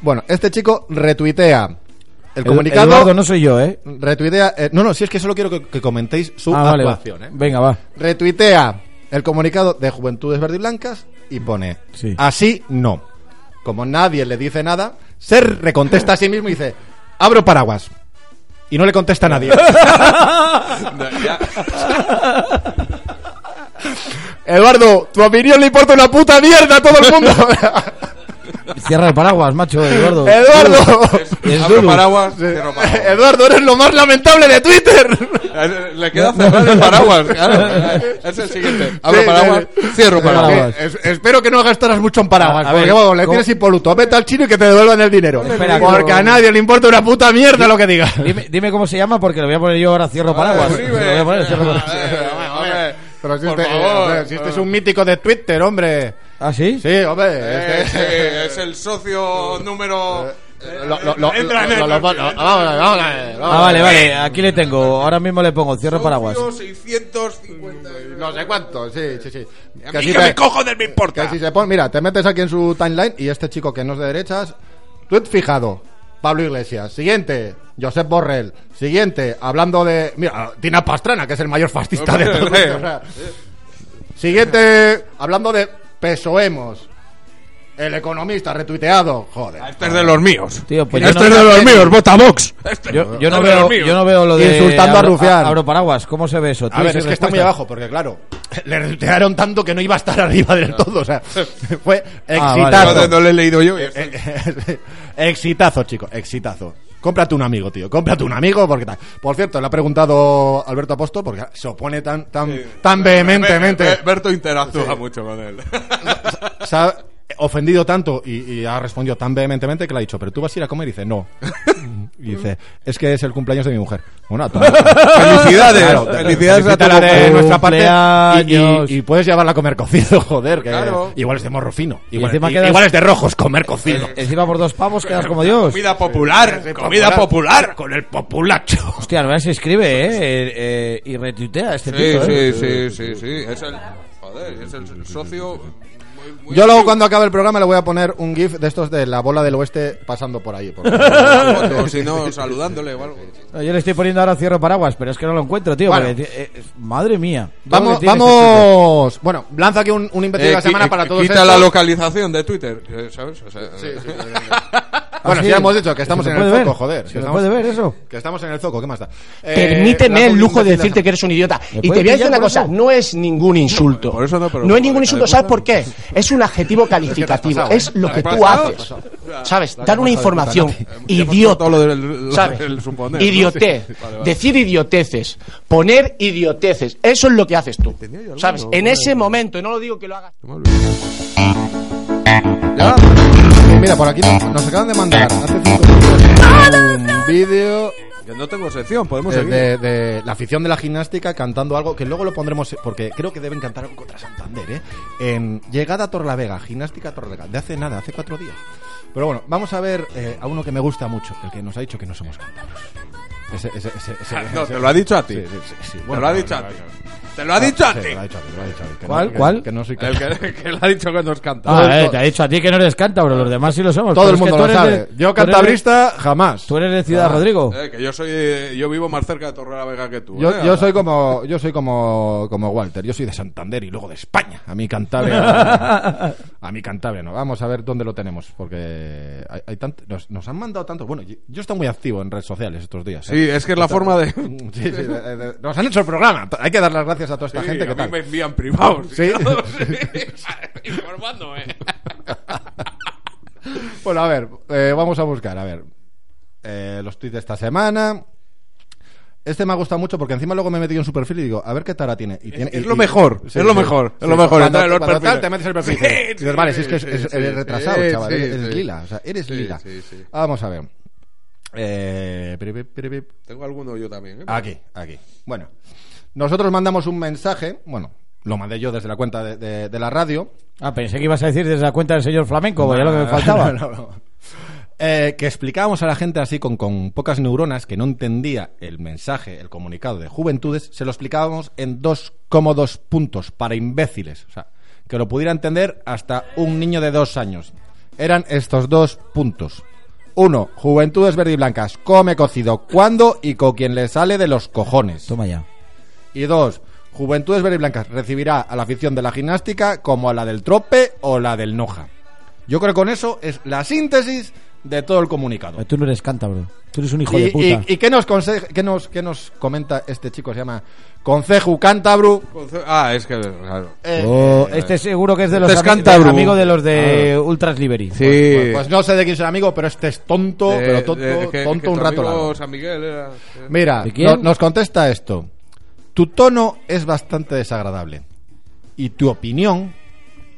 Speaker 3: Bueno, este chico retuitea el
Speaker 2: Edu-
Speaker 3: comunicado.
Speaker 2: Eduardo no soy yo, ¿eh?
Speaker 3: Retuitea. eh, no, no, si es que solo quiero que, que comentéis su
Speaker 2: Ah, vale, va.
Speaker 3: actuación, ¿eh?
Speaker 2: Venga, va.
Speaker 3: retuitea el comunicado de Juventudes Verde y Blancas y pone,
Speaker 2: Sí.
Speaker 3: así no. Como nadie le dice nada, se recontesta a sí mismo y dice, abro paraguas. Y no le contesta
Speaker 2: [laughs]
Speaker 3: a nadie.
Speaker 5: Ya-
Speaker 3: Eduardo, tu opinión le importa una puta mierda a todo
Speaker 2: [laughs]
Speaker 3: el mundo. [laughs]
Speaker 2: Cierra el paraguas, macho, Eduardo.
Speaker 3: Eduardo. [laughs]
Speaker 2: Es
Speaker 5: abro
Speaker 2: duro.
Speaker 5: paraguas, cierro paraguas.
Speaker 3: Eduardo, eres lo más lamentable
Speaker 2: [laughs]
Speaker 3: de Twitter.
Speaker 5: Eh, Le queda cerrar
Speaker 3: [laughs]
Speaker 5: el paraguas. Claro, es el siguiente. Abro
Speaker 3: Sí,
Speaker 5: paraguas,
Speaker 3: sí, sí.
Speaker 5: cierro paraguas.
Speaker 2: Paraguas.
Speaker 3: Eh, es- espero que no gastaras mucho en paraguas.
Speaker 2: A- a
Speaker 3: porque
Speaker 2: ver,
Speaker 3: vamos, le
Speaker 2: ¿cómo-
Speaker 3: tienes impoluto. Vete al chino y que te devuelvan el dinero.
Speaker 2: Espera,
Speaker 3: porque
Speaker 2: que-
Speaker 3: a nadie le importa una puta mierda lo que digas.
Speaker 2: Dime, dime cómo se llama porque lo voy a poner yo ahora cierro paraguas.
Speaker 5: Uribe.
Speaker 2: Lo voy a poner, cierro paraguas.
Speaker 3: Pero si
Speaker 5: Por
Speaker 3: este,
Speaker 5: favor.
Speaker 3: hombre, si este es un mítico de Twitter, hombre.
Speaker 2: ¿Ah, sí?
Speaker 3: Sí, hombre.
Speaker 5: Eh, sí,
Speaker 3: este-
Speaker 5: es el socio número.
Speaker 3: Lo- lo- lo- lo-
Speaker 5: Entra, entra,
Speaker 3: lo-
Speaker 5: entra,
Speaker 3: lo-
Speaker 5: entra.
Speaker 3: vamos a ver, vamos a ver, vamos
Speaker 2: Ah,
Speaker 3: a
Speaker 2: vale,
Speaker 3: ver.
Speaker 2: vale. Aquí le tengo. Ahora mismo le pongo cierro paraguas.
Speaker 5: Socio 650.
Speaker 3: No sé cuánto, sí, sí, sí.
Speaker 4: A
Speaker 3: Que
Speaker 4: mí
Speaker 3: si
Speaker 4: que
Speaker 3: te-
Speaker 4: me cojo del me
Speaker 3: que
Speaker 5: Ah.
Speaker 4: importa.
Speaker 3: si se pone- mira, te metes aquí en su timeline y este chico que no es de derechas, tweet fijado, Pablo Iglesias. Siguiente, Josep Borrell. Siguiente, hablando de. Mira, Tina Pastrana, que es el mayor fascista de todos.
Speaker 5: Hombre,
Speaker 3: o sea. Siguiente, hablando de Pesoemos. El economista retuiteado, joder.
Speaker 5: Este es de los míos.
Speaker 2: Tío, pues yo
Speaker 3: Este
Speaker 2: no,
Speaker 3: es de los míos, vota Vox.
Speaker 2: yo, yo no
Speaker 5: Este es de
Speaker 2: veo,
Speaker 5: los míos.
Speaker 2: yo no veo lo de
Speaker 3: Insultando a
Speaker 2: abro-
Speaker 3: Rufián.
Speaker 2: Abro paraguas. ¿Cómo se ve eso?
Speaker 3: A ver,
Speaker 2: Tweets
Speaker 3: es
Speaker 2: y
Speaker 3: que está muy
Speaker 2: respuestas.
Speaker 3: abajo, porque claro, le retuitearon tanto que no iba a estar arriba del todo. O sea, fue
Speaker 2: Ah,
Speaker 3: exitazo.
Speaker 2: vale.
Speaker 5: No, no lo he leído yo.
Speaker 3: Eh, [laughs] exitazo, chico, exitazo. Cómprate un amigo, tío. Cómprate un amigo porque tal. Por cierto, le ha preguntado Alberto Apóstol porque se opone tan tan
Speaker 5: Este Eh,
Speaker 3: tan
Speaker 5: Be-
Speaker 3: vehementemente.
Speaker 5: Be- Berto interactúa mucho con él.
Speaker 3: Se ha ofendido tanto y, y ha respondido tan vehementemente que le ha dicho, "Pero tú vas a ir a comer." Y dice, "No." Y dice, "Es que es el cumpleaños de mi mujer." Bueno, a tu-
Speaker 5: Felicidades.
Speaker 3: Claro,
Speaker 5: Felicidades a
Speaker 3: felicítala
Speaker 5: tu
Speaker 3: de
Speaker 5: mujer.
Speaker 3: nuestra parte y- y,
Speaker 2: Cumpleaños.
Speaker 3: y puedes llevarla a comer cocido, joder, que
Speaker 5: Claro.
Speaker 3: igual es de morro fino, igual,
Speaker 2: encima quedas-
Speaker 3: igual es de rojos comer cocido.
Speaker 2: Encima por dos pavos quedas como Dios.
Speaker 5: [laughs] Comida popular. Comida popular.
Speaker 3: con el populacho.
Speaker 2: Hostia, no se escribe, ¿eh? Eh, eh, y retuitea este
Speaker 5: Sí,
Speaker 2: tío,
Speaker 5: sí,
Speaker 2: ¿eh?
Speaker 5: sí, sí, sí. Es el, joder, es el socio. muy- muy
Speaker 3: Yo luego cuando acabe el programa le voy a poner un gif de estos de la bola del oeste pasando por ahí. porque-
Speaker 5: activo, [laughs] o si no, saludándole o algo.
Speaker 2: No, Yo le estoy poniendo ahora cierro paraguas, pero es que no lo encuentro, tío.
Speaker 3: Bueno.
Speaker 2: porque, eh, eh, madre mía. Todo lo
Speaker 3: Vamos,
Speaker 2: que tiene este
Speaker 3: vamos. Bueno, lanza aquí un, un inventario
Speaker 5: Eh,
Speaker 3: de la semana
Speaker 5: qui-
Speaker 3: para
Speaker 5: eh,
Speaker 3: todos.
Speaker 5: Quita
Speaker 3: estos.
Speaker 5: la localización de Twitter, eh, ¿sabes? O sea,
Speaker 3: Sí, sí, sí, sí.
Speaker 2: tío.
Speaker 3: bueno,
Speaker 2: Así
Speaker 3: ya hemos dicho que estamos
Speaker 2: ¿Se
Speaker 3: en
Speaker 2: puede
Speaker 3: el
Speaker 2: ver?
Speaker 3: zoco, joder.
Speaker 2: ¿Se
Speaker 3: que estamos-
Speaker 2: puede ver eso?
Speaker 3: Que estamos en el zoco, ¿qué más da? Eh,
Speaker 8: Permíteme
Speaker 3: lanza
Speaker 8: el
Speaker 3: un
Speaker 8: lujo de
Speaker 3: imbécil
Speaker 8: decirte que eres un idiota.
Speaker 2: ¿Me
Speaker 8: Y te
Speaker 2: puedes
Speaker 8: voy a
Speaker 2: pillar
Speaker 8: decir una
Speaker 2: por
Speaker 8: cosa,
Speaker 2: eso?
Speaker 8: no es ningún insulto.
Speaker 5: por eso no, pero
Speaker 8: es ningún
Speaker 5: por
Speaker 8: insulto,
Speaker 5: cada
Speaker 8: ¿sabes
Speaker 5: cosa.
Speaker 8: por qué? Es un adjetivo calificativo,
Speaker 3: pasado,
Speaker 8: es lo
Speaker 3: ¿eh?
Speaker 8: que
Speaker 5: Te has
Speaker 8: tú
Speaker 5: pasado.
Speaker 8: haces. ¿Sabes? Dar una información
Speaker 5: Ya hemos
Speaker 8: idiota.
Speaker 5: todo lo del- lo
Speaker 8: ¿sabes?
Speaker 5: del suponer, ¿no?
Speaker 8: Idiote.
Speaker 5: Sí. Vale, vale.
Speaker 8: Decir idioteces. Poner idioteces. Eso es lo que haces tú.
Speaker 5: Tenía yo
Speaker 8: ¿Sabes?
Speaker 5: alguno,
Speaker 8: En ese momento, y no lo digo que lo hagas.
Speaker 5: me olvido.
Speaker 3: Ya. Eh, Mira, por aquí nos, nos acaban de mandar hace cinco minutos un vídeo
Speaker 5: Yo no tengo sección, podemos
Speaker 3: de,
Speaker 5: seguir.
Speaker 3: de- de la afición de la gimnástica cantando algo que luego lo pondremos porque creo que deben cantar algo contra Santander, ¿eh? En Llegada a Torlavega, Gimnástica Torlavega, de hace nada, hace cuatro días. Pero bueno, vamos a ver eh, a uno que me gusta mucho, el que nos ha dicho que no somos cantados. Ese, ese, ese, ese-
Speaker 5: Ah, No,
Speaker 3: ese-
Speaker 5: te lo ha dicho a ti.
Speaker 3: Sí, sí, sí, sí.
Speaker 5: te
Speaker 3: Bueno,
Speaker 5: lo ha
Speaker 3: no,
Speaker 5: dicho
Speaker 3: no,
Speaker 5: a
Speaker 3: no,
Speaker 5: ti.
Speaker 3: no, no.
Speaker 5: Te lo ha dicho a
Speaker 3: Sí,
Speaker 5: ti.
Speaker 3: te lo ha dicho a ti, te lo ha dicho a ti, que no-
Speaker 2: ¿Cuál?
Speaker 3: que-
Speaker 2: ¿Cuál?
Speaker 3: Que no soy cantado.
Speaker 5: El que, que le ha dicho que nos canta.
Speaker 2: Ah, eh, te ha dicho a ti que no eres cántabro, los demás sí lo somos.
Speaker 3: Todo
Speaker 2: pero
Speaker 3: el
Speaker 2: es que
Speaker 3: mundo
Speaker 2: tú
Speaker 3: lo
Speaker 2: eres
Speaker 3: sabe.
Speaker 2: de-
Speaker 3: Yo
Speaker 2: tú eres de-
Speaker 3: cantabrista, Ah. jamás.
Speaker 2: Tú eres de Ciudad Rodrigo.
Speaker 5: Eh, que yo soy, eh, yo vivo más cerca de Torre la Vega que tú.
Speaker 3: Yo,
Speaker 5: eh,
Speaker 3: yo
Speaker 5: ahora.
Speaker 3: soy como yo soy como, como Walter, yo soy de Santander y luego de España. A mí
Speaker 5: [laughs]
Speaker 3: Cantabria. a mí Cantabria no. Vamos a ver dónde lo tenemos porque hay, hay tant- nos, nos han mandado tantos. Bueno, yo, yo he estado muy activo en redes sociales estos días. ¿eh?
Speaker 5: Sí, es que es la forma de. Sí,
Speaker 3: Sí, sí, de- de- nos han hecho el programa. Hay que dar las gracias a toda esta gente
Speaker 5: a
Speaker 3: que
Speaker 5: mí
Speaker 3: tal.
Speaker 5: me envían privados.
Speaker 3: Sí.
Speaker 5: ¿no?
Speaker 3: [laughs]
Speaker 5: Sí, [laughs] Informándome.
Speaker 3: Bueno, a ver, eh, vamos a buscar, a ver. Eh, los tweets de esta semana. Este me ha gustado mucho porque encima luego me he metido en su perfil y digo, a ver qué tara tiene. Y tiene-
Speaker 5: es
Speaker 3: y-
Speaker 5: lo
Speaker 3: y-
Speaker 5: mejor, es lo mejor, es lo mejor,
Speaker 3: Cuando,
Speaker 5: entrar en los
Speaker 3: cuando tal,
Speaker 5: perfiles.
Speaker 3: te metes
Speaker 5: [laughs]
Speaker 3: en el perfil.
Speaker 5: Sí,
Speaker 3: dices,
Speaker 5: sí,
Speaker 3: dices, vale, si es que es-
Speaker 5: sí,
Speaker 3: es-
Speaker 5: sí,
Speaker 3: eres
Speaker 5: sí,
Speaker 3: retrasado,
Speaker 5: sí,
Speaker 3: chaval,
Speaker 5: sí,
Speaker 3: eres, eres
Speaker 5: sí.
Speaker 3: lila, o sea, eres
Speaker 5: Sí,
Speaker 3: lila.
Speaker 5: sí, sí.
Speaker 3: Vamos a ver. Eh, pirip, pirip.
Speaker 5: Tengo alguno yo también. ¿eh?
Speaker 3: Aquí, aquí. Bueno, nosotros mandamos un mensaje, bueno, lo mandé yo desde la cuenta de, de- de la radio.
Speaker 2: Ah, pensé que ibas a decir desde la cuenta del señor flamenco, pues ya lo que me faltaba.
Speaker 3: Ah, [laughs] No, no, no. Eh, que explicábamos a la gente así con, con pocas neuronas que no entendía el mensaje, el comunicado de Juventudes, se lo explicábamos en dos cómodos puntos para imbéciles. O sea, que lo pudiera entender hasta un niño de dos años. Eran estos dos puntos. Uno, Juventudes Verde y Blancas, come cocido cuando y con quien le sale de los cojones.
Speaker 2: Toma ya.
Speaker 3: Y dos, Juventudes Verde y Blancas recibirá a la afición de la gimnástica como a la del Trope o la del Noja. Yo creo que con eso es la síntesis de todo el comunicado.
Speaker 2: pues Tú no eres cántabro. Tú eres un hijo
Speaker 3: y,
Speaker 2: de puta.
Speaker 3: y- y qué, nos conse- qué nos, qué nos comenta este chico? Se llama Conceju Cántabru.
Speaker 5: Ah, es que. claro.
Speaker 3: Eh,
Speaker 2: Oh, este seguro que es de
Speaker 5: Este
Speaker 2: los
Speaker 5: es
Speaker 2: ami-
Speaker 5: cántabro.
Speaker 2: amigo de los de
Speaker 3: Ah.
Speaker 2: Ultras Liberty.
Speaker 5: Sí.
Speaker 3: Pues no sé de quién será amigo, pero este es tonto,
Speaker 5: De-
Speaker 3: pero tonto,
Speaker 5: de- que-
Speaker 3: tonto
Speaker 5: que
Speaker 3: un
Speaker 5: tu
Speaker 3: rato
Speaker 5: amigo
Speaker 3: largo.
Speaker 5: San Miguel era. eh.
Speaker 3: Mira,
Speaker 2: ¿De quién?
Speaker 3: no- nos contesta esto. Tu tono es bastante desagradable. Y tu opinión,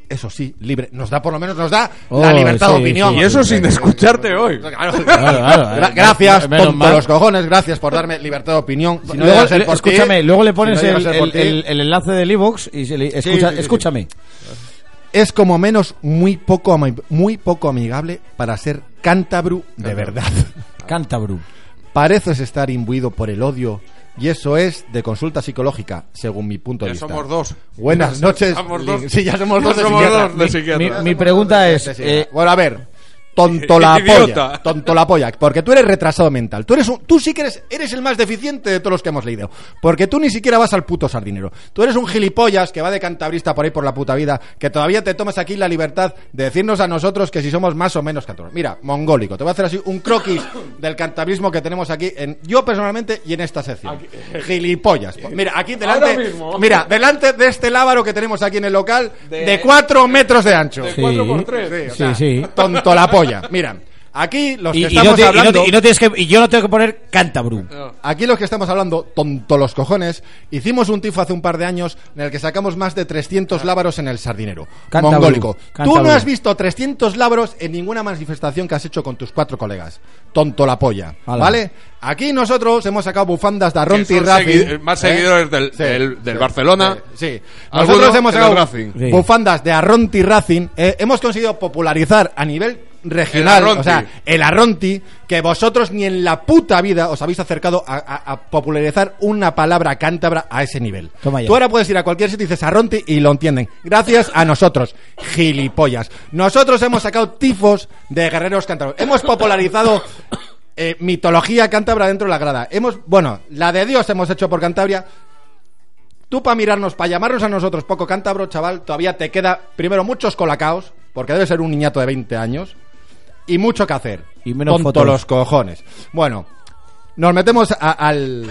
Speaker 3: eso sí, libre. Nos da, por lo menos, nos da la
Speaker 2: Oh,
Speaker 3: libertad de
Speaker 2: sí,
Speaker 3: opinión.
Speaker 2: sí,
Speaker 5: Y eso sin escucharte hoy.
Speaker 3: [laughs] Claro.
Speaker 2: claro,
Speaker 3: Gra-
Speaker 2: claro.
Speaker 3: gracias,
Speaker 2: Menos
Speaker 3: tonto
Speaker 2: mal.
Speaker 3: los cojones, gracias por darme libertad de opinión. Si no llega
Speaker 2: luego,
Speaker 3: a ser por ti-
Speaker 2: escúchame, luego le
Speaker 3: si
Speaker 2: pones
Speaker 3: no llega a
Speaker 2: el,
Speaker 3: ser por
Speaker 2: el-
Speaker 3: ti-
Speaker 2: el- el enlace del iVoox y se le, escucha-
Speaker 3: sí, sí.
Speaker 2: escúchame.
Speaker 3: es como menos muy poco, ami- muy poco amigable para ser cántabru de verdad.
Speaker 2: Cántabro.
Speaker 3: Pareces estar imbuido por el odio y eso es de consulta psicológica, según mi punto
Speaker 5: Ya
Speaker 3: de vista.
Speaker 5: somos dos.
Speaker 3: Buenas noches.
Speaker 5: Somos
Speaker 3: Lin-
Speaker 5: dos.
Speaker 3: Sí, ya somos
Speaker 5: No
Speaker 3: dos de
Speaker 5: somos
Speaker 3: psiquiatra.
Speaker 5: dos de psiquiatra.
Speaker 2: Mi,
Speaker 5: Ya
Speaker 2: mi pregunta es, eh,
Speaker 3: bueno, a ver. Tonto
Speaker 5: [laughs]
Speaker 3: la
Speaker 5: Idiota.
Speaker 3: polla. Tonto la polla. Porque tú eres retrasado mental. Tú, eres un- tú sí que eres, eres el más deficiente de todos los que hemos leído. Porque tú ni siquiera vas al puto sardinero. Tú eres un gilipollas que va de cantabrista por ahí por la puta vida. Que todavía te tomas aquí la libertad de decirnos a nosotros que si somos más o menos cantabros. Mira, mongólico. Te voy a hacer así un
Speaker 5: [laughs]
Speaker 3: croquis del cantabrismo que tenemos aquí. En, yo personalmente y en esta sección.
Speaker 5: [laughs]
Speaker 3: Gilipollas. Mira, aquí delante.
Speaker 5: Ahora mismo.
Speaker 3: Mira, delante de este lábaro que tenemos aquí en el local.
Speaker 5: De-
Speaker 3: De 4 metros de ancho.
Speaker 5: De cuatro por tres.
Speaker 3: o
Speaker 2: Sí,
Speaker 3: sea,
Speaker 2: sí.
Speaker 3: Tonto la polla. Mira, aquí los que
Speaker 2: y, y
Speaker 3: estamos
Speaker 2: no te- y no te-
Speaker 3: hablando.
Speaker 2: y no tienes que, y yo no tengo que poner cántabro.
Speaker 3: Aquí los que estamos hablando, tonto los cojones, hicimos un tifo hace un par de años en el que sacamos más de 300 lábaros en el sardinero.
Speaker 2: Cántabro,
Speaker 3: mongólico. Tú
Speaker 2: cántabro.
Speaker 3: no has visto 300 lábaros en ninguna manifestación que has hecho con tus cuatro colegas. Tonto la polla.
Speaker 2: Ala.
Speaker 3: ¿Vale? Aquí nosotros hemos sacado bufandas de
Speaker 5: Que
Speaker 3: Ronti
Speaker 5: son
Speaker 3: Rafi. ¿Eh?
Speaker 5: segui- eh, más seguidores del- del- del Barcelona.
Speaker 3: Sí. sí.
Speaker 5: Algunos
Speaker 3: Nosotros hemos
Speaker 5: del
Speaker 3: sacado
Speaker 5: Racing.
Speaker 2: Sí.
Speaker 3: bufandas de Arronti Racing. eh, hemos conseguido popularizar a nivel regional,
Speaker 5: El Arronti.
Speaker 3: o sea, el Arronti, que vosotros ni en la puta vida os habéis acercado a, a- a popularizar una palabra cántabra a ese nivel.
Speaker 2: Toma ya.
Speaker 3: Tú ahora puedes ir a cualquier sitio y dices Arronti y lo entienden. Gracias a nosotros, gilipollas. Nosotros hemos sacado tifos de guerreros cántabros. Hemos popularizado eh, mitología cántabra dentro de la grada. Hemos, bueno, la de Dios hemos hecho por Cantabria. Tú para mirarnos, para llamarnos a nosotros poco cántabro, chaval, todavía te queda primero muchos colacaos, porque debe ser un niñato de 20 años, y mucho que hacer.
Speaker 2: Y menos
Speaker 3: Tonto
Speaker 2: fotos.
Speaker 3: los cojones. Bueno, nos metemos a- al...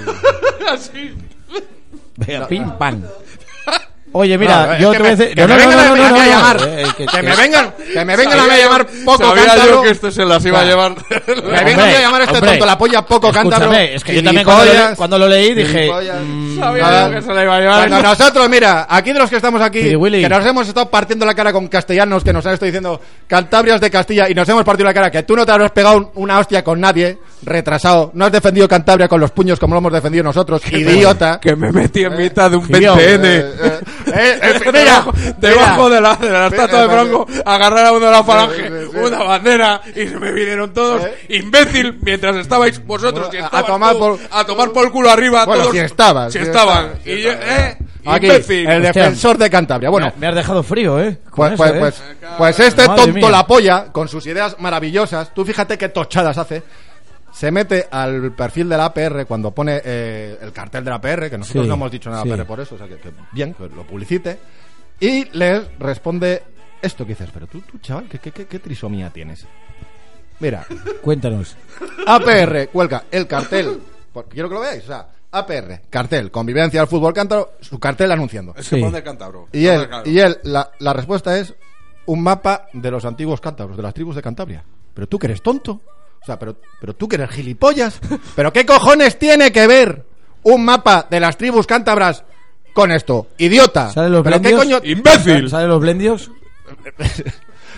Speaker 2: Pim,
Speaker 3: [laughs]
Speaker 2: pam. Oye, [laughs] mira,
Speaker 3: No, es
Speaker 2: yo
Speaker 3: que
Speaker 2: te voy a
Speaker 3: me-
Speaker 2: decir...
Speaker 3: que me vengan a- a llamar.
Speaker 2: eh, que-
Speaker 3: Que me
Speaker 2: que-
Speaker 3: vengan, que me vengan a mí
Speaker 5: Sabía
Speaker 3: a llamar
Speaker 5: yo-
Speaker 3: poco
Speaker 5: sabía
Speaker 3: cántabro.
Speaker 5: yo que esto se las iba a llevar. [laughs]
Speaker 3: Que me vengan a mí a llamar a este
Speaker 2: hombre.
Speaker 3: tonto la polla poco
Speaker 2: Escúchame,
Speaker 3: cántabro.
Speaker 2: es que yo también cuando lo,
Speaker 3: Gilipollas,
Speaker 2: le- cuando lo leí dije...
Speaker 3: gilipollas.
Speaker 5: Sabía yo que se la iba a llevar.
Speaker 3: Cuando nosotros, mira, aquí de los que estamos aquí,
Speaker 2: Pidi Willy.
Speaker 3: que nos hemos estado partiendo la cara con castellanos que nos han estado diciendo Cantabrias de Castilla y nos hemos partido la cara, que tú no te habrás pegado un- una hostia con nadie, retrasado, no has defendido Cantabria con los puños como lo hemos defendido nosotros, idiota.
Speaker 5: Que me metí en mitad de un
Speaker 2: Gilio,
Speaker 5: 20N. [laughs]
Speaker 3: eh, eh, eh, mira,
Speaker 5: debajo,
Speaker 3: mira.
Speaker 5: debajo de la, de la estatua de
Speaker 3: eh,
Speaker 5: Bronco, agarrar a uno de la falange,
Speaker 3: eh, eh,
Speaker 5: una bandera, y se me vinieron todos.
Speaker 3: Eh.
Speaker 5: Imbécil, mientras estabais vosotros y
Speaker 3: Bueno, a- a
Speaker 5: estabas
Speaker 3: tomar
Speaker 5: tú,
Speaker 3: por-
Speaker 5: a tomar por el culo arriba.
Speaker 3: Bueno,
Speaker 5: todos,
Speaker 3: si estabas,
Speaker 5: Si
Speaker 3: si
Speaker 5: estaban.
Speaker 3: estabas, si
Speaker 5: Y yo, eh,
Speaker 3: Aquí,
Speaker 5: imbécil.
Speaker 3: el
Speaker 2: Hostia.
Speaker 3: defensor de Cantabria. Bueno,
Speaker 2: Me- me has dejado frío, ¿eh? Con
Speaker 3: Pues,
Speaker 2: eso,
Speaker 3: pues,
Speaker 2: ¿eh?
Speaker 3: pues, pues este
Speaker 2: Madre
Speaker 3: tonto
Speaker 2: mía.
Speaker 3: la polla, con sus ideas maravillosas, tú fíjate qué tochadas hace. Se mete al perfil de la APR cuando pone eh, el cartel de la APR, que nosotros
Speaker 2: Sí,
Speaker 3: no hemos dicho nada
Speaker 2: sí.
Speaker 3: APR por eso, o sea que, que bien, que lo publicite. Y le responde esto que dices, pero tú, tú chaval, ¿qué, qué, qué- qué trisomía tienes? Mira,
Speaker 2: Cuéntanos.
Speaker 3: APR cuelga el cartel, porque quiero que lo veáis, o sea, APR, cartel, convivencia al fútbol cántaro, su cartel anunciando.
Speaker 5: Es que
Speaker 2: Sí.
Speaker 5: pone el cántabro.
Speaker 3: Y
Speaker 5: Pone
Speaker 3: él,
Speaker 5: el cántabro.
Speaker 3: y él la, la respuesta es un mapa de los antiguos cántabros, de las tribus de Cantabria. Pero tú que eres tonto. O sea, pero, pero tú que
Speaker 2: [laughs]
Speaker 3: eres gilipollas. ¿Pero qué cojones tiene que ver un mapa de las tribus cántabras con esto? ¡Idiota!
Speaker 2: ¿Salen los
Speaker 3: ¿Pero qué
Speaker 2: blendios?
Speaker 3: coño?
Speaker 5: ¡Imbécil!
Speaker 2: ¿Salen los blendios?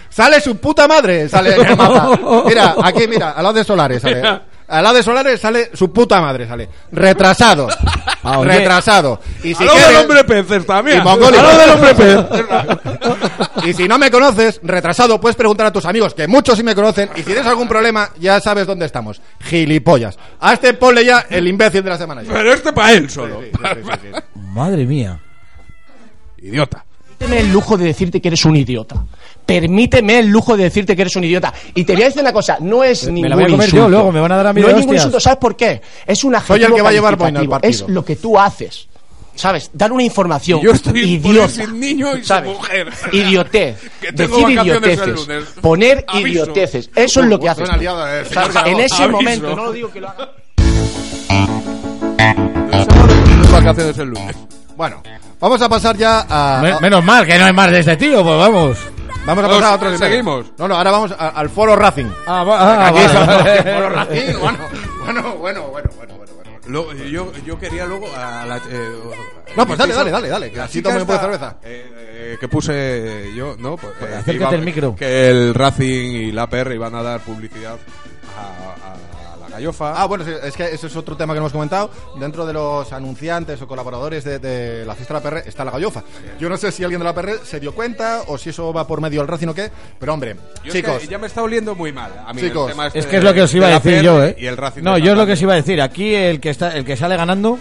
Speaker 3: ¡Sale su puta madre!
Speaker 2: [laughs]
Speaker 3: Sale en el mapa. Mira, aquí, mira, al lado de Solares sale. Al lado de Solares sale su puta madre, sale. Retrasado.
Speaker 2: [laughs] Ah, oye.
Speaker 3: Retrasado. Y si
Speaker 5: Aló del
Speaker 3: quieres-
Speaker 5: hombre pez, esta mía.
Speaker 3: Y mongólico.
Speaker 5: Aló del hombre pez.
Speaker 3: [laughs] Y si no me conoces, retrasado, puedes preguntar a tus amigos, que muchos sí me conocen, y si tienes algún problema, ya sabes dónde estamos. Gilipollas. A este ponle ya el imbécil de la semana. ya.
Speaker 5: [laughs] Pero este para él solo.
Speaker 3: Sí, sí, sí, sí, sí.
Speaker 2: Madre mía.
Speaker 5: Idiota.
Speaker 8: Permíteme el lujo de decirte que eres un idiota. Permíteme el lujo de decirte que eres un idiota. Y te voy a decir una cosa, no es
Speaker 2: Me
Speaker 8: ningún
Speaker 2: la voy a comer
Speaker 8: insulto.
Speaker 2: yo luego, me van a dar a mí
Speaker 8: No
Speaker 2: de
Speaker 8: es ningún
Speaker 2: hostias.
Speaker 8: insulto, ¿sabes por qué? Es
Speaker 3: Soy
Speaker 8: un
Speaker 3: el
Speaker 8: adjetivo
Speaker 3: que va a llevar
Speaker 8: calificativo,
Speaker 3: boina al partido.
Speaker 8: Es lo que tú haces. ¿Sabes? Dar una información
Speaker 5: Y yo estoy por
Speaker 8: idiota.
Speaker 5: ese niño y su
Speaker 8: ¿sabes?
Speaker 5: mujer.
Speaker 8: Idiotez.
Speaker 5: Que tengo
Speaker 8: Decir
Speaker 5: vacaciones el
Speaker 8: idioteces.
Speaker 5: lunes.
Speaker 8: Poner
Speaker 5: Aviso.
Speaker 8: idioteces. Eso es lo que haces.
Speaker 3: Buena liada, eh,
Speaker 8: ¿sabes?
Speaker 5: Claro,
Speaker 8: En ese
Speaker 5: aviso.
Speaker 8: momento, no lo digo que lo haga.
Speaker 5: Tengo vacaciones el lunes.
Speaker 3: Bueno, vamos a pasar ya a.
Speaker 2: Me-
Speaker 3: a-
Speaker 2: menos mal que no hay más de este tío, pues vamos.
Speaker 3: vamos a
Speaker 5: Vamos,
Speaker 3: pasar a otro
Speaker 5: seguimos.
Speaker 3: No, no, ahora vamos a- al Foro Racing.
Speaker 2: Ah, va- ah,
Speaker 3: Aquí
Speaker 2: vale,
Speaker 3: estamos,
Speaker 2: vale.
Speaker 3: el [laughs] Foro Racing. Bueno, bueno, bueno, bueno, bueno, bueno, bueno.
Speaker 5: Luego, yo, yo quería luego a la. eh,
Speaker 3: No, pues dale,
Speaker 5: hizo-
Speaker 3: dale, dale, dale, que
Speaker 5: la
Speaker 3: así
Speaker 5: chica
Speaker 3: tomo un poco de
Speaker 5: esta,
Speaker 3: cerveza.
Speaker 5: eh, eh, que puse yo, ¿no? Pues, eh,
Speaker 2: acércate
Speaker 5: iba-
Speaker 2: al micro.
Speaker 5: Que el Racing y la PR iban a dar publicidad a, a- a la gallofa.
Speaker 3: Ah, bueno, sí, es que ese es otro tema que no hemos comentado. Dentro de los anunciantes o colaboradores de, de la fiesta de la PR está la gallofa. Yo no sé si alguien de la PR se dio cuenta o si eso va por medio del Racing o qué, pero hombre,
Speaker 5: Yo es que
Speaker 3: chicos,
Speaker 5: ya me está oliendo muy mal. A mí el
Speaker 3: Chicos.
Speaker 5: tema este
Speaker 2: Es que es lo que os iba
Speaker 5: de
Speaker 2: a
Speaker 5: la
Speaker 2: decir
Speaker 5: PR
Speaker 2: yo, ¿eh?
Speaker 5: Y el Racing
Speaker 2: no,
Speaker 5: de
Speaker 2: yo es lo que
Speaker 5: Santander.
Speaker 2: os iba a decir. Aquí el que está, el que sale ganando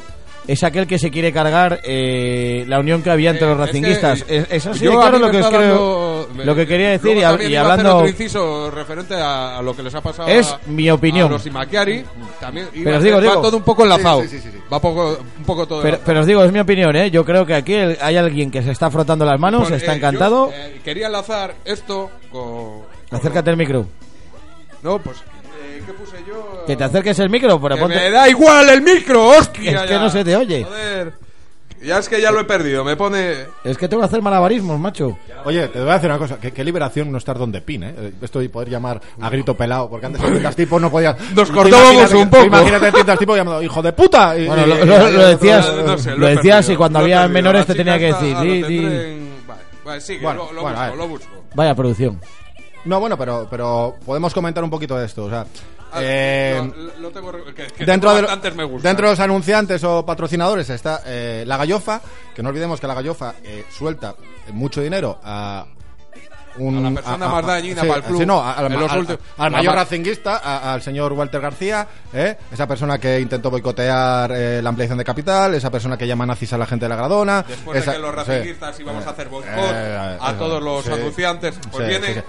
Speaker 2: es aquel que se quiere cargar eh, la unión que había entre los
Speaker 5: Eh, es que,
Speaker 2: racinguistas.
Speaker 5: eh,
Speaker 2: Es, es así
Speaker 5: yo
Speaker 2: de
Speaker 5: a
Speaker 2: claro
Speaker 5: mí
Speaker 2: lo
Speaker 5: me
Speaker 2: que, os
Speaker 5: está
Speaker 2: creo,
Speaker 5: dando-
Speaker 2: lo que quería decir
Speaker 5: eh,
Speaker 2: y,
Speaker 5: Luego
Speaker 2: hab-
Speaker 5: también
Speaker 2: y
Speaker 5: iba a hacer
Speaker 2: hablando...
Speaker 5: otro inciso referente a, a lo que les ha pasado
Speaker 2: Es
Speaker 5: a-
Speaker 2: mi opinión.
Speaker 5: a los Imakiari también iba
Speaker 2: Pero
Speaker 5: a
Speaker 2: os digo,
Speaker 5: ser- va
Speaker 2: digo.
Speaker 5: todo un poco enlazado
Speaker 3: Sí, sí, sí, sí.
Speaker 5: va poco un poco todo
Speaker 2: Pero,
Speaker 5: enlazado.
Speaker 2: pero os digo, es mi opinión, ¿eh? Yo creo que aquí el- hay alguien que se está frotando las manos,
Speaker 5: Con-
Speaker 2: está
Speaker 5: eh,
Speaker 2: encantado.
Speaker 5: yo, eh, quería enlazar esto con, con-
Speaker 2: Acércate el micro.
Speaker 5: no pues eh, qué puse yo
Speaker 2: Que te acerques el micro, pero
Speaker 5: Que
Speaker 2: ponte...
Speaker 5: me da igual el micro hostia
Speaker 2: Es que
Speaker 5: ya.
Speaker 2: no se te oye.
Speaker 5: Joder. ya es que ya lo he perdido me pone
Speaker 2: Es que tengo que hacer malabarismos, macho.
Speaker 3: Oye, te voy a decir una cosa. Qué, qué liberación no estar donde pin, ¿eh? Eh, Esto de poder llamar a grito pelado, porque antes en tiendas tipo no podías...
Speaker 5: Nos cortábamos
Speaker 3: Imagínate-
Speaker 5: un poco.
Speaker 3: Imagínate en tiendas tipo llamando, hijo de puta. y-
Speaker 2: Bueno,
Speaker 3: y-
Speaker 2: lo,
Speaker 5: Eh,
Speaker 3: y-
Speaker 2: lo-
Speaker 3: y-
Speaker 2: lo decías,
Speaker 5: No, no sé,
Speaker 2: lo
Speaker 5: he
Speaker 2: decías
Speaker 5: perdido,
Speaker 2: y cuando
Speaker 5: lo he
Speaker 2: había
Speaker 5: perdido.
Speaker 2: menores
Speaker 5: La
Speaker 2: te tenía
Speaker 5: chica
Speaker 2: que
Speaker 5: esta
Speaker 2: decir.
Speaker 5: lo
Speaker 2: di, di.
Speaker 5: tendré en- Vale, vale, sigue,
Speaker 3: Bueno,
Speaker 5: lo, lo
Speaker 3: bueno, a ver.
Speaker 5: busco, lo busco.
Speaker 2: Vaya producción.
Speaker 3: Pues- No, bueno, pero, pero podemos comentar un poquito de esto. O sea,
Speaker 5: Ah,
Speaker 3: eh,
Speaker 5: lo, lo tengo re- que- que
Speaker 3: dentro de, lo-
Speaker 5: bastantes me gusta.
Speaker 3: dentro de los anunciantes o patrocinadores está eh, la gallofa, que no olvidemos que la gallofa eh, suelta eh, mucho dinero a... un-
Speaker 5: A la persona más dañina
Speaker 3: sí,
Speaker 5: para el club.
Speaker 3: sí, no, a- al,
Speaker 5: En los
Speaker 3: al-
Speaker 5: últimos-
Speaker 3: al
Speaker 5: la
Speaker 3: mayor
Speaker 5: ma-
Speaker 3: racinguista, a- al señor Walter García, ¿eh? esa persona que intentó boicotear eh, la ampliación de capital, esa persona que llama nazis a la gente de la Gradona.
Speaker 5: después
Speaker 3: esa-
Speaker 5: de que los
Speaker 3: sí.
Speaker 5: racinguistas íbamos a hacer boicot
Speaker 3: eh,
Speaker 5: a
Speaker 3: eh,
Speaker 5: todos los
Speaker 3: sí.
Speaker 5: anunciantes, pues
Speaker 3: Sí,
Speaker 5: viene,
Speaker 3: sí, sí.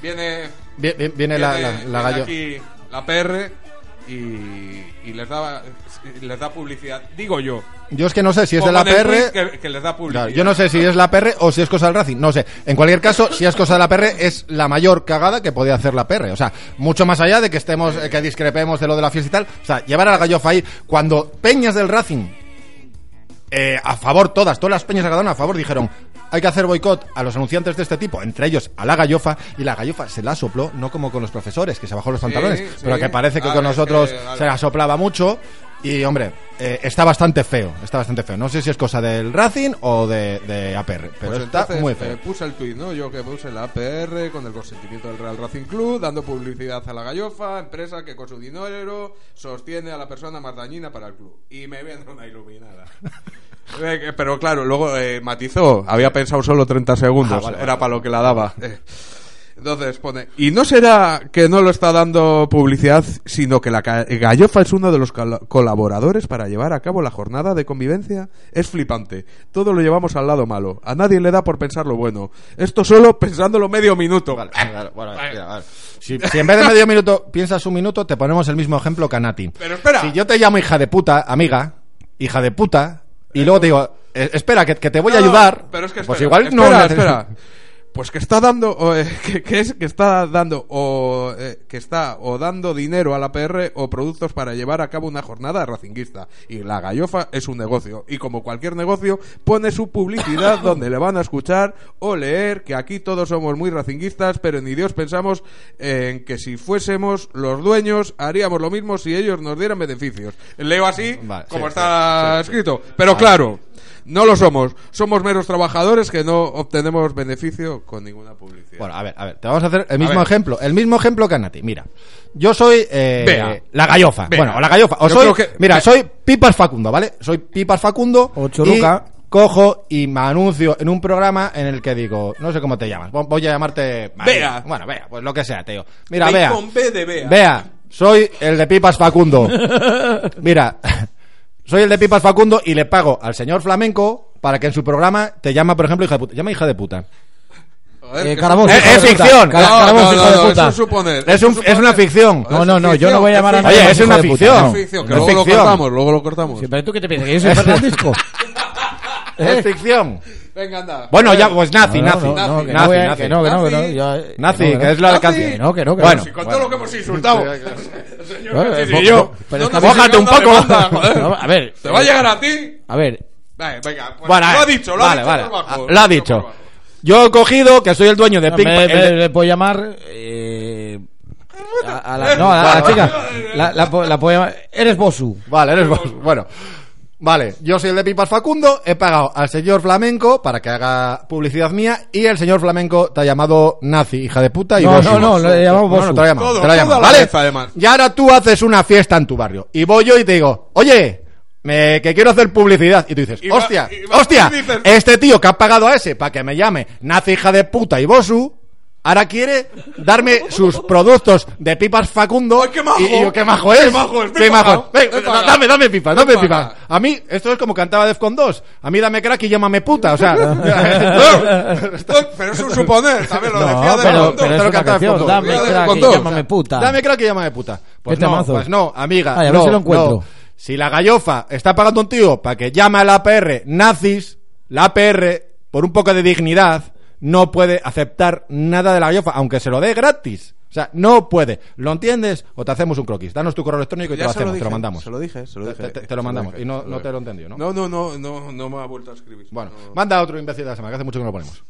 Speaker 5: viene,
Speaker 3: Vie- vie- viene la, la,
Speaker 5: viene-
Speaker 3: la
Speaker 5: viene
Speaker 3: gallo-
Speaker 5: aquí la PR y, y les da les da publicidad, digo yo.
Speaker 3: Yo es que no sé si es
Speaker 5: Pongo
Speaker 3: de la
Speaker 5: en el
Speaker 3: PR.
Speaker 5: tweet que, que les da publicidad.
Speaker 3: Claro, yo no sé si es la PR o si es cosa del Racing, no sé. En cualquier caso, si es cosa de la PR, es la mayor cagada que podía hacer la PR. O sea, mucho más allá de que estemos, eh, que discrepemos de lo de la fiesta y tal. O sea, llevar a la gallofa ahí cuando peñas del Racing, eh, a favor todas, todas las peñas de Gradona a favor, dijeron, hay que hacer boicot a los anunciantes de este tipo, entre ellos a la gallofa, y la gallofa se la sopló, no como con los profesores, que se bajó los pantalones,
Speaker 5: sí.
Speaker 3: pero que parece que
Speaker 5: Ah,
Speaker 3: con
Speaker 5: es
Speaker 3: nosotros
Speaker 5: que, ah,
Speaker 3: se la soplaba mucho. Y hombre, eh, está bastante feo, está bastante feo. No sé si es cosa del Racing o de, de APR, pero
Speaker 5: Pues
Speaker 3: está
Speaker 5: entonces,
Speaker 3: muy feo.
Speaker 5: eh, puse el tuit, ¿no? Yo que puse la APR con el consentimiento del Real Racing Club, dando publicidad a la gallofa, empresa que con su dinero sostiene a la persona más dañina para el club. Y me viene
Speaker 3: [laughs]
Speaker 5: una iluminada. Eh, que- Pero claro, luego eh, matizó, había pensado solo 30 segundos,
Speaker 3: Ah,
Speaker 5: era para lo que la daba. Eh, Entonces pone, y no será que no lo está dando publicidad, sino que la ca- gallofa es uno de los col- colaboradores para llevar a cabo la jornada de convivencia. Es flipante. Todo lo llevamos al lado malo. A nadie le da por pensar lo bueno. Esto solo pensándolo medio minuto.
Speaker 3: Vale, vale, vale, mira, vale. Si, si en vez de medio minuto piensas un minuto, te ponemos el mismo ejemplo que a Nati.
Speaker 5: Pero espera.
Speaker 3: Si yo te llamo hija de puta, amiga, hija de puta, y luego te digo, "Eh, espera, que, que te voy a
Speaker 5: pues- No,
Speaker 3: ayudar.
Speaker 5: Pero es que
Speaker 3: pues
Speaker 5: espera,
Speaker 3: igual no.
Speaker 5: espera,
Speaker 3: neces-
Speaker 5: espera. Pues que está dando, o, eh, [laughs] que, que es que está dando o eh, que está o dando dinero a la PR o productos para llevar a cabo una jornada racinguista. Y la gallofa es un negocio y como cualquier negocio pone su
Speaker 3: [laughs]
Speaker 5: publicidad donde le van a escuchar o leer que aquí todos somos muy racinguistas, pero ni Dios pensamos en que si fuésemos los dueños haríamos lo mismo si ellos nos dieran beneficios. Leo así
Speaker 3: Vale,
Speaker 5: como
Speaker 3: sí,
Speaker 5: está Ah, escrito, pero
Speaker 2: Ah.
Speaker 5: claro, no lo somos. Somos meros trabajadores que no obtenemos beneficio con ninguna publicidad.
Speaker 3: Bueno, a ver, a ver, te vamos a hacer el mismo
Speaker 5: ver.
Speaker 3: ejemplo, el mismo ejemplo que a Nati. Mira, yo soy eh,
Speaker 5: Vea.
Speaker 3: la gallofa,
Speaker 5: Vea.
Speaker 3: bueno, o la gallofa, o
Speaker 5: Yo
Speaker 3: soy,
Speaker 5: creo que-
Speaker 3: mira,
Speaker 5: Vea.
Speaker 3: soy Pipas Facundo, ¿vale? Soy Pipas Facundo
Speaker 2: O Churruca.
Speaker 3: y cojo y me anuncio en un programa en el que digo, no sé cómo te llamas, vo- voy a llamarte María.
Speaker 5: Vea.
Speaker 3: Bueno, vea, pues lo que sea, Teo. Mira,
Speaker 5: Ve
Speaker 3: vea.
Speaker 5: con B de Bea.
Speaker 3: Vea, soy el de Pipas Facundo. Mira, soy el de Pipas Facundo y le pago al señor Flamenco para que en su programa te llama, por ejemplo, hija de puta. Llama hija de puta.
Speaker 5: Joder,
Speaker 2: Eh,
Speaker 5: que
Speaker 2: Carabobo,
Speaker 5: eso-
Speaker 3: Eh,
Speaker 2: hijo de
Speaker 3: es
Speaker 2: puta.
Speaker 3: ficción.
Speaker 2: Cara-
Speaker 5: No,
Speaker 2: Carabobo,
Speaker 5: no,
Speaker 2: hijo
Speaker 5: no,
Speaker 2: de
Speaker 5: no,
Speaker 2: puta.
Speaker 5: eso es suponer.
Speaker 3: Es, un,
Speaker 5: Eso
Speaker 3: es una
Speaker 5: suponer.
Speaker 3: ficción.
Speaker 2: No, no, no, yo no voy a llamar a nadie.
Speaker 3: Oye, es una
Speaker 2: hijo de puta,
Speaker 3: ficción.
Speaker 2: no.
Speaker 5: Es ficción, que
Speaker 3: Es
Speaker 5: luego lo
Speaker 3: ficción.
Speaker 5: cortamos, luego lo
Speaker 3: [laughs]
Speaker 5: cortamos.
Speaker 2: Sí, pero tú qué te piensas, que yo soy Fernandisco.
Speaker 3: Es ficción.
Speaker 5: Venga, anda.
Speaker 3: Bueno, ya, pues nazi,
Speaker 2: No,
Speaker 3: nazi.
Speaker 2: no, no, no, que no,
Speaker 3: Nazi,
Speaker 2: que-
Speaker 3: nazi.
Speaker 2: que no, que no, que no,
Speaker 5: Nazi.
Speaker 2: yo, eh,
Speaker 3: Nazi,
Speaker 2: no,
Speaker 3: que es la
Speaker 5: Nazi.
Speaker 3: canción.
Speaker 2: Que no, que no, que
Speaker 3: Bueno.
Speaker 2: no.
Speaker 5: Si con todo lo que hemos insultado. [laughs] Señor
Speaker 2: Bueno,
Speaker 5: Canciller,
Speaker 2: bo-
Speaker 5: y yo.
Speaker 2: bo- pero
Speaker 5: no
Speaker 2: es que-
Speaker 5: nos
Speaker 3: bójate un
Speaker 5: llega una
Speaker 3: poco. [laughs]
Speaker 5: demanda, joder.
Speaker 2: [laughs] No, a ver,
Speaker 5: ¿Te va a llegar a ti?
Speaker 2: a ver.
Speaker 5: Vale, venga. pues
Speaker 3: Bueno,
Speaker 5: lo
Speaker 3: a
Speaker 5: ha
Speaker 3: ver.
Speaker 5: dicho, lo
Speaker 3: Vale,
Speaker 5: ha
Speaker 3: vale.
Speaker 5: dicho. por abajo,
Speaker 3: Ah, Lo ha
Speaker 5: por
Speaker 3: dicho.
Speaker 5: abajo.
Speaker 3: Yo he cogido que soy el dueño de Pink
Speaker 2: me,
Speaker 3: el de-
Speaker 2: me- le puedo llamar. Eh, a, a
Speaker 3: [laughs]
Speaker 2: la, no, a la, a la chica. La, la, po- la puedo llamar. Eres Bosu.
Speaker 3: Vale, eres vos. Bueno. Vale, yo soy el de Pipas Facundo, he pagado al señor Flamenco para que haga publicidad mía y el señor Flamenco te ha llamado nazi, hija de puta y
Speaker 2: No,
Speaker 3: Bosu.
Speaker 2: no, no, le he llamado
Speaker 3: No, no,
Speaker 2: Bosu.
Speaker 3: te lo he llamado,
Speaker 5: Todo,
Speaker 3: te lo he
Speaker 5: toda
Speaker 3: llamado,
Speaker 5: la
Speaker 3: ¿vale?
Speaker 5: vez, además.
Speaker 3: Y ahora tú haces una fiesta en tu barrio y voy yo y te digo, "Oye, me- que quiero hacer publicidad." Y tú dices,
Speaker 5: Y va-
Speaker 3: "Hostia,
Speaker 5: y va-
Speaker 3: hostia,
Speaker 5: y dices-
Speaker 3: este tío que ha pagado a ese para que me llame nazi, hija de puta y Bosu." Ahora quiere darme sus productos de pipas Facundo.
Speaker 5: ¡Ay, qué majo!
Speaker 3: Y, y yo, qué majo es.
Speaker 5: ¡Qué majo es!
Speaker 3: ¡Qué majo es!
Speaker 5: Ven,
Speaker 3: Ven,
Speaker 5: para acá.
Speaker 3: dame, dame pipas, dame
Speaker 5: Ven para
Speaker 3: pipas.
Speaker 5: acá.
Speaker 3: A mí, esto es como cantaba Defcon 2. A mí dame crack y llámame puta. O
Speaker 5: [laughs]
Speaker 3: sea, [laughs] no. [laughs]
Speaker 5: Uy, Pero es un suponer, también lo
Speaker 2: No,
Speaker 5: decía de
Speaker 2: pero,
Speaker 5: fondo.
Speaker 2: pero es
Speaker 3: te lo
Speaker 2: una
Speaker 3: cantaba con
Speaker 2: canción.
Speaker 3: todo.
Speaker 2: Dame
Speaker 5: Te lo
Speaker 2: crack
Speaker 5: con
Speaker 2: y
Speaker 5: todo.
Speaker 2: llámame puta.
Speaker 3: Dame crack y llámame puta. Pues
Speaker 2: Qué
Speaker 3: no,
Speaker 2: temazo.
Speaker 3: pues no, amiga.
Speaker 2: Ay, a ver
Speaker 3: no,
Speaker 2: si lo encuentro.
Speaker 3: no. Si la gallofa está pagando un tío para que llame a la APR nazis, la APR, por un poco de dignidad, no puede aceptar nada de la gallofa, aunque se lo dé gratis. O sea, no puede. ¿Lo entiendes? O te hacemos un croquis. Danos tu correo electrónico y te lo hacemos, te lo mandamos.
Speaker 5: Se lo dije, se lo
Speaker 3: Te-
Speaker 5: dije.
Speaker 3: te- te lo
Speaker 5: Se
Speaker 3: mandamos.
Speaker 5: dije,
Speaker 3: Y no-
Speaker 5: se
Speaker 3: no te
Speaker 5: dije.
Speaker 3: lo entendió, ¿no?
Speaker 5: No, no, no, no, no me ha vuelto a escribir.
Speaker 3: Bueno,
Speaker 5: No.
Speaker 3: manda otro imbécil de la semana, que hace mucho que no lo ponemos.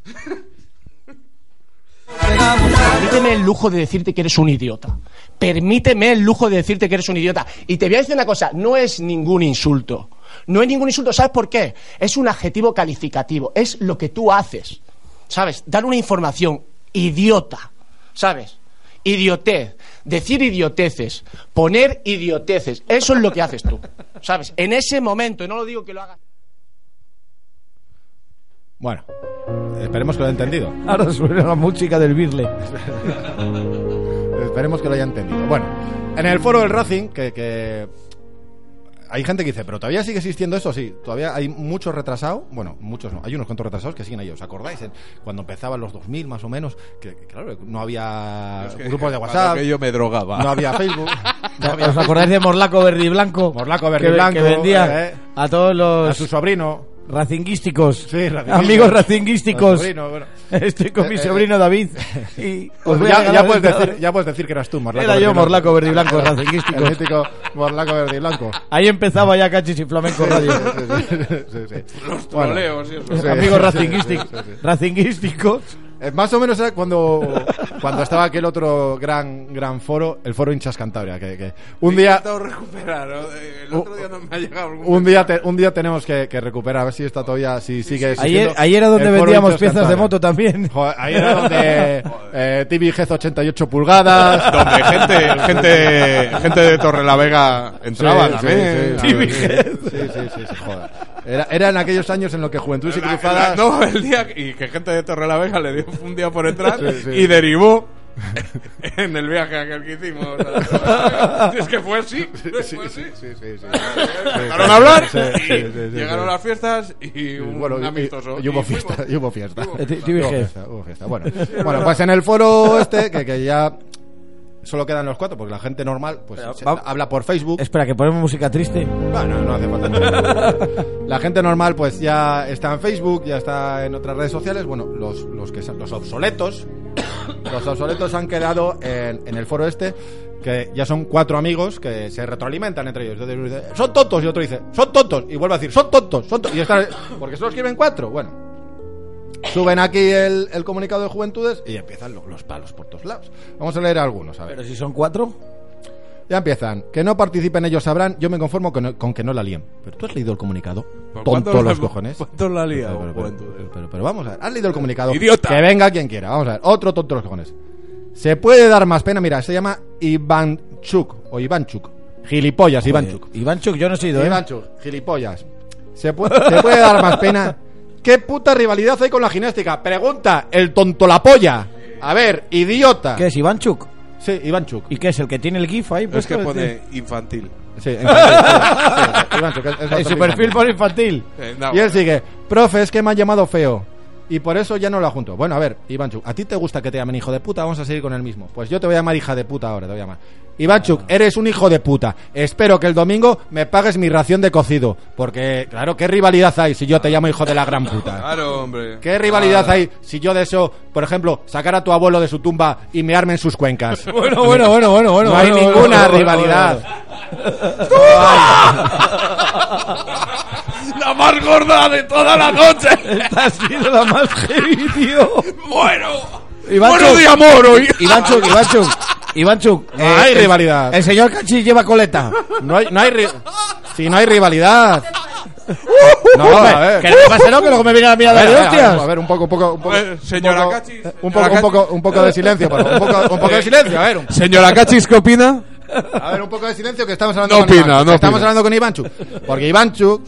Speaker 8: Permíteme el lujo de decirte que eres un idiota. Permíteme el lujo de decirte que eres un idiota. Y te voy a decir una cosa, no es ningún insulto. No es ningún insulto, ¿sabes por qué? Es un adjetivo calificativo, es lo que tú haces. ¿Sabes? Dar una información idiota, ¿sabes? Idiotez, decir idioteces, poner idioteces, eso es lo que haces tú. ¿Sabes? En ese momento, y no lo digo que lo hagas.
Speaker 3: Bueno, esperemos que lo haya entendido.
Speaker 2: Ahora suena la música del Birle.
Speaker 3: Esperemos que lo haya entendido. Bueno, en el foro del Racing, que, que hay gente que dice, pero todavía sigue existiendo eso, sí, todavía hay muchos retrasados, bueno, muchos no, hay unos cuantos retrasados que siguen ahí, ¿os acordáis? En- cuando empezaban los 2000 más o menos, que, que claro, no había
Speaker 5: Es que-
Speaker 3: grupos de
Speaker 5: para
Speaker 3: WhatsApp,
Speaker 5: que yo me drogaba.
Speaker 3: no
Speaker 5: [laughs]
Speaker 3: había Facebook, no había
Speaker 2: ¿Os acordáis de Morlaco Verde y Blanco?
Speaker 3: Morlaco Verde y
Speaker 2: Que ve-
Speaker 3: Blanco,
Speaker 2: Que vendía
Speaker 3: eh.
Speaker 2: a todos
Speaker 3: a
Speaker 2: los
Speaker 3: su sobrino,
Speaker 2: racinguísticos.
Speaker 3: Sí, racinguísticos.
Speaker 2: Amigos
Speaker 3: a su
Speaker 2: racinguísticos.
Speaker 3: sobrino, bueno.
Speaker 2: [laughs] Estoy con mi
Speaker 3: Eh, eh,
Speaker 2: sobrino David.
Speaker 3: [laughs]
Speaker 2: Y os voy a
Speaker 3: ya,
Speaker 2: regalar
Speaker 3: ya
Speaker 2: el
Speaker 3: puedes
Speaker 2: ordenador.
Speaker 3: decir, ya puedes decir que eras tú, Morlaco.
Speaker 2: Era
Speaker 3: Verde y
Speaker 2: yo,
Speaker 3: Blanco.
Speaker 2: Morlaco Verde y Blanco,
Speaker 3: [laughs] El
Speaker 2: racinguísticos.
Speaker 3: mítico Morlaco Verde y
Speaker 2: [laughs]
Speaker 3: Blanco.
Speaker 2: Ahí empezaba ya Cachis y Flamenco Radio.
Speaker 3: [laughs] Sí, sí, sí, sí.
Speaker 5: Los
Speaker 3: Bueno.
Speaker 5: troleos
Speaker 3: [laughs]
Speaker 5: y eso.
Speaker 3: Sí.
Speaker 2: Amigos
Speaker 3: Sí, sí, sí.
Speaker 2: racinguístic- racinguísticos.
Speaker 3: Eh, Más o menos era cuando, cuando estaba aquel otro gran, gran foro, el foro Hinchas Cantabria. Que, que un día,
Speaker 5: Intento recuperar. ¿no? Eh, El otro día no me ha llegado algún.
Speaker 3: un día, te- un día tenemos que, que recuperar, a ver si está todavía, si sigue existiendo
Speaker 2: Ayer, ayer era donde
Speaker 3: el foro
Speaker 2: vendíamos
Speaker 3: Hinchas
Speaker 2: piezas de
Speaker 3: Cantabria.
Speaker 2: moto también.
Speaker 3: Joder, ahí era donde
Speaker 5: [laughs]
Speaker 3: eh, TV Gez 88 pulgadas.
Speaker 5: Donde gente, gente, gente de Torrelavega entraba también.
Speaker 3: Sí, sí, sí, sí, sí, sí, sí, joder. Era, era en aquellos años en los que Juventud y
Speaker 5: La-
Speaker 3: Cruzadas...
Speaker 5: la- no, el día que- y que gente de Torrelavega le dio un día por entrar
Speaker 3: Sí, sí.
Speaker 5: y derivó [laughs] en el viaje aquel que hicimos. a- Si [laughs] es que fue así.
Speaker 3: Sí,
Speaker 5: fue así.
Speaker 3: sí, sí, sí, sí.
Speaker 5: Dejaron hablar,
Speaker 3: Sí, sí, sí,
Speaker 5: y
Speaker 3: sí, sí.
Speaker 5: llegaron las fiestas y un
Speaker 3: bueno, y-
Speaker 5: amistoso.
Speaker 3: y, y hubo
Speaker 5: fuimos.
Speaker 3: fiesta, y hubo fiesta.
Speaker 5: Hubo
Speaker 2: Eh, ti-
Speaker 5: fiesta.
Speaker 2: ti-
Speaker 3: Hubo fiesta, hubo fiesta. Bueno, bueno, pues en el foro este, que, que ya solo quedan los cuatro, porque la gente normal pues se-
Speaker 2: va-
Speaker 3: habla por Facebook.
Speaker 2: Espera, que ponemos música triste.
Speaker 3: Bueno, no hace falta. la gente normal pues ya está en Facebook, ya está en otras redes sociales. Bueno, los, los que son- los obsoletos, los obsoletos han quedado en, en el foro este, que ya son cuatro amigos que se retroalimentan entre ellos. Entonces uno dice, son tontos y otro dice, son tontos y vuelve a decir, son tontos, son tontos. Y están, porque solo escriben cuatro. Bueno, Suben aquí el, el comunicado de juventudes y empiezan lo- los palos por todos lados. Vamos a leer algunos, a ver.
Speaker 2: Pero si son cuatro.
Speaker 3: Ya empiezan. Que no participen ellos sabrán, yo me conformo con, con que no la líen. Pero tú has leído el comunicado.
Speaker 5: ¿Pero
Speaker 3: Tonto
Speaker 5: cuánto-
Speaker 3: los
Speaker 5: [laughs]
Speaker 3: cojones.
Speaker 5: ¿Cuánto la lía?
Speaker 3: Pero, pero, pero,
Speaker 5: Juventudes?
Speaker 3: pero, pero, pero vamos a ver, has leído el comunicado.
Speaker 5: Idiota.
Speaker 3: Que venga quien quiera. Vamos a ver, otro tonto los cojones. Se puede dar más pena, mira, se llama Ivanchuk o Ivanchuk. Gilipollas, Ivanchuk.
Speaker 2: Joder, Ivanchuk, yo no he sido, ¿eh?
Speaker 3: Ivanchuk, gilipollas. ¿Se puede, ¿Te puede dar más pena? ¿Qué puta rivalidad hay con la gimnástica? Pregunta el tonto la polla. A ver, idiota.
Speaker 2: ¿Qué es Ivanchuk?
Speaker 3: Sí, Ivanchuk.
Speaker 2: ¿Y qué es? ¿El que tiene el GIF ahí?
Speaker 5: Es que
Speaker 2: puesto?
Speaker 5: pone infantil.
Speaker 3: Sí, en- sí, sí,
Speaker 2: [laughs]
Speaker 3: sí, Ivanchuk, es- es
Speaker 2: En su
Speaker 3: otro
Speaker 2: perfil
Speaker 3: infantil.
Speaker 2: por
Speaker 3: [laughs]
Speaker 2: infantil.
Speaker 5: Eh, no,
Speaker 3: Y él sigue, profe, es que me han llamado feo. Y por eso ya no la junto. Bueno, a ver, Ivanchuk, ¿a ti te gusta que te llamen hijo de puta? Vamos a seguir con el mismo. Pues yo te voy a llamar hija de puta ahora, te voy a llamar. Ivanchuk,
Speaker 2: Ah.
Speaker 3: eres un hijo de puta. Espero que el domingo me pagues mi ración de cocido. Porque, claro, ¿qué rivalidad hay si yo te llamo hijo de la gran puta?
Speaker 5: Claro, hombre. Ah,
Speaker 3: ¿Qué rivalidad
Speaker 5: Nada.
Speaker 3: hay si yo de eso, por ejemplo, sacar a tu abuelo de su tumba y mearme en sus cuencas?
Speaker 2: [laughs] Bueno, bueno, bueno, bueno, bueno.
Speaker 3: no hay
Speaker 2: bueno,
Speaker 3: ninguna
Speaker 2: bueno, bueno,
Speaker 3: rivalidad.
Speaker 4: La más gorda de toda la
Speaker 3: [laughs]
Speaker 4: noche.
Speaker 2: bueno. Esta ha sido la más heavy, tío.
Speaker 4: Bueno.
Speaker 2: Ivanchuk.
Speaker 4: Buenos días, Moro.
Speaker 2: Ivanchuk, Ivanchuk. Ivanchuk.
Speaker 3: No hay
Speaker 2: Eh, el-
Speaker 3: rivalidad.
Speaker 2: El señor Cachi lleva coleta.
Speaker 3: No hay, no hay ri- si no hay rivalidad. No, a ver.
Speaker 2: Uh, Que no me pase, ¿no? Que luego me viene a mí a
Speaker 3: A ver,
Speaker 2: dar de
Speaker 3: a ver, a ver,
Speaker 2: hostias.
Speaker 3: a ver, un poco, un poco, un poco,
Speaker 5: Eh, señora
Speaker 3: un poco-
Speaker 5: Cachis,
Speaker 3: un
Speaker 5: señora
Speaker 3: poco, un
Speaker 5: Cachis.
Speaker 3: poco, un poco de silencio, por favor, un poco, un poco de silencio, a ver, un,
Speaker 5: Señora Cachis, ¿qué opina?
Speaker 3: a ver, un poco de silencio que estamos hablando
Speaker 5: No
Speaker 3: con
Speaker 5: opina,
Speaker 3: Ivanchuk,
Speaker 5: no
Speaker 3: que estamos
Speaker 5: opina.
Speaker 3: hablando con Ivanchuk, porque Ivanchuk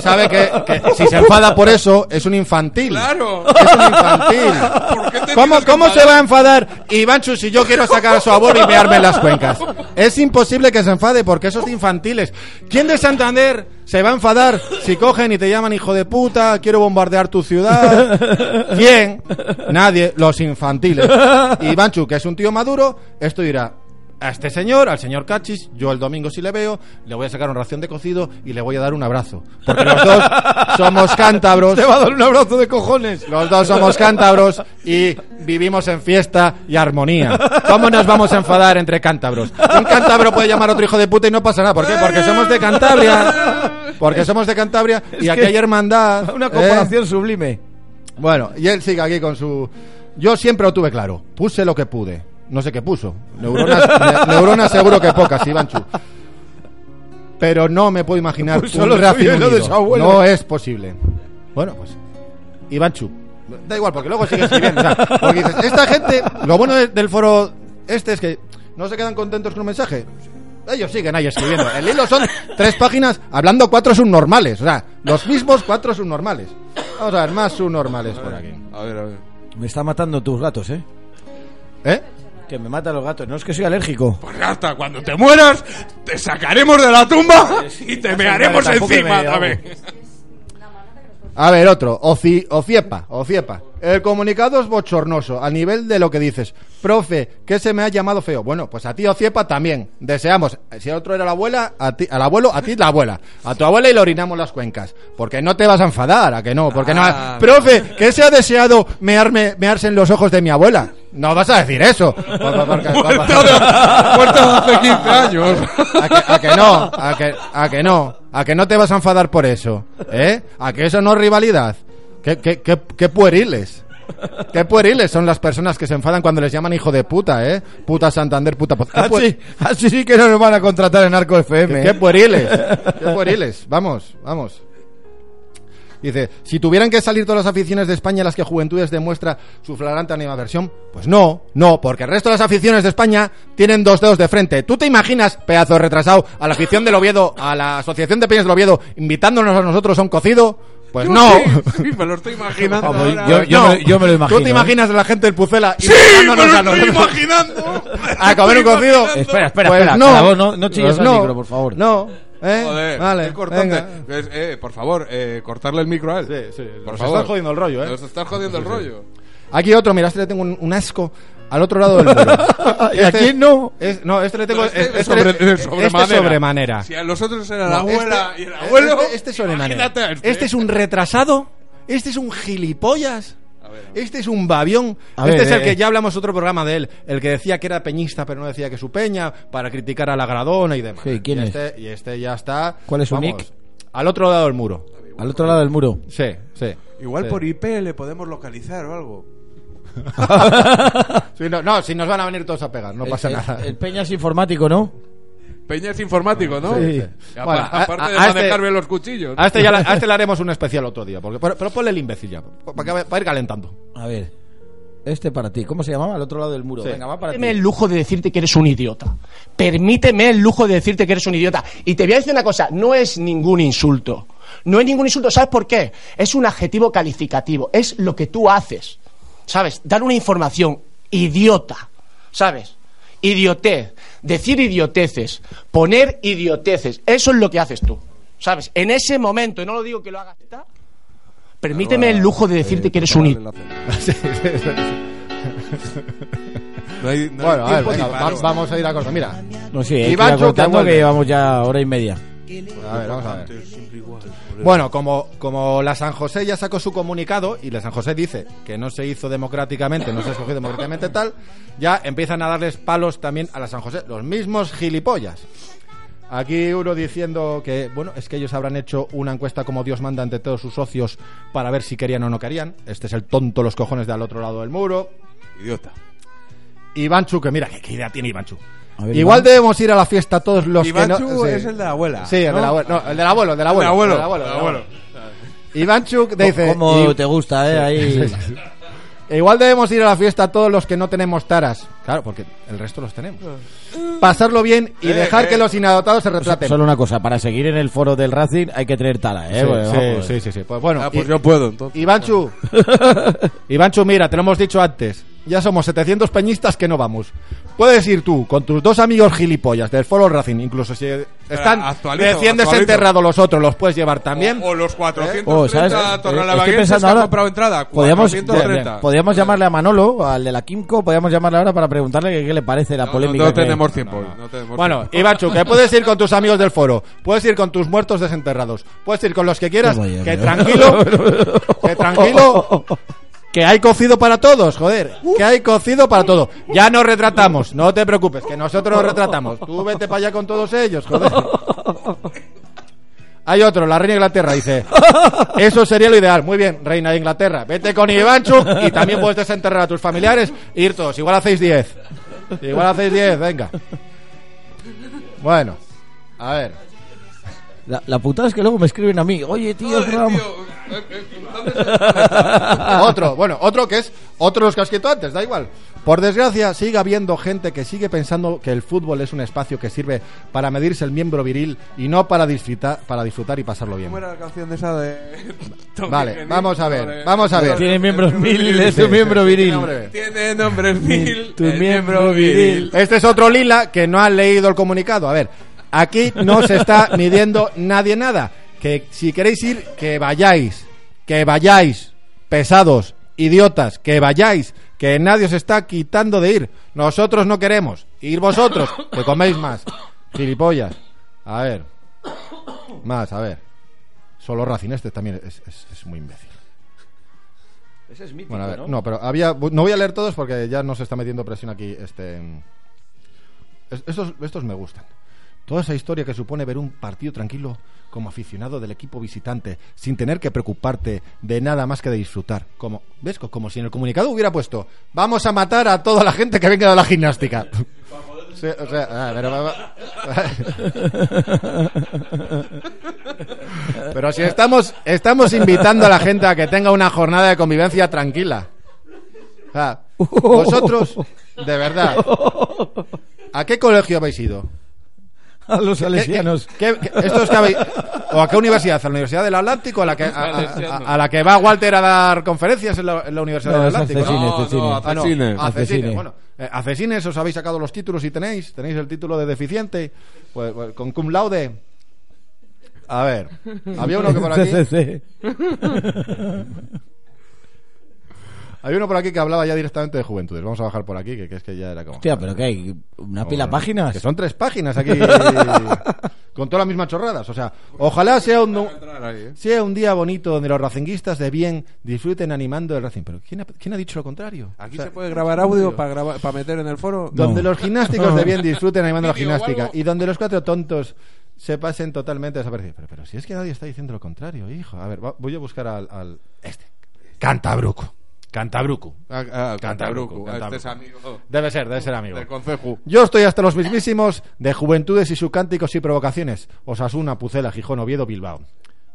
Speaker 3: sabe que, que si se enfada por eso es un infantil, [laughs]
Speaker 5: Claro.
Speaker 3: es un infantil.
Speaker 5: ¿Por qué te
Speaker 3: ¿Cómo,
Speaker 5: tienes que
Speaker 3: cómo se
Speaker 5: enfadar?
Speaker 3: va a enfadar Ivanchuk si yo quiero sacar a su abuelo y mearme en las cuencas? Es imposible que se enfade porque esos infantiles. ¿Quién de Santander se va a enfadar si cogen y te llaman hijo de puta, quiero bombardear tu ciudad? ¿Quién? Nadie, los infantiles. Ivanchuk, que es un tío maduro, esto dirá. A este señor, al señor Cachis, yo el domingo si le veo, le voy a sacar una ración de cocido y le voy a dar un abrazo. Porque los dos somos cántabros.
Speaker 2: Te va a dar un abrazo de cojones.
Speaker 3: Los dos somos cántabros y vivimos en fiesta y armonía. ¿Cómo nos vamos a enfadar entre cántabros? Un cántabro puede llamar a otro hijo de puta y no pasa nada. ¿Por qué? Porque somos de Cantabria. Porque somos de Cantabria y
Speaker 2: Es
Speaker 3: aquí
Speaker 2: que-
Speaker 3: hay hermandad.
Speaker 2: Una
Speaker 3: ¿eh?
Speaker 2: comparación sublime.
Speaker 3: Bueno, y él sigue aquí con su. Yo siempre lo tuve claro. Puse lo que pude. No sé qué puso.
Speaker 2: [laughs]
Speaker 3: Neuronas, ne- neuronas seguro que pocas, Ivanchu. Pero no me puedo imaginar
Speaker 2: Puso
Speaker 3: un
Speaker 2: Pues lo
Speaker 3: Racing
Speaker 2: suyo y lo de
Speaker 3: unido.
Speaker 2: su abuelo.
Speaker 3: No es posible. Bueno, pues. Ivanchu. Da igual, porque luego sigue escribiendo. o sea, porque dices, esta gente. Lo bueno de- del foro este es que no se quedan contentos con un mensaje. Ellos siguen ahí escribiendo. El hilo son tres páginas hablando cuatro subnormales. O sea, los mismos cuatro subnormales. Vamos a ver, más subnormales por aquí.
Speaker 5: A ver, a ver.
Speaker 2: Me está matando tus gatos, ¿eh?
Speaker 3: ¿Eh?
Speaker 2: Que me matan los gatos. No es que soy alérgico.
Speaker 4: Pues hasta cuando te mueras, te sacaremos de la
Speaker 5: [laughs]
Speaker 4: tumba y te mearemos
Speaker 2: Tampoco me
Speaker 4: encima
Speaker 2: hago.
Speaker 4: también.
Speaker 3: [laughs] A ver, otro. Oci, ociepa, ociepa. El comunicado es bochornoso, a nivel de lo que dices. Profe, que se me ha llamado feo? Bueno, pues a ti, ociepa, también. Deseamos, si el otro era la abuela, a ti, al abuelo, a ti la abuela. A tu abuela y le orinamos las cuencas. Porque no te vas a enfadar, ¿a que no? Porque
Speaker 5: Ah.
Speaker 3: no... Profe, que se ha deseado mearme, mearse en los ojos de mi abuela? No vas a decir eso. Porque- porque-
Speaker 5: [laughs] Muerto de, muerto de hace 15 años.
Speaker 3: a que, a que no, a que, a que no, a que no te vas a enfadar por eso, ¿eh? A que eso no es rivalidad. ¿Qué, qué, qué, qué pueriles? Qué pueriles son las personas que se enfadan cuando les llaman hijo de puta, ¿eh? Puta Santander, puta... poz- ¿Qué, puer-
Speaker 2: Así, así Ah, sí que no nos van a contratar en Arco FM.
Speaker 3: qué
Speaker 2: ¿eh? [laughs]
Speaker 3: pueriles? Qué pueriles? Vamos, vamos. Dice, si tuvieran que salir todas las aficiones de España a las que Juventudes demuestra su flagrante animadversión, pues no, no, porque el resto de las aficiones de España tienen dos dedos de frente. ¿Tú te imaginas, pedazo de retrasado, a la afición del Oviedo, a la Asociación de Peñas del Oviedo, invitándonos a nosotros a un cocido? Pues no. [laughs]
Speaker 5: Sí, me lo estoy imaginando.
Speaker 2: Vamos,
Speaker 5: ahora.
Speaker 2: yo- yo me lo- yo me lo
Speaker 3: ¿Tú
Speaker 2: imagino,
Speaker 3: te
Speaker 2: ¿eh?
Speaker 3: imaginas a la gente del Pucela
Speaker 4: Sí, me
Speaker 3: invitándonos
Speaker 4: lo
Speaker 3: a
Speaker 4: estoy
Speaker 3: nosotros?
Speaker 4: imaginando.
Speaker 3: [laughs] A comer un cocido.
Speaker 2: Espera, espera,
Speaker 3: Pues
Speaker 2: espera.
Speaker 3: no.
Speaker 2: espera, vos no, no chilles
Speaker 3: Pues
Speaker 2: al
Speaker 3: no.
Speaker 2: micro, por favor.
Speaker 3: No. ¿Eh?
Speaker 5: Joder,
Speaker 3: vale.
Speaker 5: qué cortante.
Speaker 3: venga.
Speaker 5: Es- eh, por favor, eh, cortarle el micro a él.
Speaker 3: Sí, sí,
Speaker 5: Por
Speaker 3: nos
Speaker 5: favor.
Speaker 3: estás jodiendo el rollo, ¿eh?
Speaker 5: Nos estás jodiendo el rollo.
Speaker 3: Aquí otro, mira, este le tengo un, un asco al otro lado del muro.
Speaker 2: [laughs] ¿Y a quién no?
Speaker 3: Es- no, este le tengo.
Speaker 5: Pero
Speaker 3: este,
Speaker 5: este es sobre-
Speaker 3: este-
Speaker 5: es sobremanera.
Speaker 3: este sobremanera.
Speaker 5: Si a los otros era la
Speaker 3: No, este-
Speaker 5: abuela y el abuelo.
Speaker 3: Este, este es sobremanera.
Speaker 5: imagínate a
Speaker 3: Este. es un retrasado. Este es un gilipollas. Este es un babión.
Speaker 2: A
Speaker 3: este
Speaker 2: ver,
Speaker 3: es el
Speaker 2: eh,
Speaker 3: que
Speaker 2: eh.
Speaker 3: ya hablamos otro programa de él. El que decía que era peñista, pero no decía que su peña, para criticar a la Gradona y demás.
Speaker 2: Sí, ¿quién
Speaker 3: y
Speaker 2: es?
Speaker 3: Este, y este ya está.
Speaker 2: ¿Cuál es su
Speaker 3: vamos,
Speaker 2: nick?
Speaker 3: Al otro lado del muro.
Speaker 2: Al otro lado del
Speaker 3: [laughs]
Speaker 2: muro.
Speaker 3: Sí, sí.
Speaker 5: Igual
Speaker 3: Sí.
Speaker 5: por IP le podemos localizar o algo.
Speaker 3: Sí, no, no, si nos van a venir todos a pegar, no pasa
Speaker 2: El-
Speaker 3: nada.
Speaker 2: El, el Peña es informático, ¿no?
Speaker 5: Peña es informático, ¿no?
Speaker 3: Sí.
Speaker 5: Y apa-
Speaker 3: Bueno, a-
Speaker 5: aparte de
Speaker 3: a- a este-
Speaker 5: manejar bien los cuchillos.
Speaker 3: A este, ya la- a este le haremos un especial otro día. Porque, pero, pero ponle el imbécil ya. Para, ir calentando. [laughs]
Speaker 2: A ver. Este para ti. ¿Cómo se llamaba? Al otro lado del muro.
Speaker 3: Sí.
Speaker 2: Venga, va para ti.
Speaker 8: Permíteme el lujo de decirte que eres un idiota. Permíteme el lujo de decirte que eres un idiota. Y te voy a decir una cosa, no es ningún insulto. No es ningún insulto, ¿sabes por qué? Es un adjetivo calificativo, es lo que tú haces. ¿Sabes? Dar una información idiota, ¿sabes? Idiotez, decir idioteces, poner idioteces, eso es lo que haces tú. ¿Sabes? En ese momento, y no lo digo que lo hagas, ¿está?
Speaker 5: eh,
Speaker 8: permíteme el lujo de decirte que eres un idiota.
Speaker 3: Sí,
Speaker 5: enlace.
Speaker 3: sí, sí.
Speaker 5: No hay, no
Speaker 3: Bueno,
Speaker 5: hay
Speaker 3: a ver,
Speaker 5: tiempo
Speaker 3: venga,
Speaker 5: ni
Speaker 3: va-
Speaker 5: paro.
Speaker 3: vamos a ir a corta. Mira,
Speaker 2: No, sí, hay que ir
Speaker 3: Iván Choca
Speaker 2: acortando que
Speaker 3: vuelve.
Speaker 2: llevamos ya hora y media.
Speaker 3: A ver, vamos a ver. Bueno, como, como la San José ya sacó su comunicado y la San José dice que no se hizo democráticamente, no se escogió democráticamente tal, ya empiezan a darles palos también a la San José, los mismos gilipollas. Aquí uno diciendo que, bueno, es que ellos habrán hecho una encuesta como Dios manda ante todos sus socios para ver si querían o no querían. Este es el tonto los cojones del otro lado del muro.
Speaker 5: Idiota.
Speaker 3: Ivanchu, que mira, qué qué idea tiene Ivanchu.
Speaker 2: A ver,
Speaker 3: Igual
Speaker 2: Iván.
Speaker 3: debemos ir a la fiesta todos los que no...
Speaker 5: Ivanchu
Speaker 3: sí.
Speaker 5: es el de la abuela.
Speaker 3: Sí, el, del abuelo, no, el del abuelo, el del abuelo.
Speaker 5: abuelo,
Speaker 3: el del abuelo, el
Speaker 5: el
Speaker 3: del
Speaker 5: abuelo.
Speaker 3: abuelo. Ivanchuk dice,
Speaker 2: Como
Speaker 3: "I-
Speaker 2: te gusta,
Speaker 3: [laughs]
Speaker 2: eh? Ahí.
Speaker 3: "E igual debemos ir a la fiesta todos los que no tenemos taras. Claro, porque el resto los tenemos. Pasarlo bien y
Speaker 5: Ah. Eh,
Speaker 3: dejar
Speaker 5: eh.
Speaker 3: que los inadaptados se retraten.
Speaker 2: Solo una cosa, para seguir en el foro del Racing hay que traer tala, eh.
Speaker 3: Sí,
Speaker 2: Porque,
Speaker 3: sí,
Speaker 2: vamos.
Speaker 3: sí, sí, sí. Pues bueno,
Speaker 5: Ah, pues
Speaker 3: I-
Speaker 5: yo puedo,
Speaker 2: [laughs]
Speaker 5: entonces.
Speaker 3: Ivanchu, Ivanchu, mira, te lo hemos dicho antes. Ya somos 700 peñistas que no vamos. Puedes ir tú con tus dos amigos gilipollas del Foro Racing, incluso si están
Speaker 5: actualizo,
Speaker 3: recién
Speaker 5: actualizo.
Speaker 3: desenterrados los otros, los puedes llevar también.
Speaker 5: O, o los
Speaker 2: Oh, ¿sabes?
Speaker 5: 430
Speaker 2: Eh, estoy
Speaker 5: tornalabaguenses que
Speaker 2: pensando
Speaker 5: han
Speaker 2: ahora-
Speaker 5: comprado entrada.
Speaker 2: Podríamos,
Speaker 5: 430.
Speaker 2: podríamos llamarle a Manolo, al de la Kimco, podríamos llamarle ahora para preguntarle qué, qué le parece la
Speaker 5: No,
Speaker 2: polémica.
Speaker 5: No,
Speaker 2: que-
Speaker 5: tenemos tiempo. hoy, no tenemos
Speaker 3: Bueno,
Speaker 5: tiempo.
Speaker 3: Ivanchu, que puedes ir con tus amigos del foro, puedes ir con tus muertos desenterrados, puedes ir con los que quieras,
Speaker 2: No voy a
Speaker 3: que
Speaker 2: ver.
Speaker 3: tranquilo, que tranquilo, que hay cocido para todos, joder, que hay cocido para todo. Ya nos retratamos, no te preocupes, que nosotros nos retratamos. Tú vete para allá con todos ellos, joder. Hay otro, la reina de Inglaterra, dice. Eso sería lo ideal. Muy bien, reina de Inglaterra. Vete con Ivanchu y también puedes desenterrar a tus familiares e ir todos. Igual hacéis 10. Igual hacéis 10, venga. Bueno, a ver.
Speaker 2: La, la putada es que luego me escriben a mí, oye, tío, el
Speaker 5: Joder,
Speaker 2: programa-
Speaker 5: tío, eh, eh, ¿dónde
Speaker 3: [laughs]
Speaker 5: está?
Speaker 3: Otro, bueno, otro que es otro de los que has escrito antes, da igual. Por desgracia, sigue habiendo gente que sigue pensando que el fútbol es un espacio que sirve para medirse el miembro viril y no para disfrutar, para disfrutar y pasarlo bien.
Speaker 5: ¿Cómo era la canción de esa [laughs] de.?
Speaker 3: Vale, vamos a ver, vamos a ver.
Speaker 2: Tiene
Speaker 3: [laughs]
Speaker 2: miembros mil, es
Speaker 3: Sí,
Speaker 2: un
Speaker 3: sí,
Speaker 2: miembro
Speaker 3: sí,
Speaker 2: viril.
Speaker 3: hombre.
Speaker 5: Tiene nombres mil.
Speaker 2: Tu
Speaker 5: el
Speaker 2: miembro viril.
Speaker 3: Este es otro lila que no ha leído el comunicado. A ver, aquí no se está midiendo nadie nada. Que si queréis ir, que vayáis. Que vayáis. Pesados, idiotas, que vayáis. Que nadie os está quitando de ir. Nosotros no queremos. Ir vosotros, que coméis más. Gilipollas. A ver. Más, a ver. Solo Racing este también es, es- es muy imbécil.
Speaker 2: Ese es
Speaker 3: Bueno, a ver, ¿no? pero había. No voy a leer todos porque ya nos está metiendo presión aquí. Este, es- estos, estos me gustan. Toda esa historia que supone ver un partido tranquilo como aficionado del equipo visitante, sin tener que preocuparte de nada más que de disfrutar. Como, ¿Ves? Co- Como si en el comunicado hubiera puesto: Vamos a matar a toda la gente que venga de la gimnástica. Sí, o sea, ah, pero, [laughs] pero si estamos, estamos invitando a la gente a que tenga una jornada de convivencia tranquila. O sea, vosotros, de verdad, ¿a qué colegio habéis ido?
Speaker 2: A los
Speaker 3: ¿Qué- qué-
Speaker 2: salesianos.
Speaker 3: qué- qué- estos que habéis- ¿O a qué universidad? ¿A la Universidad del Atlántico? ¿A la que, a, a- a- a la que va Walter a dar conferencias en la, en la Universidad
Speaker 2: No,
Speaker 3: del
Speaker 2: es
Speaker 3: Atlántico?
Speaker 2: Alcesines,
Speaker 3: No,
Speaker 2: Alcesines.
Speaker 5: no,
Speaker 3: Ah, no,
Speaker 5: Accesines.
Speaker 3: Accesines.
Speaker 2: Accesines.
Speaker 3: Bueno, eh, Accesines, os habéis sacado los títulos y tenéis. Tenéis el título de deficiente. Pues, pues, con cum laude. A ver, había uno que
Speaker 2: [laughs]
Speaker 3: por aquí.
Speaker 2: CCC.
Speaker 3: Había uno por aquí que hablaba ya directamente de juventudes. Vamos a bajar por aquí, que, que es que ya era como.
Speaker 2: Hostia, pero que hay una
Speaker 3: Como-
Speaker 2: pila de páginas.
Speaker 3: Que son tres páginas aquí. con todas las mismas chorradas. O sea, ojalá sea un.
Speaker 5: Entrar ahí, ¿eh?
Speaker 3: Sea un día bonito donde los racinguistas de bien disfruten animando el Racing. Pero ¿quién ha, quién ha dicho lo contrario? O
Speaker 5: Aquí
Speaker 3: sea,
Speaker 5: se puede grabar audio para grabar, para meter en el foro.
Speaker 2: No.
Speaker 3: Donde los gimnásticos de bien disfruten animando la
Speaker 5: Vídeo o
Speaker 3: gimnástica
Speaker 5: algo.
Speaker 3: y donde los cuatro tontos se pasen totalmente desaparecidos. Pero, pero si es que nadie está diciendo lo contrario, hijo. A ver, va- voy a buscar al... al- Este. Cantabruco. Cantabruco.
Speaker 5: Ah, ah,
Speaker 3: Cantabruco,
Speaker 5: Cantabruco, este es amigo
Speaker 3: Debe ser, debe ser amigo.
Speaker 5: del concejo.
Speaker 3: Yo estoy hasta los mismísimos de Juventudes y sus cánticos y provocaciones. Osasuna, Pucela, Gijón, Oviedo, Bilbao.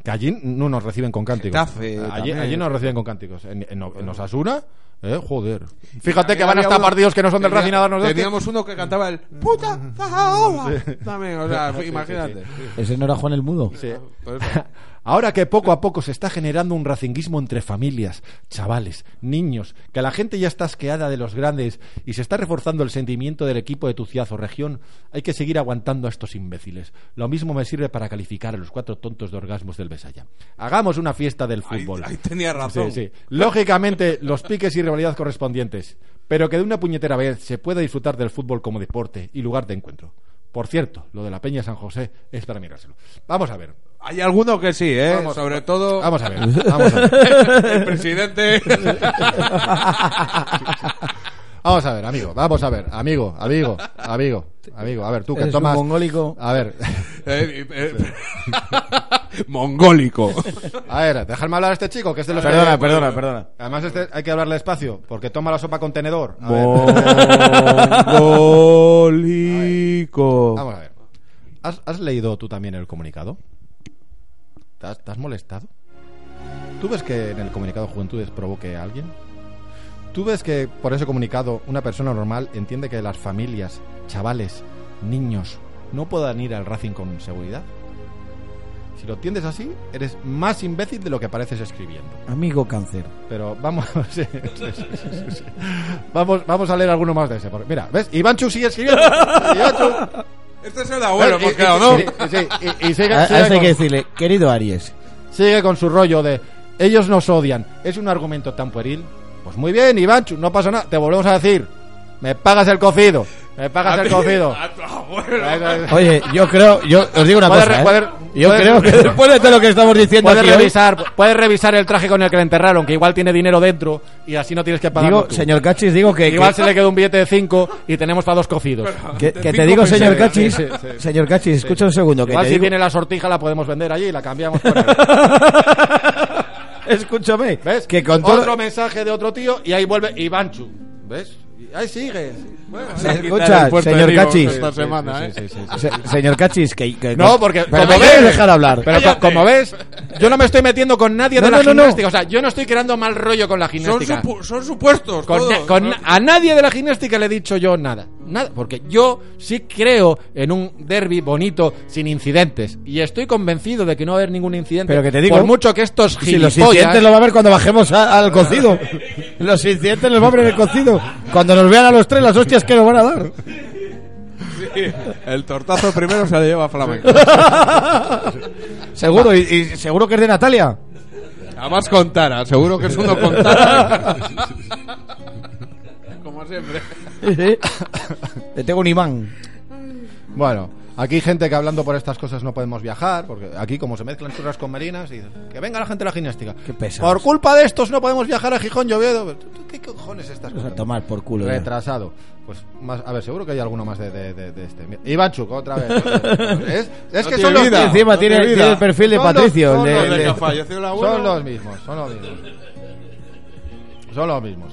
Speaker 3: Que allí no nos reciben con cánticos.
Speaker 5: Getafe,
Speaker 3: allí,
Speaker 5: también.
Speaker 3: allí nos reciben con cánticos. En, en- en Osasuna, eh, joder. Fíjate que
Speaker 5: Había-
Speaker 3: van
Speaker 5: había
Speaker 3: hasta
Speaker 5: uno-
Speaker 3: partidos que no son del
Speaker 5: tenía-
Speaker 3: Racing a darnos de hostias.
Speaker 5: Teníamos uno que cantaba el puta Zahara". También, o sea, imagínate. Pues,
Speaker 2: Ese no era Juan el Mudo.
Speaker 3: Sí.
Speaker 5: Por eso.
Speaker 3: Ahora que poco a poco se está generando un racinguismo entre familias, chavales, niños, que la gente ya está asqueada de los grandes y se está reforzando el sentimiento del equipo de tu ciudad o región, hay que seguir aguantando a estos imbéciles. Lo mismo me sirve para calificar a los cuatro tontos de orgasmos del sorpresa ya. Hagamos una fiesta del
Speaker 5: Ahí,
Speaker 3: fútbol.
Speaker 5: ahí tenía razón.
Speaker 3: Sí, sí. Lógicamente, los piques y rivalidad correspondientes. Pero que de una puñetera vez se pueda disfrutar del fútbol como deporte y lugar de encuentro. Por cierto, lo de la Peña San José es para mirárselo. Vamos a ver.
Speaker 5: Hay alguno que sí, ¿eh?
Speaker 3: Vamos,
Speaker 5: Sobre todo
Speaker 3: Vamos a ver. Vamos a ver.
Speaker 5: [laughs] el presidente. [laughs]
Speaker 3: Vamos a ver, amigo. Vamos a ver. Amigo, amigo, amigo, amigo. A ver, tú que
Speaker 2: Eres un
Speaker 3: tomas.
Speaker 2: mongólico.
Speaker 3: A ver.
Speaker 5: Eh, eh, Mongólico.
Speaker 3: A ver, dejarme hablar a este chico que es de los que-
Speaker 2: Perdona, perdona, perdona.
Speaker 3: Además, este hay que hablarle despacio, porque toma la sopa contenedor. A ver.
Speaker 5: Mongólico.
Speaker 3: Vamos a ver. ¿Has, has leído tú también el comunicado? ¿Te has, te has molestado? ¿Tú ves que en el comunicado Juventudes provoque a alguien? ¿Tú ves que por ese comunicado una persona normal entiende que las familias, chavales, niños no puedan ir al Racing con seguridad? Si lo entiendes así, eres más imbécil de lo que pareces escribiendo.
Speaker 2: Amigo cáncer.
Speaker 3: Pero vamos, sí, sí, sí, sí, sí. [laughs] vamos, vamos a leer alguno más de ese. porque- mira, ¿ves? Ivanchu sigue escribiendo. Ivanchu,
Speaker 5: Este es el abuelo,
Speaker 3: y-
Speaker 5: hemos
Speaker 3: y-
Speaker 5: quedado, ¿no?
Speaker 3: y- Eh, sí, y- y
Speaker 2: [laughs]
Speaker 3: sigue,
Speaker 2: A, a
Speaker 3: sigue
Speaker 2: este hay que
Speaker 3: con,
Speaker 2: decirle, querido Aries,
Speaker 3: sigue con su rollo de ellos nos odian. Es un argumento tan pueril. Pues muy bien, Ivanchu, no pasa nada. Te volvemos a decir, me pagas el cocido, me pagas el cocido.
Speaker 5: A tu abuelo.
Speaker 2: Oye, yo creo, yo os digo una
Speaker 3: Puedes
Speaker 2: cosa.
Speaker 3: re-
Speaker 2: ¿eh?
Speaker 3: puedes-
Speaker 2: yo
Speaker 3: puedes-
Speaker 2: creo que después de todo lo que estamos diciendo
Speaker 3: Puedes
Speaker 2: aquí hoy,
Speaker 3: revisar, puedes revisar el traje con el que le enterraron, que igual tiene dinero dentro y así no tienes que pagarlo
Speaker 2: digo,
Speaker 3: tú.
Speaker 2: señor Cachis, digo que,
Speaker 3: Igual
Speaker 2: que,
Speaker 3: se le quedó un billete de 5 y tenemos para dos cocidos.
Speaker 2: que- que
Speaker 5: pico
Speaker 2: te digo,
Speaker 5: pensé,
Speaker 2: señor
Speaker 5: sí,
Speaker 2: Cachis,
Speaker 3: sí, sí.
Speaker 2: señor Cachis, escucha un segundo que
Speaker 3: Igual
Speaker 2: te
Speaker 3: si
Speaker 2: digo-
Speaker 3: tiene la sortija la podemos vender allí y la cambiamos
Speaker 5: [laughs]
Speaker 3: por ahí.
Speaker 2: Escúchame,
Speaker 3: ¿Ves?
Speaker 2: que con todo,
Speaker 3: otro mensaje de otro tío y ahí vuelve Ivanchu. ¿Ves? Y ahí sigue. Bueno,
Speaker 5: [laughs]
Speaker 2: Se escucha, señor Cachis.
Speaker 5: Esta semana, ¿eh?
Speaker 2: Se- señor Cachis, que, que-
Speaker 3: No, porque
Speaker 2: pero me
Speaker 3: como
Speaker 2: quieres
Speaker 3: ves,
Speaker 2: dejar hablar.
Speaker 3: Pero co-
Speaker 2: Cállate.
Speaker 3: como ves, yo no me estoy metiendo con nadie de
Speaker 2: No, no,
Speaker 3: la
Speaker 2: no, no.
Speaker 3: gimnástica. O sea, yo no estoy creando mal rollo con la
Speaker 5: Son,
Speaker 3: gimnástica.
Speaker 5: supu- son supuestos
Speaker 3: Con-
Speaker 5: todos.
Speaker 3: con- a nadie de la gimnástica le he dicho yo nada. Nada. Porque yo sí creo en un derby bonito, sin incidentes. Y estoy convencido de que no va a haber ningún incidente.
Speaker 2: Pero que te digo-
Speaker 3: Por mucho que estos
Speaker 2: si los
Speaker 3: gilipollas...
Speaker 2: incidentes lo va a ver cuando bajemos a- al cocido. Los incidentes los va a ver en el cocido. Cuando nos vean a los tres, las hostias que nos van a dar.
Speaker 5: El tortazo primero se le lleva a Flamengo.
Speaker 2: Seguro, y, y seguro que es de Natalia.
Speaker 5: Además con Tara, seguro que es uno con Tara. [laughs] Como siempre.
Speaker 2: Le tengo un imán.
Speaker 3: Bueno, aquí hay gente que hablando por estas cosas no podemos viajar, porque aquí como se mezclan churras con merinas, y dices, que venga la gente a la gimnástica.
Speaker 2: Qué pesados.
Speaker 3: por culpa de estos no podemos viajar a Gijón, Llovedo. ¿Qué cojones estas
Speaker 2: Vamos
Speaker 3: cosas?
Speaker 2: a tomar por culo. ya.
Speaker 3: Retrasado. Pues más, a ver, seguro que hay alguno más de, de, de, de este. Mira, Ivanchuk, otra
Speaker 2: [laughs]
Speaker 3: vez. Es, es
Speaker 5: No
Speaker 3: que
Speaker 5: tiene
Speaker 3: son los
Speaker 5: vida.
Speaker 3: mismos.
Speaker 2: Encima
Speaker 5: No
Speaker 2: tiene,
Speaker 5: tiene vida.
Speaker 2: tiene el perfil de
Speaker 3: Son los-
Speaker 2: Patricio.
Speaker 3: son
Speaker 2: el de-
Speaker 3: los-
Speaker 2: el de-
Speaker 5: Desde que falleció el abuelo.
Speaker 3: Son los mismos, son los mismos. Son los mismos.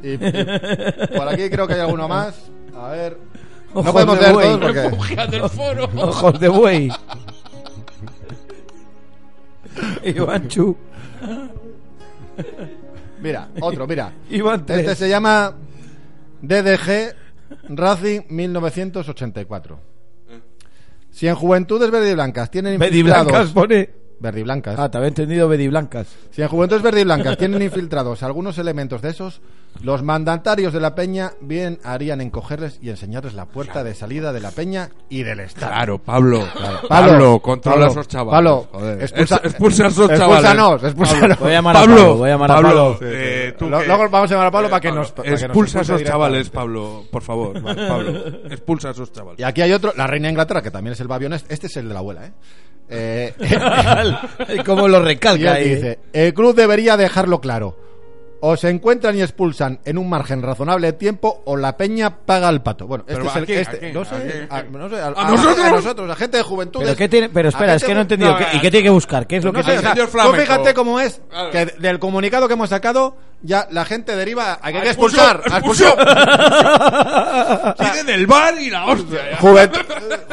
Speaker 3: Y, y por aquí creo que hay alguno más. A ver.
Speaker 2: Ojos
Speaker 3: no podemos
Speaker 2: de
Speaker 3: leer
Speaker 2: buey.
Speaker 3: todos porque...
Speaker 2: Ojos de buey. Ivanchu.
Speaker 3: Mira, otro, mira.
Speaker 2: Iván tres.
Speaker 3: Este se llama DDG Racing 1984. Si en Juventudes Verde y Blancas tienen
Speaker 2: Bediblancas
Speaker 3: infiltrados...
Speaker 2: pone.
Speaker 3: Verde y Blancas.
Speaker 2: Ah, te había entendido Bediblancas.
Speaker 3: Si en Juventudes Verde y Blancas [laughs] tienen infiltrados algunos elementos de esos, los mandatarios de la peña bien harían en cogerles y enseñarles la puerta de salida de la peña y del Estado.
Speaker 5: Claro, Pablo. Pablo, eh, controla a
Speaker 3: Pablo,
Speaker 5: esos chavales.
Speaker 3: Pablo,
Speaker 5: joder.
Speaker 3: expulsa-
Speaker 5: Es- expulsa a esos chavales.
Speaker 3: Expulsanos, expulsanos.
Speaker 2: Voy a llamar a Pablo.
Speaker 5: Pablo,
Speaker 2: Voy a llamar a Pablo.
Speaker 5: Pablo, eh, tú
Speaker 3: Lo-
Speaker 5: que-
Speaker 3: Luego vamos a llamar a Pablo
Speaker 5: eh,
Speaker 3: para que
Speaker 5: Pablo,
Speaker 3: nos... para que nos
Speaker 5: expulsa a
Speaker 3: insulte
Speaker 5: esos chavales,
Speaker 3: directamente.
Speaker 5: Pablo,
Speaker 3: [laughs]
Speaker 5: por favor, vale, Pablo, expulsa a esos chavales.
Speaker 3: Y aquí hay otro, la reina de Inglaterra, que también es el babión. Este es el de la abuela,
Speaker 5: [laughs]
Speaker 3: ¿eh? Eh, [laughs]
Speaker 2: [laughs] Y Cómo lo
Speaker 3: y él
Speaker 2: recalca. eh.
Speaker 3: dice, el club debería dejarlo claro. O se encuentran y expulsan en un margen razonable de tiempo o la peña paga el pato. Bueno, este
Speaker 5: Pero
Speaker 3: es el
Speaker 5: ¿a quién?
Speaker 3: este,
Speaker 5: ¿a quién?
Speaker 3: no sé,
Speaker 5: ¿a
Speaker 3: a,
Speaker 5: quién?
Speaker 3: no sé, a,
Speaker 5: ¿A nosotros?
Speaker 3: a nosotros, a gente de juventud.
Speaker 2: Pero, qué tiene, pero espera, es que no he entendido.
Speaker 5: no,
Speaker 2: ¿Qué- ¿Y
Speaker 5: no,
Speaker 2: qué tiene que buscar? ¿Qué es lo que
Speaker 3: No sé,
Speaker 2: tiene
Speaker 3: o sea,
Speaker 5: señor
Speaker 3: tú
Speaker 5: Flamenco.
Speaker 3: fíjate cómo es
Speaker 5: Claro.
Speaker 3: que del comunicado que hemos sacado ya la gente deriva a que hay que
Speaker 5: Expulsión,
Speaker 3: expulsar, a
Speaker 5: expulsión.
Speaker 3: expulsión.
Speaker 5: Tienen el bar y la hostia. ya.
Speaker 3: Juventud,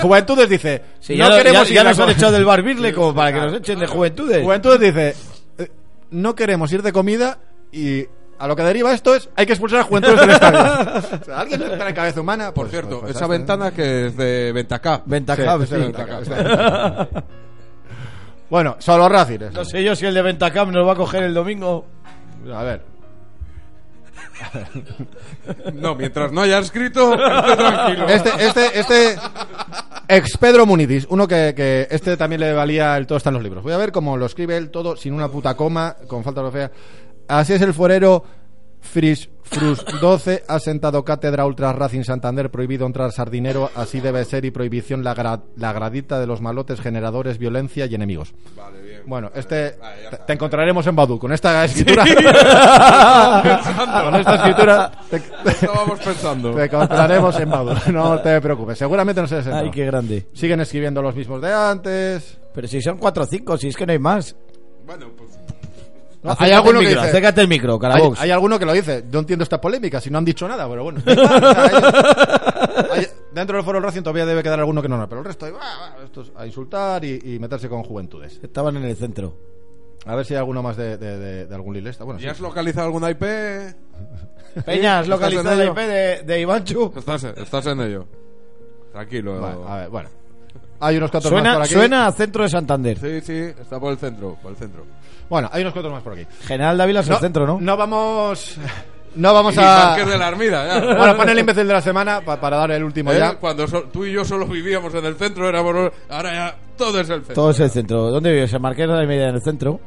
Speaker 3: juventudes dice,
Speaker 2: Sí,
Speaker 3: no
Speaker 2: ya, lo-
Speaker 3: queremos
Speaker 2: ya-
Speaker 3: ir
Speaker 2: ya
Speaker 3: a
Speaker 2: nos
Speaker 3: co-
Speaker 2: han echado
Speaker 3: [laughs]
Speaker 2: del bar Birle como para que nos echen de juventudes.
Speaker 3: Juventudes dice, eh, no queremos ir de comida y a lo que deriva esto es, hay que expulsar a Juventudes del estadio. O sea, ¿Alguien le entra en cabeza humana?
Speaker 5: Por
Speaker 3: Pues-
Speaker 5: cierto,
Speaker 3: pues- pues
Speaker 5: esa
Speaker 3: hasta-
Speaker 5: ventana que es de Ventacá.
Speaker 2: Ventacab,
Speaker 3: Sí,
Speaker 2: sí.
Speaker 3: Ventacab, sí. [laughs] Bueno, solo Racing. eso.
Speaker 2: No sé yo si el de Ventacam nos va a coger el [laughs] domingo.
Speaker 3: A ver.
Speaker 5: No, mientras no haya escrito, [laughs] estoy tranquilo.
Speaker 3: Este, este, este, Ex Pedro Munidis, uno que, que este también le valía el todo está en los libros. Voy a ver cómo lo escribe él todo sin una puta coma, con falta de fea. Así es el forero Fris Frus 12 ha sentado cátedra Ultra Racing Santander, prohibido entrar sardinero, así debe ser y prohibición la, gra- la gradita de los malotes, generadores, violencia y enemigos.
Speaker 5: Vale, bien.
Speaker 3: Bueno,
Speaker 5: Vale,
Speaker 3: este
Speaker 5: vale, ya
Speaker 3: te-
Speaker 5: está.
Speaker 3: te encontraremos en Badu con esta
Speaker 5: [laughs]
Speaker 3: escritura. [laughs] con esta escritura te,
Speaker 5: [laughs]
Speaker 3: te-
Speaker 5: Estábamos
Speaker 3: [laughs]
Speaker 5: pensando.
Speaker 3: te encontraremos en Badu. [laughs] No te preocupes, seguramente no se
Speaker 2: Ay, qué grande.
Speaker 3: Siguen escribiendo los mismos de antes.
Speaker 2: Pero si son cuatro o cinco, si es que no hay más.
Speaker 5: Bueno, pues.
Speaker 3: No,
Speaker 2: Acércate
Speaker 3: hay alguno
Speaker 2: el
Speaker 3: que
Speaker 2: micro,
Speaker 3: dice-
Speaker 2: acércate el micro,
Speaker 3: Hay,
Speaker 2: Carabox.
Speaker 3: hay alguno que lo dice. No entiendo esta polémica, si no han dicho nada, pero
Speaker 2: [laughs]
Speaker 3: bueno. Da igual, o sea, ellos- hay- dentro del foro del Racing todavía debe quedar alguno que no, no, pero el resto, ahí va, va, estos a insultar y, y meterse con juventudes.
Speaker 2: Estaban en el centro.
Speaker 3: A ver si hay alguno más de, de- de- de algún lilesta. Bueno, sí.
Speaker 5: ¿Ya has localizado algún IP?
Speaker 2: Peñas,
Speaker 5: localizado el IP
Speaker 2: de, Ivanchu.
Speaker 5: Estás, estás en ello. Tranquilo.
Speaker 3: Vale, a ver, bueno. Hay unos cuantos más por
Speaker 2: Suena,
Speaker 3: aquí.
Speaker 2: suena a centro de Santander.
Speaker 5: Sí, sí, está por el centro, por el centro.
Speaker 3: Bueno, hay unos cuantos más por aquí.
Speaker 2: General Dávila es el centro, ¿no?
Speaker 3: No vamos. [laughs] No vamos
Speaker 5: y
Speaker 3: a.
Speaker 5: Marqués de la Armida, ya.
Speaker 3: [laughs] Bueno, pon el imbécil de la semana pa- para dar el último
Speaker 5: [laughs] ¿Eh?
Speaker 3: ya.
Speaker 5: Cuando so- tú y yo solo vivíamos en el centro, éramos. Ahora ya todo es el centro.
Speaker 2: Todo es el centro. ¿Dónde vives? En Marqués de la Media, en el centro.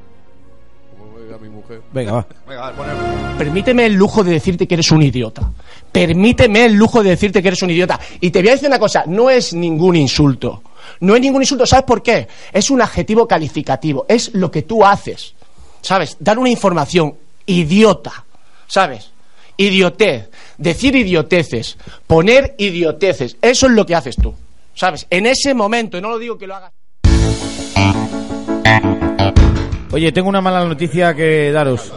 Speaker 5: Como diga mi mujer.
Speaker 2: Venga, va.
Speaker 3: Venga, a ver, ponemos.
Speaker 8: Permíteme el lujo de decirte que eres un idiota. Permíteme el lujo de decirte que eres un idiota. Y te voy a decir una cosa, no es ningún insulto. No es ningún insulto, ¿sabes por qué? Es un adjetivo calificativo, es lo que tú haces. ¿Sabes? Dar una información idiota. ¿Sabes? Idiotez. Decir idioteces. Poner idioteces. Eso es lo que haces tú. ¿Sabes? En ese momento, y no lo digo que lo hagas.
Speaker 2: Oye, tengo una mala noticia que daros.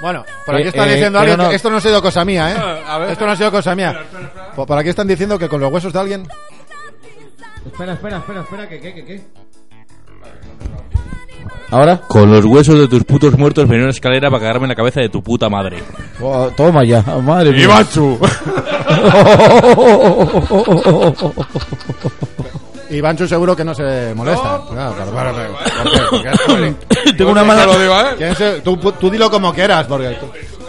Speaker 3: Bueno, por aquí
Speaker 2: Eh,
Speaker 3: están
Speaker 2: eh,
Speaker 3: diciendo
Speaker 2: pero
Speaker 3: alguien
Speaker 2: no-
Speaker 3: que esto no ha sido cosa mía, ¿eh?
Speaker 5: [laughs] A ver.
Speaker 3: Esto no ha sido cosa mía. Por, por aquí están diciendo que con los huesos de alguien.
Speaker 2: Espera, espera, espera, espera, que qué, que qué. ¿Ahora?
Speaker 10: Con los huesos de tus putos muertos venía una escalera para cagarme en la cabeza de tu puta madre.
Speaker 2: Oh, toma ya, madre mía.
Speaker 5: [laughs] Pues
Speaker 3: Y Bancho seguro que no se molesta. Claro, claro, claro, claro. ¿Por qué? ¿Por
Speaker 2: [laughs]
Speaker 3: qué?
Speaker 5: [laughs]
Speaker 2: tengo una mala
Speaker 5: Te lo digo, ¿eh?
Speaker 3: ¿Quién se- tú, pu- tú dilo como quieras, porque tú,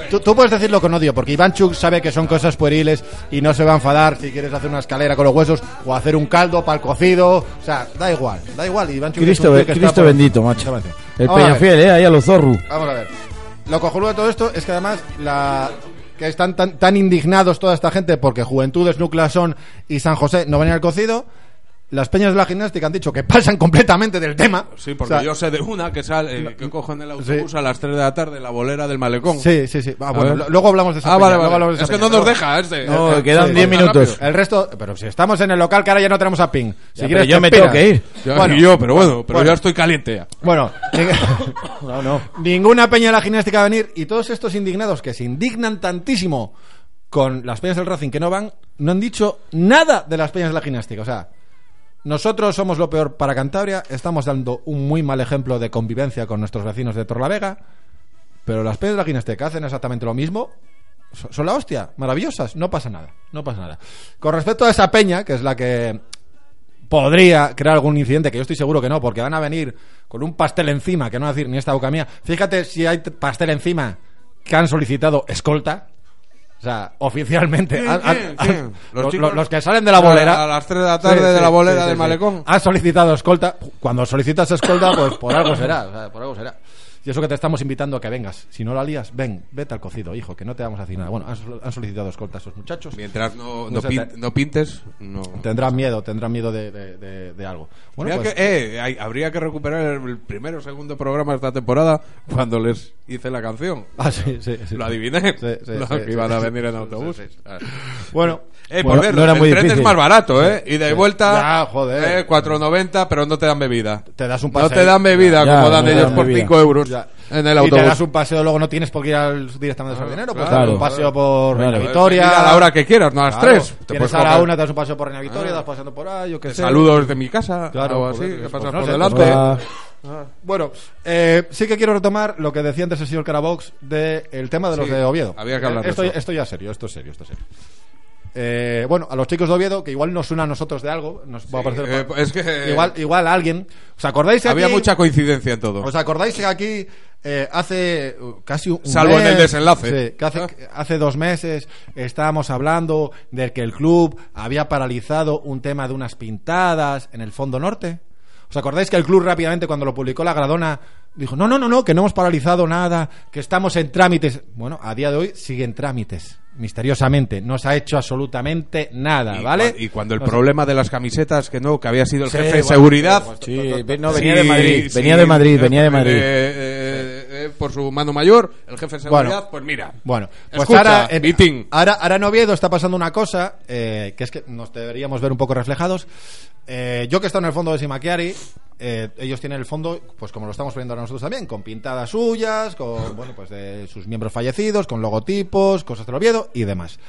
Speaker 3: tú- tú puedes decirlo con odio, porque Ivanchuk sabe que son cosas pueriles y no se va a enfadar si quieres hacer una escalera con los huesos o hacer un caldo para el cocido. O sea, da igual, da igual. Ivanchuk es un
Speaker 2: Cristo, eh,
Speaker 3: tío que está
Speaker 2: Cristo
Speaker 3: por-
Speaker 2: bendito, macho. El
Speaker 3: Vamos a ver.
Speaker 2: Peñafiel, eh, ahí a los zorru.
Speaker 3: Vamos a ver. Lo cojonudo de todo esto es que además la que están tan, tan indignados toda esta gente porque Juventudes, Nuclasón y San José no venían al cocido. Las peñas de la gimnástica han dicho que pasan completamente del tema.
Speaker 5: Sí, porque
Speaker 3: O sea,
Speaker 5: yo sé de una que sale, eh, que cogen el autobús
Speaker 3: Sí.
Speaker 5: a las 3 de la tarde, la bolera del malecón.
Speaker 3: Sí, sí, sí. Ah,
Speaker 5: A
Speaker 3: bueno,
Speaker 5: ver.
Speaker 3: lo- luego hablamos de esa
Speaker 5: Ah, vale,
Speaker 3: peña, luego hablamos
Speaker 5: vale.
Speaker 3: de esa
Speaker 5: Es que
Speaker 3: peña.
Speaker 5: no nos deja [laughs] este.
Speaker 2: No,
Speaker 5: Eh,
Speaker 2: quedan
Speaker 5: eh,
Speaker 2: 10
Speaker 5: está
Speaker 2: minutos.
Speaker 5: rápido.
Speaker 3: El resto, pero si estamos en el local, que ahora ya no tenemos a Ping. Si
Speaker 2: Ya, pero
Speaker 3: quieres,
Speaker 2: yo
Speaker 3: te
Speaker 2: me tengo
Speaker 3: piras.
Speaker 2: que ir.
Speaker 5: Ya,
Speaker 3: Bueno.
Speaker 5: y yo, pero bueno, pero
Speaker 3: Bueno.
Speaker 5: ya estoy caliente ya.
Speaker 3: Bueno, [coughs] ni- ninguna peña de la gimnástica va a venir y todos estos indignados que se indignan tantísimo con las peñas del Racing que no van, no han dicho nada de las peñas de la gimnástica. O sea, nosotros somos lo peor para Cantabria, estamos dando un muy mal ejemplo de convivencia con nuestros vecinos de Torlavega, pero las peñas de la gimnástica hacen exactamente lo mismo. So- Son la hostia, maravillosas, no pasa nada, no pasa nada. Con respecto a esa peña, que es la que podría crear algún incidente, que yo estoy seguro que no, porque van a venir con un pastel encima, que no va a decir ni esta boca mía. Fíjate si hay t- pastel encima que han solicitado escolta. O sea, oficialmente.
Speaker 5: ¿Quién,
Speaker 3: han- han-
Speaker 5: quién,
Speaker 3: han-
Speaker 5: quién?
Speaker 3: lo-
Speaker 5: Los
Speaker 3: lo-
Speaker 5: chicos-
Speaker 3: los que salen de la bolera.
Speaker 5: A las 3 de la tarde de la bolera del malecón.
Speaker 3: Ha solicitado escolta. Cuando solicitas escolta, pues por algo será. o sea, por algo será. Y eso que te estamos invitando a que vengas. Si no la lías, ven, vete al cocido, hijo, que no te vamos a decir nada. Bueno, han, sol- han solicitado escolta a esos muchachos.
Speaker 5: Mientras no,
Speaker 3: No
Speaker 5: no,
Speaker 3: se
Speaker 5: pin-
Speaker 3: te-
Speaker 5: no pintes, no.
Speaker 3: Tendrán miedo, tendrán miedo de, de- de- de algo. Bueno,
Speaker 5: Mira
Speaker 3: pues,
Speaker 5: que, eh, hay- habría que recuperar el primero o segundo programa de esta temporada cuando les hice la canción.
Speaker 3: Ah, sí, sí, sí.
Speaker 5: Lo adiviné.
Speaker 3: Sí,
Speaker 5: [laughs]
Speaker 3: sí,
Speaker 5: Lo
Speaker 3: sí,
Speaker 5: que
Speaker 3: sí,
Speaker 5: iban a
Speaker 3: sí,
Speaker 5: venir en
Speaker 3: sí,
Speaker 5: autobús. Ah.
Speaker 3: sí, sí. Bueno,
Speaker 5: Eh,
Speaker 2: Bueno,
Speaker 5: por ver,
Speaker 2: no era
Speaker 5: el
Speaker 2: muy
Speaker 5: tren
Speaker 2: difícil.
Speaker 5: es más barato, ¿eh? Ida Y de vuelta,
Speaker 3: Ya, joder.
Speaker 5: eh, 4.90, pero no te dan bebida.
Speaker 3: te das un
Speaker 5: No
Speaker 3: paseo.
Speaker 5: te dan bebida,
Speaker 2: Ya,
Speaker 5: como
Speaker 2: no
Speaker 5: dan
Speaker 2: te dan
Speaker 5: ellos por
Speaker 2: bebida.
Speaker 5: 5 euros en el
Speaker 3: Y te
Speaker 5: autobús.
Speaker 3: das un paseo, luego no tienes por qué ir al, directamente al sardinero, pues
Speaker 5: claro.
Speaker 3: te das un paseo por
Speaker 2: Claro.
Speaker 3: Reina
Speaker 5: Eh,
Speaker 3: Victoria.
Speaker 5: venid a la hora que quieras, no a las
Speaker 3: Claro,
Speaker 5: 3. Te
Speaker 3: vienes
Speaker 5: puedes
Speaker 3: a la
Speaker 5: comer
Speaker 3: una, te das un paseo por Reina Victoria, das pasando por ahí, yo qué sé.
Speaker 5: Saludos de mi casa,
Speaker 3: Claro,
Speaker 5: claro,
Speaker 3: joder,
Speaker 5: así, que
Speaker 3: pues
Speaker 5: pasas
Speaker 3: no
Speaker 5: por
Speaker 3: sé,
Speaker 5: delante.
Speaker 2: Ah,
Speaker 3: Bueno, eh, sí que quiero retomar lo que decía antes el señor Carabox del tema de los
Speaker 5: Sí,
Speaker 3: de Oviedo.
Speaker 5: había que hablar de
Speaker 3: esto,
Speaker 5: eso.
Speaker 3: esto ya es serio, esto es serio, esto es serio. Eh, bueno, a los chicos de Oviedo, que igual nos suena a nosotros de algo, nos va a parecer.
Speaker 5: eh, es que-
Speaker 3: Igual, igual a alguien. ¿Os acordáis
Speaker 5: Había
Speaker 3: aquí-
Speaker 5: mucha coincidencia en todo.
Speaker 3: ¿Os acordáis que aquí Eh, hace uh, casi un
Speaker 5: Salvo en
Speaker 3: mes-
Speaker 5: el desenlace. Ah.
Speaker 3: sí, que hace, que hace dos meses estábamos hablando de que el club había paralizado un tema de unas pintadas en el fondo norte. ¿Os acordáis que el club rápidamente cuando lo publicó la Gradona dijo, no, no, no, no, que no hemos paralizado nada, que estamos en trámites? Bueno, a día de hoy siguen trámites, misteriosamente. No se ha hecho absolutamente nada,
Speaker 5: Y
Speaker 3: ¿vale?
Speaker 5: cua- y cuando el
Speaker 3: No se-
Speaker 5: problema de las camisetas, que no, que había sido el
Speaker 3: Sí,
Speaker 5: jefe de
Speaker 3: bueno, pues
Speaker 5: seguridad.
Speaker 2: Sí, ve- no, venía de Madrid, venía de Madrid, venía de Madrid.
Speaker 5: eh, eh, eh, por su mano mayor, el jefe de seguridad,
Speaker 3: Bueno.
Speaker 5: pues mira.
Speaker 3: Bueno, pues
Speaker 5: Escucha,
Speaker 3: ahora, en, Ah,
Speaker 5: meeting.
Speaker 3: ahora, ahora en Oviedo está pasando una cosa eh, que es que nos deberíamos ver un poco reflejados. Eh, yo que he estado en el fondo de Simaquiari, eh, ellos tienen el fondo, pues como lo estamos poniendo ahora nosotros también, con pintadas suyas,
Speaker 5: [laughs]
Speaker 3: con bueno, pues de sus miembros fallecidos, con logotipos, cosas del Oviedo y demás.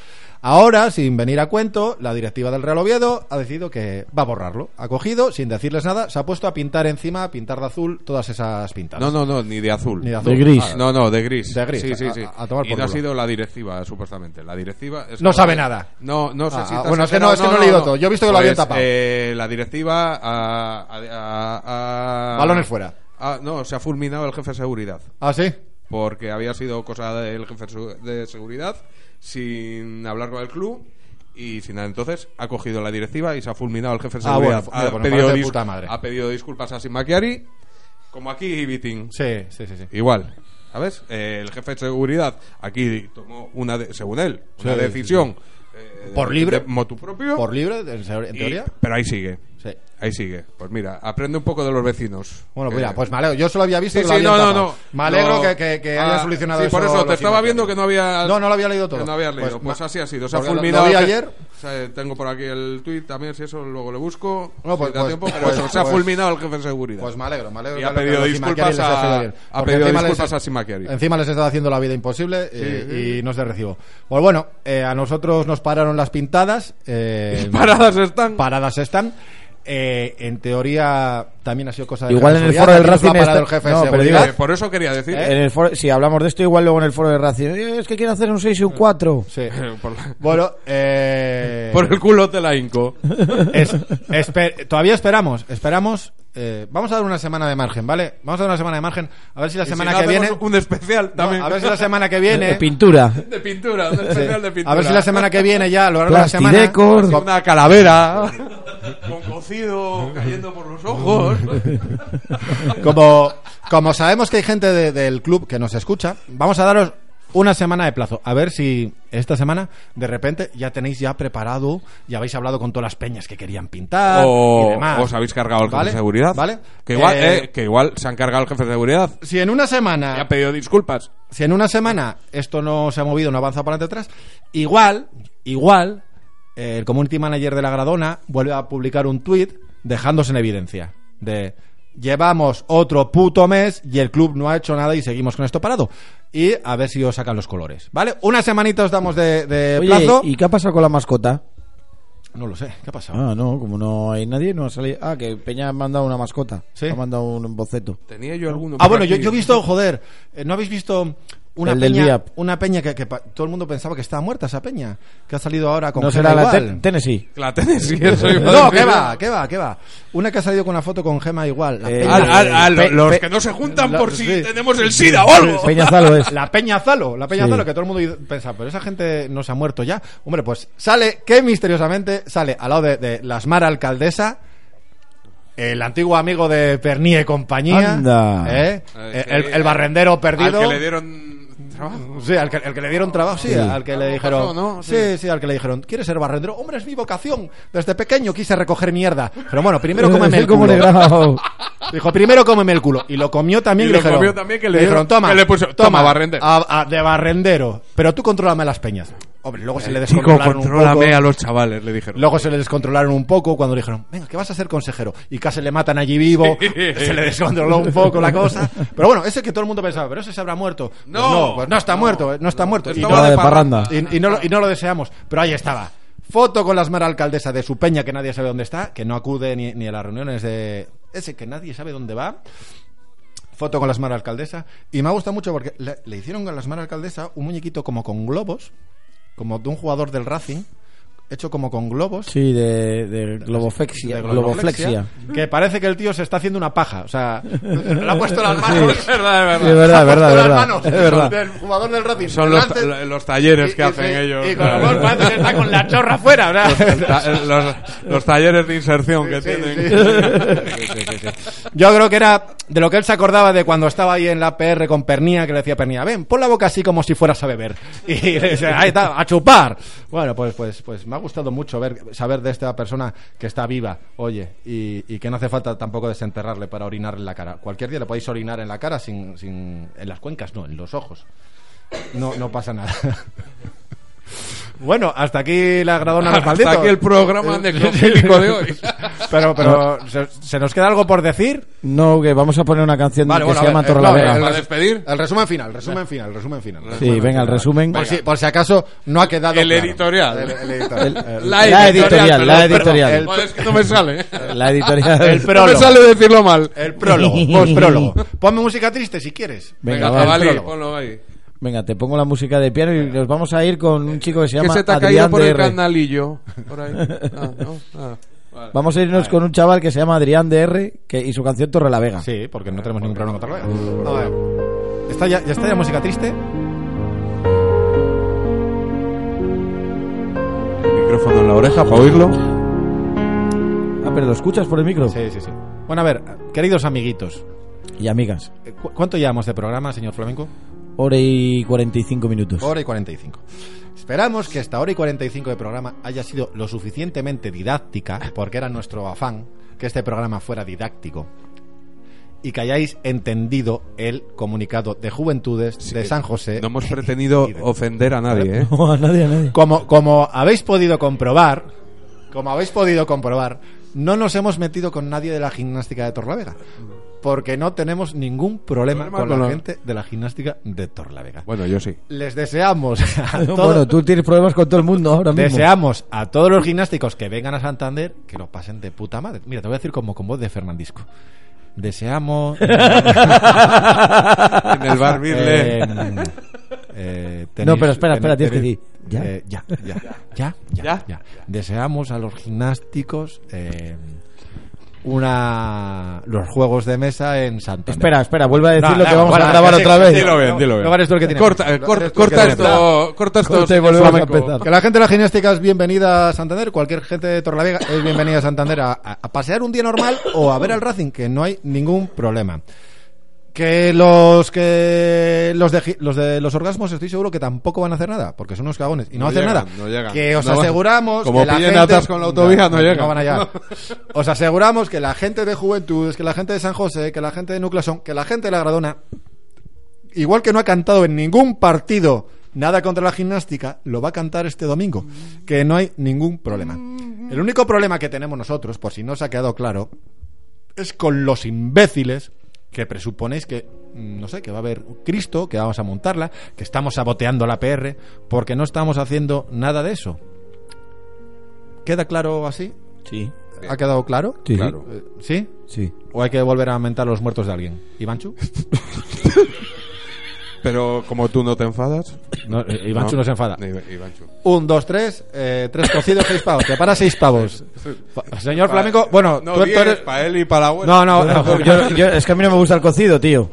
Speaker 3: Ahora, sin venir a cuento, la directiva del Real Oviedo ha decidido que va a borrarlo. Ha cogido, sin decirles nada, se ha puesto a pintar encima, a pintar de azul todas esas pintadas.
Speaker 5: No, no, no, ni de azul.
Speaker 3: Ni de azul.
Speaker 2: De gris.
Speaker 5: Ah, no, no, de gris.
Speaker 3: De gris,
Speaker 5: Sí, sí,
Speaker 3: a-
Speaker 5: sí.
Speaker 3: a- a tomar
Speaker 5: y
Speaker 3: por
Speaker 5: no ha
Speaker 3: culo.
Speaker 5: sido la directiva, supuestamente. La directiva. es
Speaker 3: No
Speaker 5: como
Speaker 3: sabe
Speaker 5: de-
Speaker 3: nada.
Speaker 5: No, no sé
Speaker 3: Ah,
Speaker 5: si.
Speaker 3: ah,
Speaker 5: te
Speaker 3: bueno,
Speaker 5: has
Speaker 3: es que no,
Speaker 5: enterado.
Speaker 3: es que no he leído todo. Yo he visto que lo habían tapado.
Speaker 5: eh, la directiva. A, a- a-
Speaker 3: Balones fuera.
Speaker 5: Ah, no, se ha fulminado el jefe de seguridad.
Speaker 3: Ah, sí.
Speaker 5: porque había sido cosa del jefe su- de seguridad sin hablar con el club y sin nada. Entonces ha cogido la directiva y se ha fulminado el jefe de
Speaker 3: Ah,
Speaker 5: seguridad.
Speaker 3: bueno, mira,
Speaker 5: ha,
Speaker 3: pues me
Speaker 5: pedido
Speaker 3: parece de
Speaker 5: dis-
Speaker 3: puta madre.
Speaker 5: ha pedido disculpas a Simakiari, como aquí y Biting.
Speaker 3: Sí, sí, sí. sí.
Speaker 5: Igual. ¿Sabes? Eh, el jefe de seguridad aquí tomó una, de- según él, una
Speaker 3: Sí,
Speaker 5: decisión. eh,
Speaker 3: Por libre.
Speaker 5: de motu propio.
Speaker 3: Por libre, en en
Speaker 5: y-
Speaker 3: teoría.
Speaker 5: pero ahí sigue.
Speaker 3: Sí.
Speaker 5: Ahí sigue. Pues mira, aprende un poco de los vecinos.
Speaker 3: Bueno,
Speaker 5: Eh,
Speaker 3: mira, pues me alegro. Yo solo había visto
Speaker 5: Sí,
Speaker 3: que lo
Speaker 5: sí,
Speaker 3: habían
Speaker 5: no, no,
Speaker 3: tapado.
Speaker 5: no.
Speaker 3: Me alegro
Speaker 5: No.
Speaker 3: que, que, que
Speaker 5: Ah,
Speaker 3: haya solucionado
Speaker 5: sí,
Speaker 3: eso.
Speaker 5: por eso, te
Speaker 3: los
Speaker 5: estaba
Speaker 3: Imagineers.
Speaker 5: viendo que no había...
Speaker 3: No, no lo había leído todo.
Speaker 5: Que no habías leído. Pues,
Speaker 3: ma-
Speaker 5: así ha sido. Se ha
Speaker 3: porque lo-
Speaker 5: fulminado.
Speaker 3: Lo vi
Speaker 5: el je-
Speaker 3: ayer.
Speaker 5: [laughs] o sea, tengo por aquí el tuit también, si eso luego le busco.
Speaker 3: No, pues-
Speaker 5: Si da
Speaker 3: pues-
Speaker 5: tiempo, pero
Speaker 3: pues-
Speaker 5: eso, se ha
Speaker 3: pues-
Speaker 5: fulminado el jefe de seguridad.
Speaker 3: Pues me alegro, me alegro.
Speaker 5: Y
Speaker 3: que
Speaker 5: ha
Speaker 3: lo- que
Speaker 5: pedido
Speaker 3: los
Speaker 5: disculpas
Speaker 3: Imagineers les
Speaker 5: a-
Speaker 3: ha ido bien.
Speaker 5: ha
Speaker 3: Porque
Speaker 5: pedido
Speaker 3: encima
Speaker 5: disculpas
Speaker 3: les-
Speaker 5: a Simaquiari.
Speaker 3: Encima les estaba haciendo la vida imposible eh, y no es de recibo. Pues bueno, eh, a nosotros nos pararon las pintadas. eh,
Speaker 5: [laughs] [laughs] Paradas están.
Speaker 3: Paradas están. Eh, en teoría también ha sido cosa de
Speaker 2: Igual en el foro del Racing
Speaker 3: está...
Speaker 2: está-
Speaker 3: el jefe de
Speaker 2: no, pero digo-
Speaker 3: seguridad.
Speaker 5: Eh, por eso quería decir...
Speaker 2: En
Speaker 3: Eh,
Speaker 2: el foro- si hablamos de esto, igual luego en el foro de Racing. "Eh, Es que quiero hacer un 6 y un 4.
Speaker 3: Sí.
Speaker 2: [laughs]
Speaker 5: [laughs] Por, la-
Speaker 3: Bueno, eh,
Speaker 5: por el culo te
Speaker 3: [laughs]
Speaker 5: la inco.
Speaker 3: Es- esper- todavía esperamos, esperamos. eh, vamos a dar una semana de margen, ¿vale? Vamos a dar una semana de margen. A ver si la
Speaker 5: Y
Speaker 3: semana
Speaker 5: si no
Speaker 3: que viene.
Speaker 5: hacemos Un especial
Speaker 3: No,
Speaker 5: también.
Speaker 3: a ver si la semana que viene.
Speaker 2: Eh, Pintura.
Speaker 5: [laughs] de pintura, un
Speaker 3: Sí.
Speaker 5: especial de pintura.
Speaker 3: A ver si la semana que viene ya, a lo largo de la semana.
Speaker 2: Plastidecor.
Speaker 3: co-
Speaker 5: Una [laughs] calavera. con cocido cayendo por los ojos.
Speaker 3: [laughs] Como, como sabemos que hay gente de- del club que nos escucha, vamos a daros una semana de plazo. A ver si esta semana, de repente, ya tenéis ya preparado, ya habéis hablado con todas las peñas que querían pintar y
Speaker 5: o
Speaker 3: demás.
Speaker 5: os habéis cargado al jefe
Speaker 3: ¿Vale?
Speaker 5: de seguridad.
Speaker 3: ¿Vale?
Speaker 5: Que igual,
Speaker 3: Eh, Ah.
Speaker 5: eh, que igual se han cargado al jefe de seguridad.
Speaker 3: Si en una semana.
Speaker 5: Y ha pedido disculpas.
Speaker 3: si en una semana esto no se ha movido, no avanza para adelante atrás, igual, igual, eh, el community manager de la Gradona vuelve a publicar un tweet dejándose en evidencia de llevamos otro puto mes y el club no ha hecho nada y seguimos con esto parado. Y a ver si os sacan los colores, ¿vale? Una semanita os damos de, de
Speaker 2: Oye,
Speaker 3: plazo.
Speaker 2: ¿y qué ha pasado con la mascota?
Speaker 3: No lo sé, ¿qué ha pasado?
Speaker 2: Ah, no, como no hay nadie, no ha salido. Ah, que Peña ha mandado una mascota.
Speaker 3: Sí.
Speaker 2: Ha mandado un boceto.
Speaker 5: Tenía yo alguno.
Speaker 3: Ah,
Speaker 5: por
Speaker 3: bueno, yo,
Speaker 5: aquí.
Speaker 3: yo he visto, joder, eh, ¿no habéis visto una
Speaker 2: El del
Speaker 3: peña,
Speaker 2: Viap.
Speaker 3: una peña que, que pa- todo el mundo pensaba que estaba muerta esa peña? Que ha salido ahora con
Speaker 2: No
Speaker 3: Gema
Speaker 2: será la
Speaker 3: igual.
Speaker 2: Ten- Tennessee.
Speaker 5: La tenis, sí, eso iba a
Speaker 3: No,
Speaker 5: decir.
Speaker 3: ¿qué va? ¿Qué va? ¿Qué va? Una que ha salido con una foto con Gema igual. La
Speaker 2: Eh,
Speaker 3: Peña,
Speaker 5: Al- al- al-
Speaker 2: Pe-
Speaker 5: los
Speaker 2: pe-
Speaker 5: que no se juntan
Speaker 3: la-
Speaker 5: por si
Speaker 3: sí.
Speaker 5: tenemos el SIDA o algo.
Speaker 2: Peñazalo es.
Speaker 3: [laughs] la Peña Zalo, la Peña
Speaker 2: Sí.
Speaker 3: Zalo, que todo el mundo piensa, pero esa gente no se ha muerto ya. Hombre, pues sale, que misteriosamente sale al lado de, de la Asmara Alcaldesa, el antiguo amigo de Perní y compañía,
Speaker 2: Anda.
Speaker 3: ¿eh?
Speaker 5: Eh,
Speaker 3: el,
Speaker 5: que-
Speaker 3: el barrendero perdido.
Speaker 5: Al que le dieron trabajo.
Speaker 3: Sí, al que, al que le dieron trabajo, sí,
Speaker 2: Sí.
Speaker 3: al que le
Speaker 5: Algo
Speaker 3: dijeron.
Speaker 5: pasó, ¿no?
Speaker 3: Ah, Sí. sí, al que le dijeron, ¿quieres ser barrendero? Hombre, es mi vocación. Desde pequeño quise recoger mierda. Pero bueno,
Speaker 2: [laughs]
Speaker 3: primero cómeme el
Speaker 2: ¿Cómo
Speaker 3: culo.
Speaker 2: le grabo?
Speaker 3: Dijo, primero cómeme el culo. Y lo comió también.
Speaker 5: Y
Speaker 3: le
Speaker 5: lo
Speaker 3: dijeron,
Speaker 5: comió también, que le
Speaker 3: dijeron,
Speaker 5: dieron-
Speaker 3: toma,
Speaker 5: que le puso, toma, barrendero".
Speaker 3: a- a- de barrendero. Pero tú contrólame las peñas. Hombre, luego se le
Speaker 5: Chico,
Speaker 3: descontrolaron un
Speaker 5: contrólame
Speaker 3: poco.
Speaker 5: a los chavales, le dijeron.
Speaker 3: Luego se le descontrolaron un poco cuando le dijeron, venga, que vas a ser consejero. Y casi le matan allí vivo. Se le descontroló un poco la
Speaker 5: [laughs]
Speaker 3: cosa. Pero bueno, ese que todo el mundo pensaba, pero ese se habrá muerto. Pues
Speaker 5: No,
Speaker 3: no, pues no está muerto, eh, no está muerto. Y
Speaker 5: Estaba
Speaker 3: no-
Speaker 2: de
Speaker 5: parranda. [laughs]
Speaker 2: parranda.
Speaker 3: y, y no, lo- y no lo deseamos. Pero ahí estaba. Foto con la Asmara alcaldesa de su peña, que nadie sabe dónde está, que no acude ni, ni a las reuniones de. Ese que nadie sabe dónde va. Foto con la Asmara alcaldesa. Y me ha gustado mucho porque le, le hicieron a la Asmara alcaldesa un muñequito como con globos, como de un jugador del Racing. hecho como con globos.
Speaker 2: Sí, de, de globoflexia.
Speaker 3: de
Speaker 2: globoflexia.
Speaker 3: Que parece que el tío se está haciendo una paja. O sea, le ha puesto las manos.
Speaker 2: Sí. Es verdad, es verdad. Sí, es verdad,
Speaker 3: Le ha puesto
Speaker 2: verdad,
Speaker 3: las
Speaker 2: verdad.
Speaker 3: manos
Speaker 2: Es verdad.
Speaker 3: del jugador del Racing.
Speaker 5: Son los,
Speaker 3: Delante-
Speaker 5: ta- los talleres que
Speaker 3: y- y-
Speaker 5: hacen
Speaker 3: y-
Speaker 5: ellos.
Speaker 3: Y con el gol parece que está con la chorra afuera.
Speaker 5: [laughs] Los,
Speaker 3: ¿verdad?
Speaker 5: ta- los- los talleres de inserción que tienen.
Speaker 3: sí. Yo creo que era de lo que él se acordaba de cuando estaba ahí en la PR con Pernía, que le decía a Pernía, ven, pon la boca así como si fueras a beber. Y [laughs] le decía, ahí está, a chupar. Bueno, pues, pues, pues me ha gustado mucho ver, saber de esta persona que está viva, oye, y, y que no hace falta tampoco desenterrarle para orinar en la cara. Cualquier día le podéis orinar en la cara sin, sin en las cuencas, no, en los ojos. No, no pasa nada. [laughs] Bueno, hasta aquí la gradona de los
Speaker 5: [laughs] [laughs] Hasta
Speaker 3: malditos.
Speaker 5: aquí el programa necrofílico de
Speaker 3: [laughs]
Speaker 5: hoy.
Speaker 3: Pero, pero, ¿se, se nos queda algo por decir?
Speaker 2: No, que vamos a poner una canción
Speaker 3: Vale,
Speaker 2: que
Speaker 3: bueno,
Speaker 2: se
Speaker 3: a ver,
Speaker 2: llama
Speaker 3: eh,
Speaker 2: Torrelavega.
Speaker 3: no,
Speaker 5: ¿Para despedir?
Speaker 3: El resumen final, resumen final, resumen final.
Speaker 2: Sí, venga, el resumen.
Speaker 3: Por si, por si acaso no ha quedado
Speaker 5: El
Speaker 3: claro.
Speaker 5: editorial.
Speaker 3: El, el editorial. El-
Speaker 2: La editorial, la
Speaker 5: perdón,
Speaker 2: editorial.
Speaker 5: perdón. Joder, es que no me sale.
Speaker 2: La
Speaker 5: [laughs]
Speaker 2: editorial.
Speaker 3: El
Speaker 5: No me
Speaker 3: prólogo.
Speaker 5: sale decirlo mal.
Speaker 3: el prólogo, postprólogo. Ponme música triste si quieres.
Speaker 2: Venga, va, el
Speaker 5: Venga, jabalí,
Speaker 2: prólogo.
Speaker 5: ponlo ahí.
Speaker 2: Venga, te pongo la música de piano y nos vamos a ir con un chico que se
Speaker 11: Que
Speaker 2: llama
Speaker 11: se te ha caído
Speaker 2: Adrián
Speaker 11: por el
Speaker 2: DR.
Speaker 11: canalillo. Por
Speaker 2: [laughs]
Speaker 11: ahí. Ah, no, ah.
Speaker 2: Vamos a irnos con un chaval que se llama Adrián DR que, y su canción Torre la Vega.
Speaker 3: Sí, porque no tenemos ningún problema con Torrelavega. A ver. ¿Está ya, ¿Ya está ya música triste?
Speaker 5: Micrófono en la oreja para oírlo.
Speaker 2: Ah, pero lo escuchas por el micro.
Speaker 3: Sí, sí, sí. Bueno, a ver, queridos amiguitos,
Speaker 2: Y amigas.
Speaker 3: ¿cu- ¿cuánto llevamos de programa, señor Flamenco?
Speaker 2: Hora y 45 minutos.
Speaker 3: Hora y 45. Esperamos que esta hora y 45 de programa haya sido lo suficientemente didáctica, porque era nuestro afán que este programa fuera didáctico. Y que hayáis entendido el comunicado de Juventudes de San José.
Speaker 2: Eh,
Speaker 5: No hemos
Speaker 3: [laughs]
Speaker 5: pretendido ofender a nadie, ¿eh?
Speaker 2: [laughs] No, a nadie, a nadie.
Speaker 3: Como, como habéis podido comprobar, como habéis podido comprobar, no nos hemos metido con nadie de la gimnástica de Torlavega. Porque no tenemos ningún problema,
Speaker 5: Problema
Speaker 3: con,
Speaker 5: con
Speaker 3: la
Speaker 5: la-
Speaker 3: gente de la gimnástica de Torlavega.
Speaker 5: Bueno, yo sí.
Speaker 3: Les deseamos
Speaker 5: [laughs]
Speaker 3: a todos-
Speaker 2: Bueno, tú tienes problemas con todo el mundo ahora mismo.
Speaker 3: Deseamos a todos los gimnásticos que vengan a Santander que lo pasen de puta madre. Mira, te voy a decir como con voz de Fernandisco. Deseamos.
Speaker 2: [laughs]
Speaker 5: En el bar
Speaker 3: Eh,
Speaker 5: Birle.
Speaker 3: eh, tenéis-
Speaker 2: No, pero espera, espera,
Speaker 3: tenéis-
Speaker 2: tienes que decir, ¿ya?
Speaker 3: eh, ya, ya, ya, ya,
Speaker 5: ¿Ya?
Speaker 3: ya. Deseamos a los gimnásticos eh, una los juegos de mesa en Santander.
Speaker 2: Espera, espera, vuelve a decir
Speaker 3: No,
Speaker 2: lo que
Speaker 3: no,
Speaker 2: vamos
Speaker 3: bueno,
Speaker 2: a grabar
Speaker 3: sí,
Speaker 2: otra
Speaker 3: sí,
Speaker 2: vez.
Speaker 5: Dilo bien, dilo bien.
Speaker 3: Luego eres tú el que tiene.
Speaker 5: Corta, eh, cor-
Speaker 3: Eres tú el que
Speaker 5: corta
Speaker 3: tiene.
Speaker 5: esto, corta esto.
Speaker 2: Corta y
Speaker 5: señor
Speaker 2: volvemos a
Speaker 5: Flamenco.
Speaker 2: empezar.
Speaker 3: Que la gente de la gimnástica es bienvenida a Santander. Cualquier gente de Torrelavega es bienvenida a Santander a, a- a pasear un día normal o a ver al Racing, que no hay ningún problema. Que los que los de, gi- los de los orgasmos estoy seguro que tampoco van a hacer nada, porque son unos cagones y no,
Speaker 5: No
Speaker 3: hacen
Speaker 5: llegan,
Speaker 3: nada.
Speaker 5: no llegan.
Speaker 3: Que os
Speaker 5: No van-
Speaker 3: aseguramos
Speaker 5: como
Speaker 3: que la
Speaker 5: pillen
Speaker 3: gente
Speaker 5: atas con la autovía, no llegan.
Speaker 3: van a
Speaker 5: [laughs]
Speaker 3: llegar. Os aseguramos que la gente de Juventudes, que la gente de San José, que la gente de Nuclasón, que la gente de La Gradona igual que no ha cantado en ningún partido nada contra la gimnástica, lo va a cantar este domingo, que no hay ningún problema.
Speaker 5: Mm.
Speaker 3: El único problema que tenemos nosotros, por si no os ha quedado claro, es con los imbéciles que presuponéis que, mm, no sé, que va a haber Cristo, que vamos a montarla, que estamos saboteando la PR, porque no estamos haciendo nada de eso. ¿Queda claro así?
Speaker 2: Sí.
Speaker 3: ¿Ha quedado claro?
Speaker 2: Sí.
Speaker 5: Claro.
Speaker 3: Eh, ¿Sí?
Speaker 2: Sí.
Speaker 3: ¿O hay que volver a aumentar los muertos de alguien? ¿Ivanchu?
Speaker 5: Pero como tú no te enfadas.
Speaker 3: No, eh, Ivanchu no se enfada.
Speaker 5: Ni- Ivanchu.
Speaker 3: Un, dos, tres, eh, tres cocidos, seis pavos. Te para seis [laughs] pavos. Pa- Señor Flamenco, bueno,
Speaker 5: no,
Speaker 3: tú, tú eres-
Speaker 5: para él y para la abuela.
Speaker 3: No, no, no,
Speaker 2: Bueno, yo- yo- es que a mí no me gusta el cocido, tío.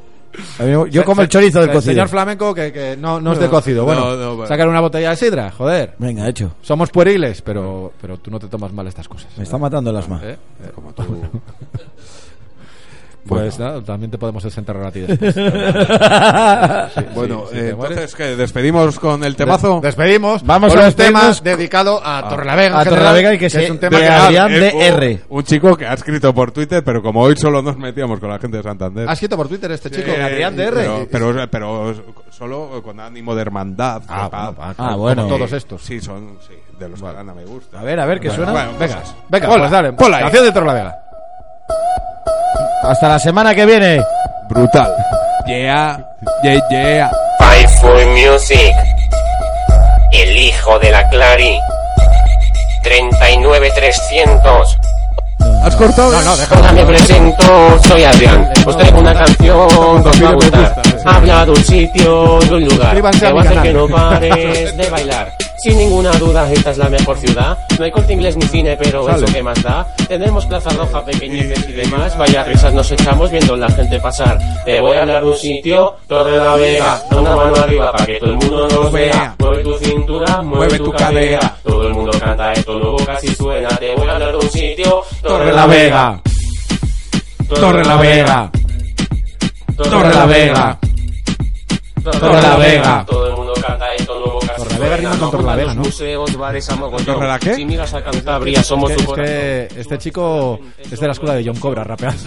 Speaker 2: A mí no- yo
Speaker 3: Se-
Speaker 2: como el
Speaker 3: se-
Speaker 2: chorizo del
Speaker 3: se-
Speaker 2: cocido.
Speaker 3: Señor Flamenco, que, que no, no es de
Speaker 5: No,
Speaker 3: cocido. Bueno,
Speaker 5: no, no, bueno.
Speaker 3: sacar una botella de sidra, joder.
Speaker 2: Venga, hecho.
Speaker 3: Somos pueriles, pero, pero tú no te tomas mal estas cosas.
Speaker 2: Me está matando el [laughs] asma.
Speaker 3: ¿Eh? Eh,
Speaker 5: Como tú.
Speaker 3: Pues nada, también te podemos
Speaker 2: [laughs]
Speaker 3: desenterrar a ti después.
Speaker 5: Bueno,
Speaker 3: sí, sí,
Speaker 5: eh,
Speaker 3: te mueres.
Speaker 5: entonces que despedimos con el temazo.
Speaker 3: Des- despedimos.
Speaker 2: Vamos
Speaker 3: con
Speaker 2: a
Speaker 3: un tema
Speaker 2: despedirnos- Ah,
Speaker 3: dedicado a Torrelavega.
Speaker 2: a
Speaker 3: en general,
Speaker 2: Torrelavega y que se-
Speaker 3: es un tema
Speaker 2: de
Speaker 3: que
Speaker 2: a-
Speaker 3: ha-
Speaker 2: Adrián
Speaker 5: es un-
Speaker 2: DR.
Speaker 5: Un, chico que ha escrito por Twitter, pero como hoy solo nos metíamos con la gente de Santander.
Speaker 3: ha escrito por Twitter este chico.
Speaker 5: Eh,
Speaker 3: Adrián DR.
Speaker 5: Pero, pero, pero solo con ánimo de hermandad.
Speaker 3: Ah,
Speaker 5: de paz.
Speaker 3: bueno, ah,
Speaker 2: Ah,
Speaker 3: como
Speaker 2: bueno.
Speaker 3: todos estos.
Speaker 5: Sí, son sí, de los que gana me gusta.
Speaker 2: A ver, a ver, ¿qué
Speaker 5: Bueno,
Speaker 2: suena?
Speaker 5: bueno,
Speaker 3: Venga,
Speaker 5: cosas.
Speaker 3: venga,
Speaker 5: Ponla,
Speaker 3: pues dale.
Speaker 5: ponla ahí.
Speaker 3: Canción de Torrelavega.
Speaker 2: Hasta la semana que viene.
Speaker 5: Brutal. Yeah, yeah, yeah.
Speaker 8: Firefly Music, el hijo de la Clary, 39300.
Speaker 5: ¿Has cortado? No, no,
Speaker 8: Hola, me presento, soy Adrián. Os traigo una canción que os va a gustar. Habla de un sitio, de un lugar.
Speaker 3: Suscríbanse a
Speaker 8: Te
Speaker 3: mi
Speaker 8: va a hacer
Speaker 3: canal.
Speaker 8: que no pares de bailar.
Speaker 9: Sin ninguna duda, esta es la mejor ciudad. No hay corte inglés ni cine, pero
Speaker 3: Sale.
Speaker 9: eso que más da. Tenemos Plaza Roja, pequeñeces y demás. Vaya risas nos echamos viendo la gente pasar. Te voy a hablar de un sitio, Torre la Vega. Da una mano arriba para que todo el mundo nos vea. Mueve tu cintura, mueve tu cadera. Todo el mundo canta esto, luego casi suena. Te voy a hablar de un sitio, Torre la Vega.
Speaker 3: Torre la Vega. Torre
Speaker 2: [laughs]
Speaker 3: la Vega. Torre la Vega.
Speaker 9: Todo el mundo canta esto, luego casi
Speaker 3: Torre la Vega
Speaker 9: suena.
Speaker 3: rima con Torre la Vega, ¿no?
Speaker 9: Museos, bares, a mogollón.
Speaker 3: ¿Torre la qué?
Speaker 9: Si miras a Cantabria, somos
Speaker 3: Es
Speaker 9: tu
Speaker 3: que-
Speaker 9: corazón.
Speaker 3: es que este chico es de la escuela de John
Speaker 2: [laughs]
Speaker 3: Cobra, rapeando.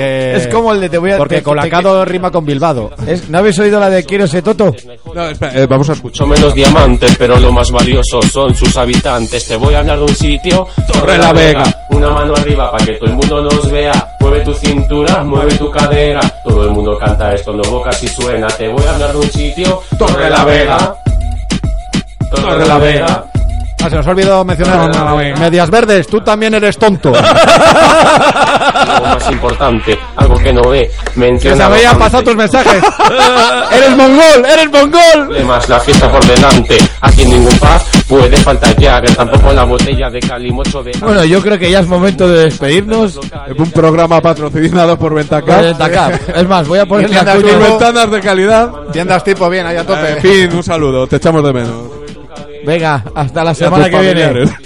Speaker 2: Es como el de te voy a-
Speaker 3: Porque
Speaker 2: te-
Speaker 3: colacado rima con Bilbado.
Speaker 2: Es- ¿No habéis oído la de Quiero ese Toto?
Speaker 5: No, espera,
Speaker 8: eh,
Speaker 9: vamos a escuchar. Son menos diamantes, pero lo más valioso son sus habitantes. Te voy a hablar de un sitio, Torre la Vega. Una mano arriba para que todo el mundo nos vea. Mueve tu cintura, mueve tu cadera. Todo el mundo canta esto, no boca si suena. Te voy a hablar de un sitio, Torre la Vega. Torre la Vega.
Speaker 8: Ah, se nos ha olvidado mencionar Medias Verdes, tú también eres tonto.
Speaker 9: Algo más importante, algo que no ve.
Speaker 8: Que se
Speaker 9: Menciona
Speaker 8: me habían
Speaker 9: bastante.
Speaker 8: pasado
Speaker 2: [laughs]
Speaker 8: tus mensajes. ¡Eres mongol! ¡Eres mongol!
Speaker 9: Además, la fiesta por delante. Aquí ningún paz puede faltar ya, que tampoco la botella de calimocho de.
Speaker 2: Bueno, yo creo que ya es momento de despedirnos.
Speaker 5: Un programa patrocinado por Ventacap. [laughs]
Speaker 2: Es más, voy a ponerle
Speaker 5: Tiendas
Speaker 2: a
Speaker 5: con
Speaker 2: Cuño-
Speaker 5: ventanas de calidad.
Speaker 8: [laughs] Tiendas tipo
Speaker 5: Eh.
Speaker 8: bien, ahí a tope.
Speaker 5: En fin, un saludo. Te echamos de menos.
Speaker 2: Venga, hasta la
Speaker 5: Y a
Speaker 2: semana
Speaker 5: tus
Speaker 2: que viene.
Speaker 5: familiares.